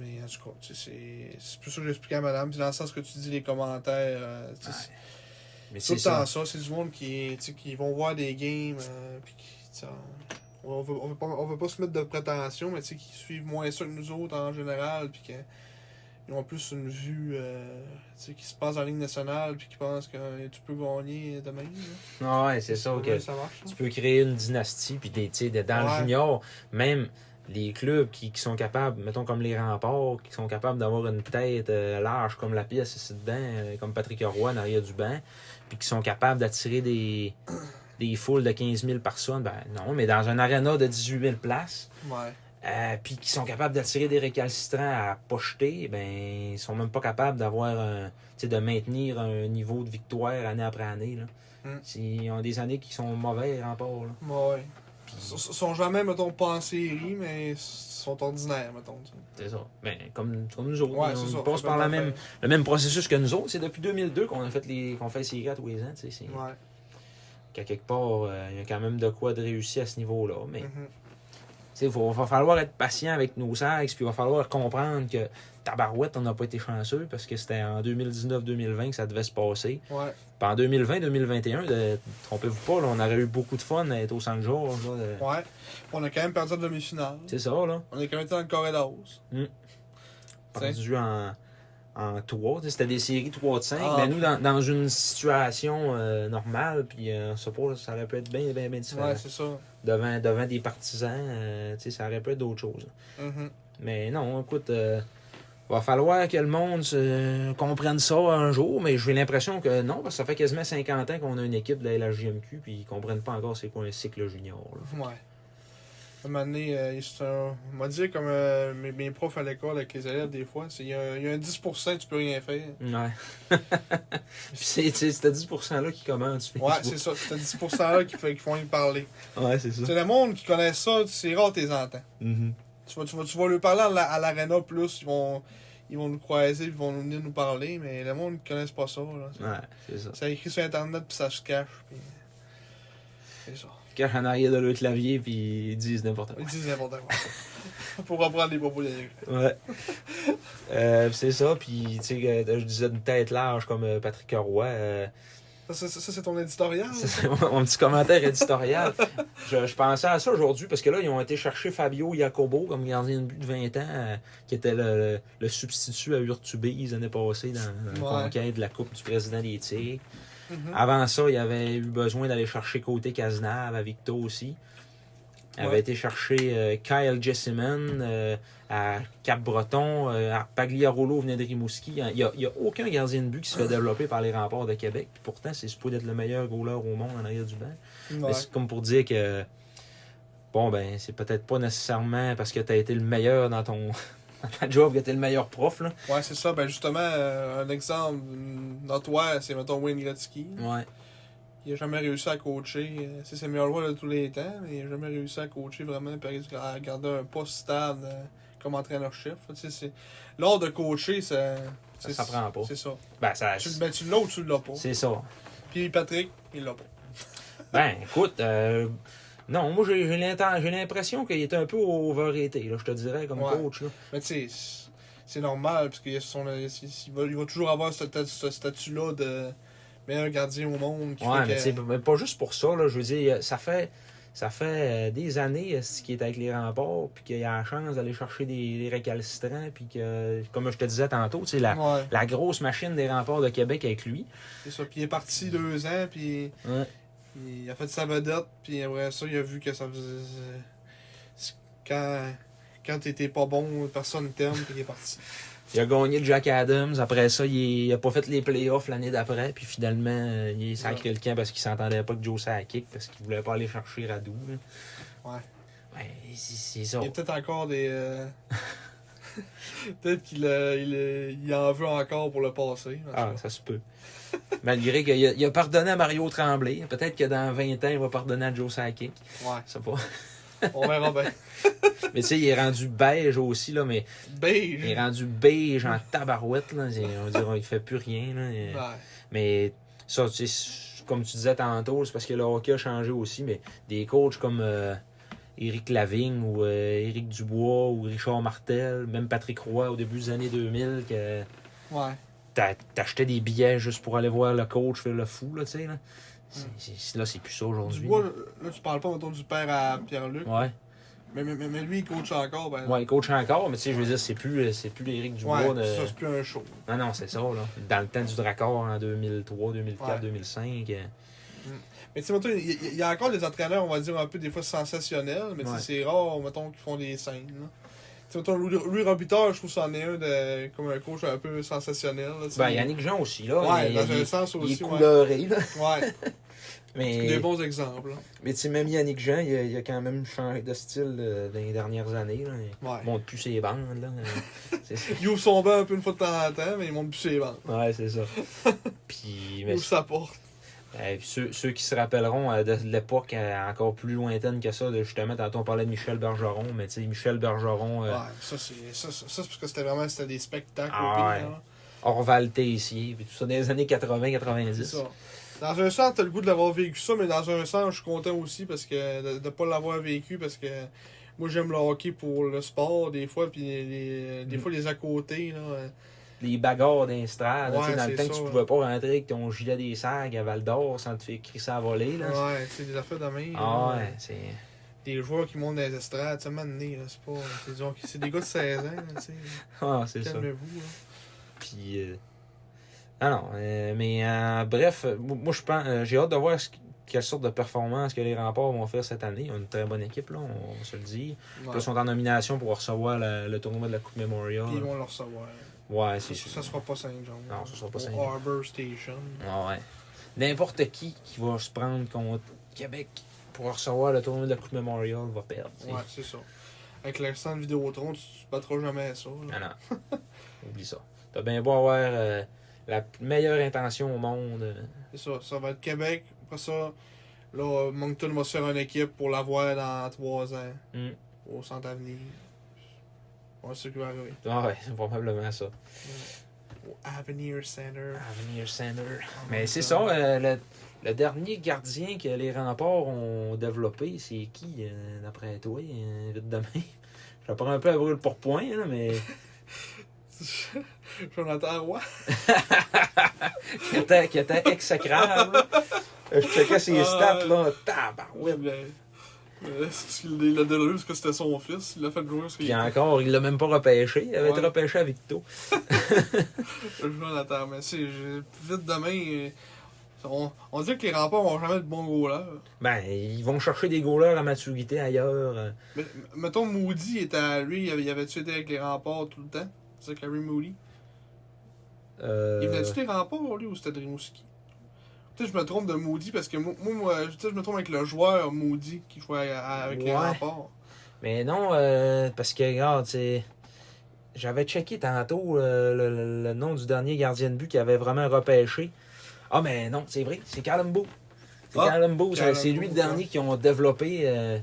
mais en tout cas, tu sais, c'est- c'est plus ça que j'expliquais à madame. Puis dans le sens que tu dis, les commentaires, euh, tu sais,
Ouais,
c'est
Mais
tout
c'est
le temps
ça.
ça. C'est du monde qui, tu sais, qui vont voir des games. euh, puis qui, tu sais, on, on veut, on, veut pas, on veut pas se mettre de prétention, mais tu sais, qui suivent moins ça que nous autres en général. Puis qui ils ont plus une vue, euh, tu sais, qui se passe en ligne nationale. Puis qui pensent que euh, tu peux gagner demain. là.
Ah Ouais, c'est ça. que
Ouais, ça marche. hein.
tu peux créer une dynastie, puis des, tu sais, de- dans
Ouais.
le junior, même les clubs qui, qui sont capables, mettons comme les remparts, qui sont capables d'avoir une tête euh, large comme la pièce ici dedans, euh, comme Patrick Roy en arrière du banc, puis qui sont capables d'attirer des, des foules de 15 000 personnes, ben non, mais dans un aréna de 18 000 places,
Ouais.
euh, puis qui sont capables d'attirer des récalcitrants à pocheter, ben ils sont même pas capables d'avoir un- tu sais, de maintenir un niveau de victoire année après année. Là.
Mm.
C'est- Ils ont des années qui sont mauvais en part. là.
Ouais. S- s- sont jamais, mettons, pas en série, mais s- sont ordinaires, mettons. tu sais.
C'est ça. Ben, comme, comme nous autres,
Ouais,
on
c'est ça.
passe
ça
par
peut
la
bien
même, le même processus que nous autres. C'est depuis 2002 qu'on a fait les qu'on fait ces gars tous les ans. tu sais, c'est-
faire. Ouais.
Qu'à quelque part, euh, il y a quand même de quoi de réussi à ce niveau-là. Mais
Mhm.
Il va, va falloir être patient avec nos sacs, puis il va falloir comprendre que tabarouette, on n'a pas été chanceux parce que c'était en 2019-2020 que ça devait se passer.
Ouais.
Puis en 2020-2021, de- trompez-vous pas, là, on aurait eu beaucoup de fun à être au San George. là, de-
Ouais. On a quand même perdu en demi-finale.
C'est ça, là.
On est quand même été dans le corridor. T'sais.
Perdu en, en 3. C'était des séries 3 de 5.
Ah.
mais nous, dans, dans une situation euh, normale, puis euh, ça, pourrait- ça aurait pu être bien, bien, bien différent.
Ouais, c'est ça.
devant, devant des partisans, euh, tu sais, ça aurait pu être d'autres choses.
Mhm.
Mais non, écoute, euh, va falloir que le monde se- comprenne ça un jour, mais j'ai l'impression que non, parce que ça fait quasiment 50 ans qu'on a une équipe de la LHJMQ, puis ils comprennent pas encore c'est quoi un cycle junior. là.
Ouais. À un moment donné, euh, c'est un- on m'a dit, comme euh, mes, mes profs à l'école avec les élèves, des fois, c'est il y, a un- il y a un 10%, tu peux rien
<laughs>
faire.
Ouais. puis c'est c'est- c'est à 10%-là qui commande sur
Ouais,
Facebook.
c'est ça. C'est à 10%-là qui, fait- qui font y parler.
Ouais, c'est ça.
C'est le monde qui connaît ça, c'est rare tes entends.
Mhm.
Tu vas, tu vas, tu vas lui parler à la- à l'arena plus, ils vont, ils vont nous croiser, ils vont venir nous parler, mais le monde ne connaissent pas ça. Là.
Ouais, c'est ça.
Ça écrit sur Internet, puis ça se cache. Puis... C'est ça.
Fait cachent en arrière de leur clavier puis ils disent n'importe quoi.
Ils disent n'importe
<laughs>
quoi. Pour reprendre les propos d'Éric.
Ouais. Euh, puis c'est ça. Puis, tu sais, euh, je disais une tête large comme euh, Patrick Roy. euh,
Ça, c'est- ça, c'est ton éditorial.
Ça, c'est mon, mon petit commentaire éditorial. Je, je pensais à ça aujourd'hui parce que là, ils ont été chercher Fabio Jacobo comme gardien de but de 20 ans, euh, qui était le, le- le substitut à Urtubise l'année passée dans, dans
Ouais.
le conquête de la Coupe du président des Tigres.
Mhm.
Avant ça, il avait eu besoin d'aller chercher côté Cazenave à Victo aussi. Il avait
Ouais.
été chercher euh, Kyle Jessiman euh, à Cap-Breton. euh, à Pagliarolo venait de Rimouski. Il n'y a, il y a aucun gardien de but qui se fait développer par les remparts de Québec. Puis pourtant, c'est supposé être le meilleur goaler au monde en arrière du banc.
Ouais.
Mais c'est comme pour dire que, bon, ben, c'est peut-être pas nécessairement parce que tu as été le meilleur dans ton <laughs> dans ta job que tu es le meilleur prof. Là.
Ouais, c'est ça. Ben justement, euh, un exemple mm, notoire, c'est mettons Wayne Gretzky.
Ouais.
Il a jamais réussi à coacher. euh, C'est ses meilleurs joueurs de tous les temps, mais il a jamais réussi à coacher vraiment puis à garder un poste stable euh, comme entraîneur-chef. Tu sais, c'est- L'art de coacher, ça.
Ça
c'est-
s'apprend pas.
C'est ça.
Ben, ça,
Tu, ben, tu l'as ou tu l'as pas.
c'est ça.
Puis Patrick, il l'a pas.
Ben, écoute, euh, non, moi, j'ai j'ai l'inten- j'ai l'impression qu'il était un peu overrated, là, je te dirais, comme
Ouais.
coach. Là.
Mais tu sais, c'est- c'est normal, parce qu'il a son- il- il va, il va toujours avoir ce, ta- ce statut-là de meilleur gardien au monde. qui
Ouais,
fait
mais
que-
tu sais, mais pas juste pour ça, là, je veux dire, ça fait. Ça fait euh, des années euh, ce qui est avec les remparts, puis qu'il a la chance d'aller chercher des, des récalcitrants, puis que, comme je te disais tantôt, tu sais, la,
Ouais,
la grosse machine des remparts de Québec avec lui.
c'est ça. Puis il est parti deux ans, puis
Ouais.
il a fait sa vedette, puis après ça, il a vu que ça faisait. c'est- Quand, quand t'étais pas bon, personne t'aime, puis il est parti.
Il a gagné le Jack Adams. Après ça, il, est- il a pas fait les playoffs l'année d'après. Puis finalement, euh, il est sacré le camp parce qu'il s'entendait pas que Joe Sakic parce qu'il voulait pas aller chercher Radou. là.
Ouais.
Ben, c'est c'est ça.
Il y a peut-être encore des. euh, <laughs> peut-être qu'il euh, il, euh, il en veut encore pour le passé. en tout
Ah,
cas.
ça se peut. <laughs> Malgré qu'il a, il a pardonné à Mario Tremblay. Peut-être que dans 20 ans, il va pardonner à Joe Sakic.
Ouais,
Je sais pas. <laughs>
on verra bien.
Mais tu sais, il est rendu beige aussi, là. Mais il
Beige!
est rendu beige en tabarouette, là. C'est- On dirait qu'il fait plus rien, là. Il-
Ouais.
Mais ça, tu sais, c'est- comme tu disais tantôt, c'est parce que le hockey a changé aussi, mais des coachs comme euh, Éric Lavigne ou euh, Éric Dubois ou Richard Martel, même Patrick Roy au début des années 2000, que
Ouais.
t'a- t'achetais des billets juste pour aller voir le coach faire le fou, là, tu sais. Là, C'est- c'est- là, c'est plus ça aujourd'hui.
Mm. Dubois, là, tu parles pas autour du père à Pierre-Luc,
Ouais.
mais, mais, mais- mais lui, il coach encore. Ben,
ouais, il coach encore, mais tu sais, je veux dire, c'est plus, euh, c'est plus l'Éric Dubois.
ouais,
de-
ça, c'est plus un show.
Non, non, c'est ça, là. Dans le temps du Dracor en 2003, 2004,
Ouais.
2005. euh,
Mais tu sais, mettons, il y, il y a encore des entraîneurs, on va dire, un peu des fois sensationnels, mais tu sais,
Ouais.
c'est rare, mettons, qui font des scènes. là. Tu sais, mettons, Louis, Louis Robitaille, je trouve que c'en est un de, comme un coach un peu sensationnel. Là, tu sais.
Ben, Yannick Jean aussi, là.
Ouais,
il-
dans
il-
un sens
Il est
aussi, ouais.
coloré, là.
ouais. Des
Mais,
bons exemples. là.
mais tu sais, même Yannick Jean, il a, il a quand même changé de style euh, dans les dernières années. Là. Il
Ouais.
monte plus ses bandes, là. Euh, c'est-
Il ouvre son banc un peu une fois de temps en temps, mais il monte plus ses bancs.
<laughs> ouais, c'est <laughs> ça. Puis,
Il
mais,
ouvre sa porte.
euh, puis ceux, ceux qui se rappelleront euh, de l'époque euh, encore plus lointaine que ça, de, justement, tantôt on parlait de Michel Bergeron, mais tu sais, Michel Bergeron, euh,
Ouais, ça, c'est ça, ça, ça, c'est parce que c'était vraiment c'était des spectacles au
Ah,
pire, hein.
ouais.
là.
Orval Tessier, puis tout ça, dans les années
C'est
80-90.
ça. Dans un sens, t'as le goût de l'avoir vécu ça, mais dans un sens, je suis content aussi parce que de ne pas l'avoir vécu parce que moi j'aime le hockey pour le sport des fois, puis les, les- des
Mm.
fois les à côté. Là.
Les bagarres d'un strade, tu sais,
Ouais,
dans le
c'est
temps que tu
ça,
pouvais pas rentrer avec ton gilet des sacs à Val d'Or sans te faire crisser à voler, là.
Ouais, c'est des affaires de main.
Ah
là.
ouais, c'est... <laughs>
Des joueurs qui montent dans les estrades, tu sais, mané, là, c'est pas. C'est du hockey- c'est des gars de 16 ans, là, tu sais.
Ah, c'est ça.
Calmez-vous. là.
Puis. euh, Ah non, euh, mais euh, bref, euh, moi je pense. euh, J'ai hâte de voir ce qui- quelle sorte de performance que les remparts vont faire cette année. On a une très bonne équipe, là, on, va se le dit.
Ouais.
Là, ils sont en nomination pour recevoir le, le tournoi de la Coupe Memorial.
Puis ils vont le recevoir.
Ouais, c'est sûr.
Ça sera pas Saint-Jean.
Non, ce sera pas
Au
Saint-Jean.
Harbor Station.
Ah ouais. N'importe qui qui va se prendre contre Québec pour recevoir le tournoi de la Coupe Memorial va perdre. tu sais.
Ouais, c'est ça. Avec l'accent de Vidéotron, tu te battras jamais à ça. là.
Ah non. <laughs> Oublie ça. T'as bien beau avoir euh, la meilleure intention au monde. euh,
C'est ça, ça va être Québec. Après ça, là, Moncton va se faire une équipe pour l'avoir dans trois ans
hum.
au Centre Avenir. On sait ce qui va arriver.
Ah ouais, <laughs> c'est probablement ça.
Au Avenir Center.
Avenir Center. Mais c'est ça, euh, le, Le dernier gardien que les remparts ont développé, c'est qui, euh, d'après toi, euh, vite demain? <laughs> Je le prends un peu à brûle pour point, là, mais <laughs> hein.
<laughs> Jonathan Roy.
qui était, qui était exécrable. Euh, Je checkais
Ah,
ses stats, là. Tabarouette.
ben, euh, c'est parce qu'il il l'a délevé parce que c'était son fils. Il l'a fait jouer parce qu'il
Puis encore, il l'a même pas repêché. Il avait été
Ouais.
repêché à Victo.
Jonathan. Mais c'est vite demain. euh, On, on dirait que les remparts n'ont jamais de bons goalers.
Ben, ils vont chercher des goalers à Matsugité ailleurs. euh,
Mais, m- mettons, Moody était à lui, il avait- il avait-tu été avec les remparts tout le temps? C'est Carrie Moody.
Euh,
Il venait-tu des remparts, lui, ou c'était de Rimouski? Peut-être que je me trompe de Moody parce que moi, moi, moi, peut-être que je me trompe avec le joueur Moody qui jouait à- à- avec les
Ouais.
remparts.
Mais non, euh, parce que, regarde, c'est- J'avais checké tantôt euh, le, le- le nom du dernier gardien de but qui avait vraiment repêché. Ah, mais non, c'est vrai, c'est Calambo. C'est
Ah,
Calambo, c'est- c'est
Calambo,
lui le
ouais.
dernier qui ont développé euh,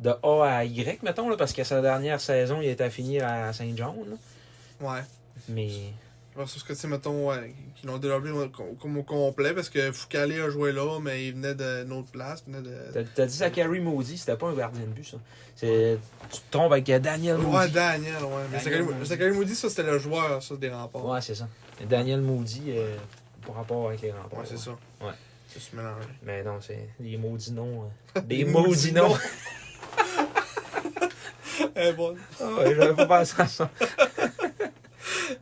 de A à Y, mettons, là, parce que sa dernière saison, il était à finir à Saint-Jean. là.
Ouais.
Mais.
Versus que, tu sais, mettons, ouais, qui l'ont développé au- com- comme au complet parce que Foucalé a joué là, mais il venait d'une autre place. Il venait de...
T'as t'as dit Zachary Moody, c'était pas un gardien de but, ça. C'est- Tu te trompes avec Daniel
Ouais,
Moody.
Daniel, ouais. Mais
Daniel
Zachary-
Moody.
Zachary Moody, ça, c'était le joueur, ça, des remparts.
Ouais, c'est ça. Daniel Moody, euh, par rapport avec les remparts.
Ouais, c'est ça.
Ouais.
Ça se <laughs> mélange.
Mais non, c'est des maudits noms. hein. <laughs> Des
Des
maudits
maudits
noms.
noms. Eh, bon.
Ah ouais, J'avais pas pensé à ça.
<laughs>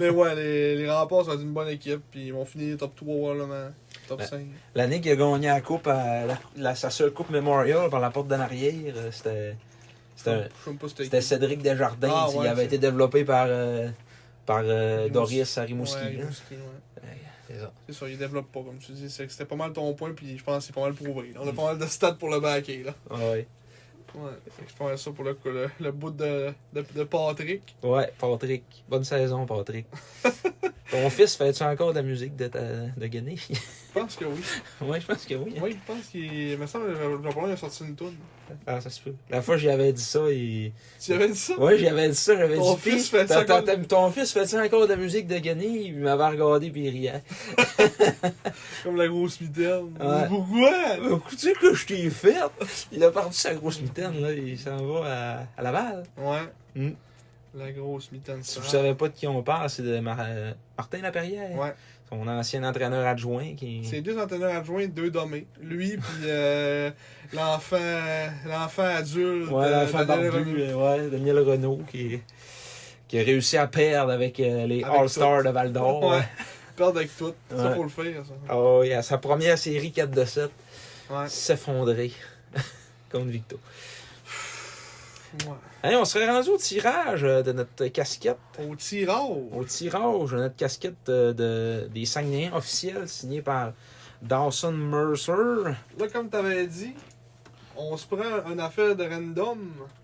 Mais ouais, les, les remparts sont une bonne équipe, puis ils vont finir top 3, probablement. Top
Ben,
5.
L'année qu'il a gagné la coupe, à la, la- sa seule coupe Memorial par la porte d'en arrière, euh, c'était c'était un-
Je sais même pas si
c'était Cédric Desjardins.
Ah,
tu sais, il
ouais,
avait
c'est-
été développé par, euh, par euh,
Rimouski.
Doris Arimouski.
Ouais,
hein.
Rimouski, ouais.
C'est ça.
C'est ça, il développe pas, comme tu dis. C'est que C'était pas mal ton point, puis je pense que c'est pas mal prouvé. là. On a pas mal de stats pour le backer, là.
Ouais, Ah ouais.
Ouais. Fait que Je pense ça pour le, coup, le, le bout de, de, de Patrick.
Ouais, Patrick. Bonne saison, <laughs> Patrick. Ton fils, fais-tu encore de la musique de, ta, de Guinée? <laughs>
Je pense que oui.
ouais, je pense que oui. hein.
Oui, je pense qu'il. Il me semble que le Japon a sorti une toune.
Ah, ça se peut. La fois, j'y avais dit ça, il...
Tu avais dit ça?
Ouais, j'avais dit ça, j'avais dit.
Ton
Puis,
fils fait
t'as-
ça
t'as-
comme-
t'as- Ton fils fait-tu encore de la musique de Guinée? Il m'avait regardé puis il riait.
Comme la grosse mitaine.
Ouais.
Pourquoi?
Le coup que je t'ai fait, il a parti sa grosse mitaine, là, il s'en va à, à Laval.
Ouais.
Mm.
La grosse mitaine.
Si
ça.
vous savez pas de qui on parle, c'est de Mar- euh, Martin Laperrière,
Ouais.
son ancien entraîneur adjoint
C'est
qui.
deux entraîneurs adjoints, deux dommés. Lui, puis euh, l'enfant l'enfant adulte.
Ouais,
euh,
l'enfant
Daniel
barbu,
Remy.
euh, ouais, Daniel Renault qui, qui a réussi à perdre avec euh, les
Avec
All-Stars
tout.
de Val d'Or.
Ouais. Perdre avec tout. Ça,
Ouais.
faut le faire, ça.
Ah oui, à sa première série 4 de 7,
Ouais.
s'effondrer <laughs> contre Victo.
Ouais.
Hey, on serait rendu au tirage euh, de notre casquette.
Au tirage.
Au tirage de notre casquette euh, de, des Saguenayens officiels signée par Dawson Mercer.
Là, comme t'avais dit, on se prend une affaire de random.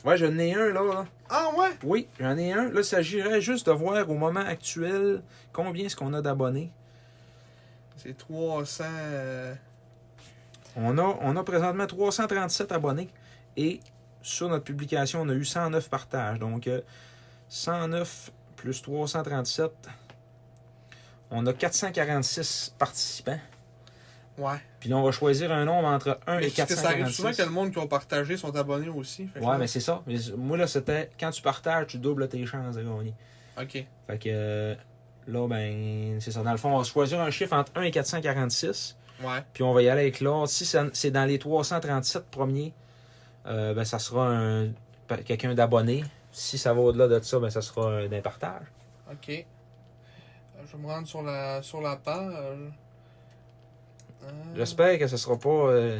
Ouais, j'en ai un là. là.
Ah ouais?
Oui, j'en ai un. Là, il s'agirait juste de voir au moment actuel combien est-ce qu'on a d'abonnés.
C'est 300. euh,
On a, on a présentement 337 abonnés et sur notre publication, on a eu 109 partages. Donc, euh, 109 plus 337, on a 446 participants.
Ouais.
Puis là, on va choisir un nombre entre 1
Mais
et
parce que ça arrive
446.
souvent que le monde qui ont partagé sont abonnés aussi. Fait que
Ouais,
là-
mais c'est ça. Mais moi, là, c'était quand tu partages, tu doubles tes chances de gagner.
Ok.
Fait que euh, là, ben, c'est ça. Dans le fond, on va choisir un chiffre entre 1 et 446.
Ouais.
Puis on va y aller avec l'ordre. Si ça- c'est dans les 337 premiers, euh, ben, ça sera un, pa- quelqu'un d'abonné. Si ça va au-delà de ça, ben, ça sera un, un partage.
Ok. Euh, Je vais me rendre sur la, sur la page. Euh,
J'espère que ça sera pas euh,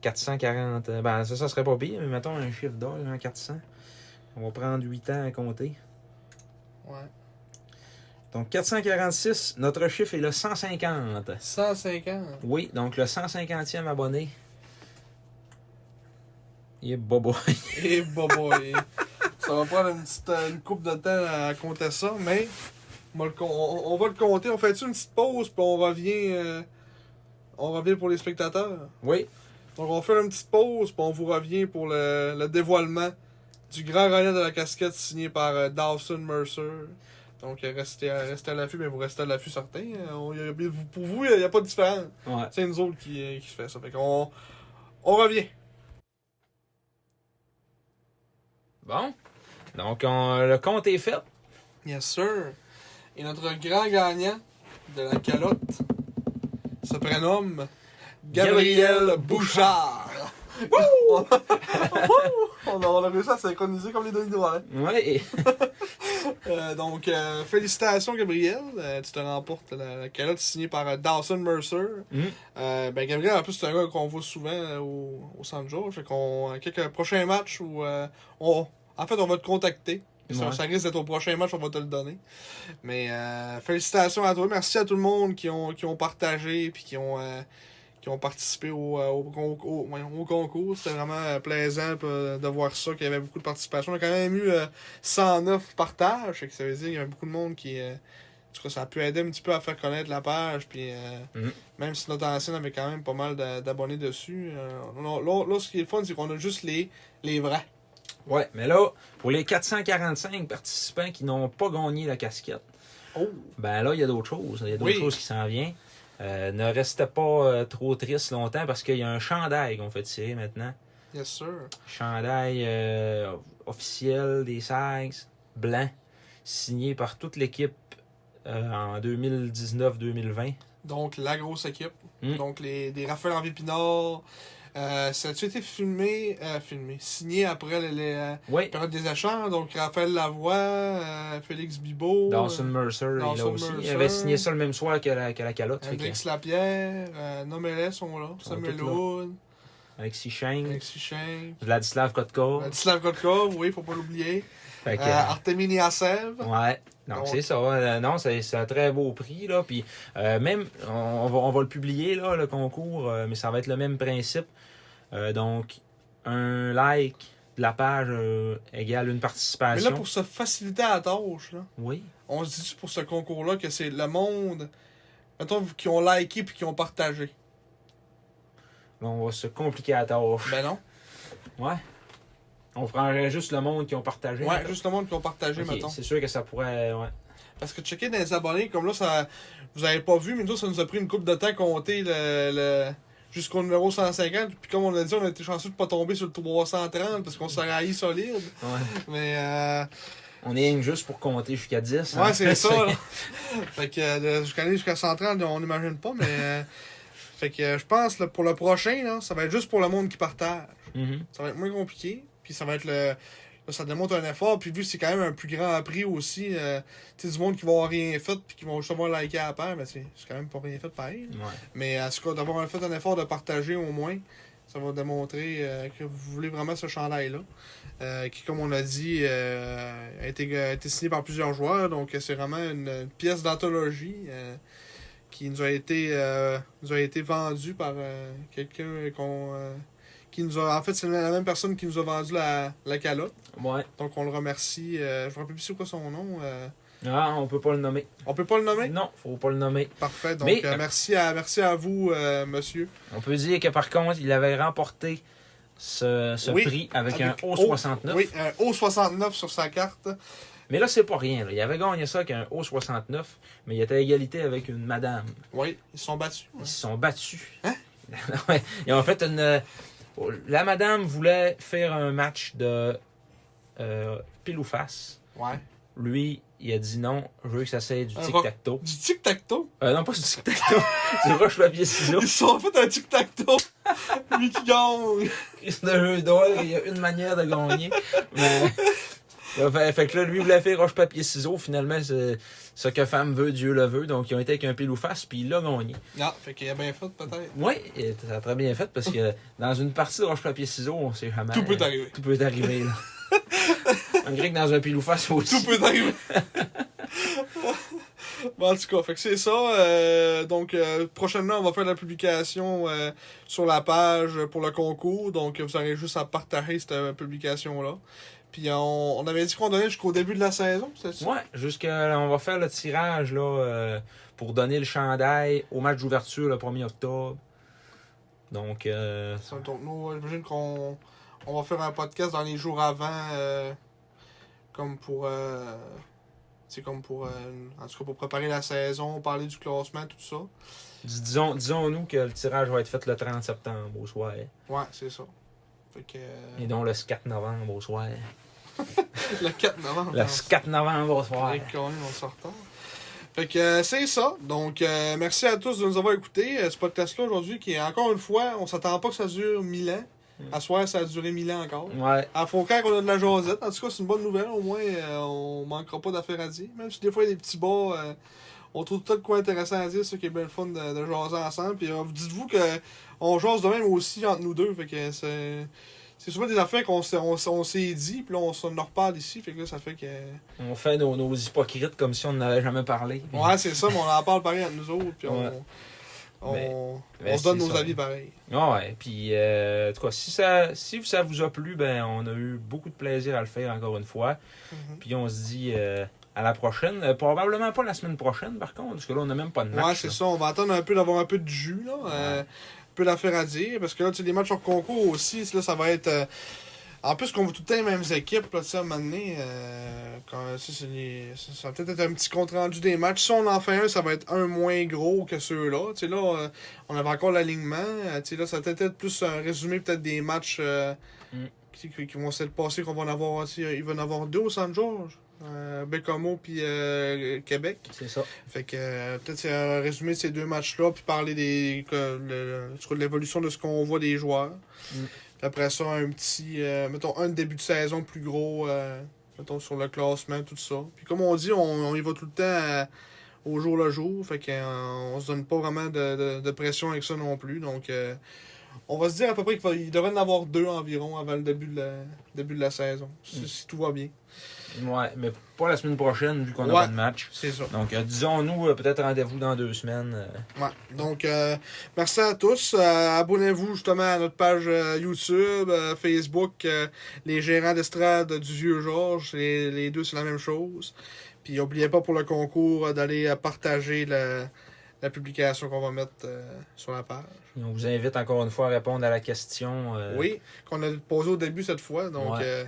440. euh, Ben, ça, ça serait pas pire, mais mettons un chiffre d'or, un 400. On va prendre 8 ans à compter.
Ouais.
Donc 446, notre chiffre est le 150.
150.
Oui, donc le 150e abonné. Il est bobo.
Et boy. ça va prendre une petite euh, une coupe de temps à compter ça, mais on va le, com- on- on va le compter. On fait une petite pause, puis on revient. euh, on revient pour les spectateurs.
<laughs> Oui,
Donc on fait une petite pause, puis on vous revient pour le, le dévoilement du grand relais de la casquette signé par euh, Dawson Mercer. Donc, euh, restez à, restez à l'affût, mais vous restez à l'affût certain. Euh, on- y a- y a- vous- Pour vous, il n'y a, pas de différence.
Ouais.
C'est nous autres qui, euh, qui se fait ça. Fait qu'on on revient.
Bon. Donc, on- le compte est fait.
Yes, sir. Et notre grand gagnant de la calotte se prénomme Gabriel
Gabriel
Bouchard. Wouh! <laughs> on, a, on a réussi à synchroniser comme les deux doigts. hein.
Ouais. <laughs>
Euh, donc, euh, félicitations, Gabriel. Euh, tu te remportes la, la calotte signée par euh, Dawson Mercer.
Mm.
Euh, ben, Gabriel, en plus, c'est un gars qu'on voit souvent euh, au, au Centre Georges. Fait qu'on, à quelques prochains matchs où euh, on, en fait, on va te contacter. Et Ça,
Ouais.
ça risque d'être au prochain match, on va te le donner. Mais euh, félicitations à toi. Merci à tout le monde qui ont, qui ont partagé puis qui ont, euh, qui ont participé au, euh, au, con- au- voyons, au concours. C'était vraiment euh, plaisant euh, de voir ça, qu'il y avait beaucoup de participation. On a quand même eu euh, 109 partages. Fait que ça veut dire qu'il y avait beaucoup de monde qui. euh, en tout cas, ça a pu aider un petit peu à faire connaître la page. Puis, euh,
Mhm.
Même si notre ancienne avait quand même pas mal d'a- d'abonnés dessus. euh, on- là, là, ce qui est le fun, c'est qu'on a juste les, les vrais.
Ouais, mais là, pour les 445 participants qui n'ont pas gagné la casquette,
Oh!
ben là, il y a d'autres choses. Il y a d'autres
Oui.
choses qui s'en viennent. Euh, ne restez pas euh, trop triste longtemps parce qu'il y a un chandail qu'on fait tirer maintenant.
Yes, sir.
Chandail euh, officiel des Sags, blanc, signé par toute l'équipe euh, en 2019-2020.
Donc, la grosse équipe.
Mm.
Donc, les, des Raphaël Henri Pinard. Euh, ça a-tu été filmé, euh, filmé, signé après les, les, euh,
Oui,
période des échanges? Donc, Raphaël Lavoie, euh, Félix Bibot, euh,
Dawson Mercer est là
Dawson
aussi. Il
Mercer.
avait signé ça le même soir que la, que la calotte. Fait que
Alex Lapierre, euh, Nomelet sont là,
sont
Samuel
tous là.
Hood,
Alexis Cheng,
Alexis Schenk,
Vladislav Kotkov.
Vladislav Kotkov, oui, faut pas l'oublier,
Fait que, euh,
euh, Artemis Niasev.
Ouais. Donc,
Donc-
c'est ça. Euh, Non, c'est c'est un très beau prix. Là. Puis, euh, même, on, on va, on va le publier, là, le concours, euh, mais ça va être le même principe. Euh, donc, un like de la page euh, égale une
Mais
participation.
là, pour se faciliter à la tâche, là,
Oui.
on se dit pour ce concours-là que c'est le monde, mettons, qui ont liké puis qui ont partagé.
Là, on va se compliquer à tâche.
Ben non.
Ouais. On prendrait juste le monde qui ont partagé.
Ouais, juste le monde qui ont partagé,
Ok,
mettons.
C'est sûr que ça pourrait. Ouais.
Parce que checker dans les abonnés, comme là, ça, vous avez pas vu, mais nous, autres, ça nous a pris une coupe de temps à compter le, le- jusqu'au numéro 150. Puis comme on a dit, on a été chanceux de pas tomber sur le 330 parce qu'on s'est raillé solide.
Ouais.
Mais euh,
On est juste pour compter jusqu'à 10. hein.
ouais, c'est
<laughs>
ça. là. fait que euh, de- jusqu'à aller jusqu'à 130, on n'imagine pas, mais euh, fait que euh, je pense là, pour le prochain, là, ça va être juste pour le monde qui partage.
Mhm.
Ça va être moins compliqué. Puis ça va être le. là, ça démontre un effort. Puis vu que c'est quand même un plus grand prix aussi, euh, tu sais, du monde qui va avoir rien fait puis qui vont justement liker à la paire, mais c'est c'est quand même pas rien fait pareil.
Ouais.
Mais en tout cas, d'avoir fait un effort de partager au moins, ça va démontrer euh, que vous voulez vraiment ce chandail-là. euh, qui, comme on a dit, euh, a, été, a été signé par plusieurs joueurs. Donc, euh, c'est vraiment une, une pièce d'anthologie euh, qui nous a été, euh, nous a été vendue par euh, quelqu'un qu'on. euh, qui nous a, en fait, c'est la même personne qui nous a vendu la, la calotte.
Ouais.
Donc, on le remercie. euh, je ne me rappelle plus c'est quoi son nom. euh,
Ah, on peut pas le nommer.
on peut pas le nommer?
Non, faut pas le nommer.
Parfait. Donc,
Mm-hmm. Mais-
euh, merci, à, merci à vous, euh, monsieur.
On peut dire que par contre, il avait remporté ce, ce
Oui,
prix avec,
avec
un O69.
Oui, un O69 sur sa carte.
Mais là, c'est pas rien. là. Il avait gagné ça avec un O69, mais il était à égalité avec une madame.
Oui, ils se sont battus.
Ils
ouais.
se sont battus. <laughs> Ouais. Ils ont fait une. euh, La madame voulait faire un match de euh, pile ou face.
Ouais.
Lui, il a dit non, je veux que ça soit du
Un
tic-tac-toe.
Du tic-tac-toe.
Euh, non, pas du tic-tac-toe, <laughs> du roche-papier-ciseaux.
Ils se sont fait un tic-tac-toe. <laughs> Lui qui gagne.
<laughs> C'est un jeu d'or, il y a une manière de gagner. Mais... Là, fait, fait que là, lui voulait faire roche-papier-ciseaux. Finalement, c'est ce que femme veut, Dieu le veut. Donc, ils ont été avec un pile ou face, puis il a gagné.
Non, fait qu'il a bien fait peut-être.
Oui, et ça a très bien fait parce
<laughs>
que dans une partie de roche-papier-ciseaux, on sait jamais. euh,
Tout peut arriver.
Tout peut arriver,
<laughs>
là. On dirait que dans un pile ou face aussi.
Tout peut <laughs> arriver. bon, en tout cas, fait que c'est ça. euh, donc, euh, prochainement, on va faire la publication euh, sur la page pour le concours. Donc, vous aurez juste à partager cette euh, publication-là. Puis, on, on avait dit qu'on donnait jusqu'au début de la saison, c'est ça?
Ouais, jusqu'à. On va faire le tirage, là, euh, pour donner le chandail au match d'ouverture le 1er octobre. Donc, euh,
Ça, Donc, nous, j'imagine qu'on on va faire un podcast dans les jours avant, euh, comme pour euh, C'est comme pour, euh, en tout cas, pour préparer la saison, parler du classement, tout ça.
Dis- Disons, disons-nous que le tirage va être fait le 30 septembre au soir.
Ouais, c'est ça. Fait que, euh,
Et donc le 4 novembre au soir.
<laughs> le 4 novembre. on
Le 4 novembre au soir.
Faudrait que quand même, on s'en retarde. Fait que euh, c'est ça. Donc, euh, merci à tous de nous avoir écoutés. Euh, ce podcast-là aujourd'hui, qui est encore une fois, on s'attend pas que ça dure 1000 ans. À soir, ça a duré 1000 ans encore.
Ouais.
À Faucaire, on a de la jasette. En tout cas, c'est une bonne nouvelle. Au moins, euh, on manquera pas d'affaires à dire. Même si des fois, il y a des petits bars, euh, on trouve tout de quoi intéressant à dire. C'est ça qui est bien le fun de, de jaser ensemble. Puis euh, dites-vous que on jase de même aussi entre nous deux. Fait que c'est... C'est souvent des affaires qu'on s'est, on, s'est- on s'est dit, puis là, on s'en reparle ici. Fait que là,
<laughs>
ça fait que...
On fait nos, nos hypocrites comme si on n'avait jamais parlé. Puis-
Ouais, c'est ça, mais on en parle pareil entre nous autres, puis on,
Ouais.
on,
Mais-
on
mais
se donne
c'est
nos
ça.
avis pareil.
Ah ouais, puis euh, en tout cas, si ça, si ça vous a plu, ben on a eu beaucoup de plaisir à le faire encore une fois.
Mhm.
Puis on se dit euh, à la prochaine. Euh, probablement pas la semaine prochaine, par contre, parce que là, on n'a même pas de match.
ouais, c'est
là.
ça, on va attendre un peu d'avoir un peu de jus, là, euh, un peu d'affaires à dire, parce que là, tu sais, les matchs hors concours aussi, là, ça va être. euh, en plus, qu'on va tout le temps les mêmes équipes, là, tu sais, à un moment donné, euh, quand, ça, c'est les- ça- ça va peut-être être un petit compte rendu des matchs. Si on en fait un, ça va être un moins gros que ceux-là. Tu sais, là, euh, on avait encore l'alignement. euh, tu sais, là, ça va peut-être être plus un résumé peut-être des matchs euh,
Mm.
qui, qui- qui vont s'être passés, qu'on va en avoir aussi. euh, Il va en avoir deux au Saint-Georges. Euh, Bécamo puis euh, Québec.
C'est ça.
Fait que euh, peut-être c'est un résumé de ces deux matchs-là, puis parler des, que- le- sur l'évolution de ce qu'on voit des joueurs.
Mm.
Puis après ça, un petit, euh, mettons, un début de saison plus gros, euh, mettons, sur le classement, tout ça. Puis comme on dit, on, on y va tout le temps à- au jour le jour, fait qu'on on se donne pas vraiment de, de- de pression avec ça non plus. Donc, euh, on va se dire à peu près qu'il va- il devrait en avoir deux environ avant le début de la, début de la saison, si,
Mm.
si tout va bien.
Ouais, mais pas la semaine prochaine, vu qu'on n'a
Ouais.
pas de match.
C'est ça.
Donc, euh, disons-nous euh, peut-être rendez-vous dans deux semaines. euh,
Ouais. Donc, euh, merci à tous. Euh, Abonnez-vous justement à notre page euh, YouTube, euh, Facebook, euh, les gérants d'estrade du Vieux Georges. Les, les deux, c'est la même chose. Puis, n'oubliez pas pour le concours euh, d'aller euh, partager la, la publication qu'on va mettre euh, sur la page.
et on vous invite encore une fois à répondre à la question. euh,
Oui, qu'on a posé au début cette fois. Donc,
Ouais.
euh,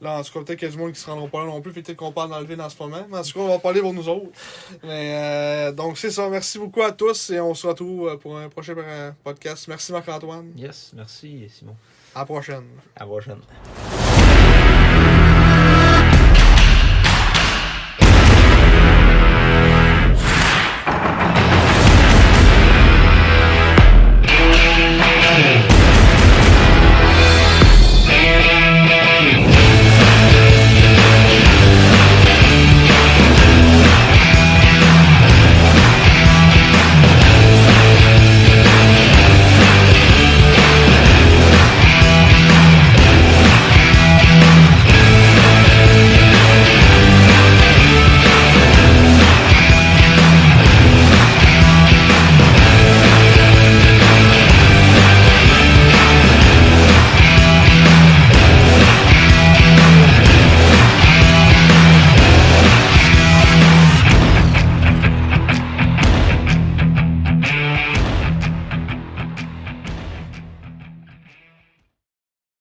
là, en tout cas, peut-être qu'il y a du monde qui se rendront pas là non plus. puis Peut-être qu'on parle d'enlever dans ce moment. Mais en tout cas, on va parler pour nous autres. Mais, euh, donc, c'est ça. Merci beaucoup à tous et on se retrouve euh, pour un prochain euh, podcast. Merci Marc-Antoine.
Yes, merci Simon.
À la prochaine.
À la prochaine.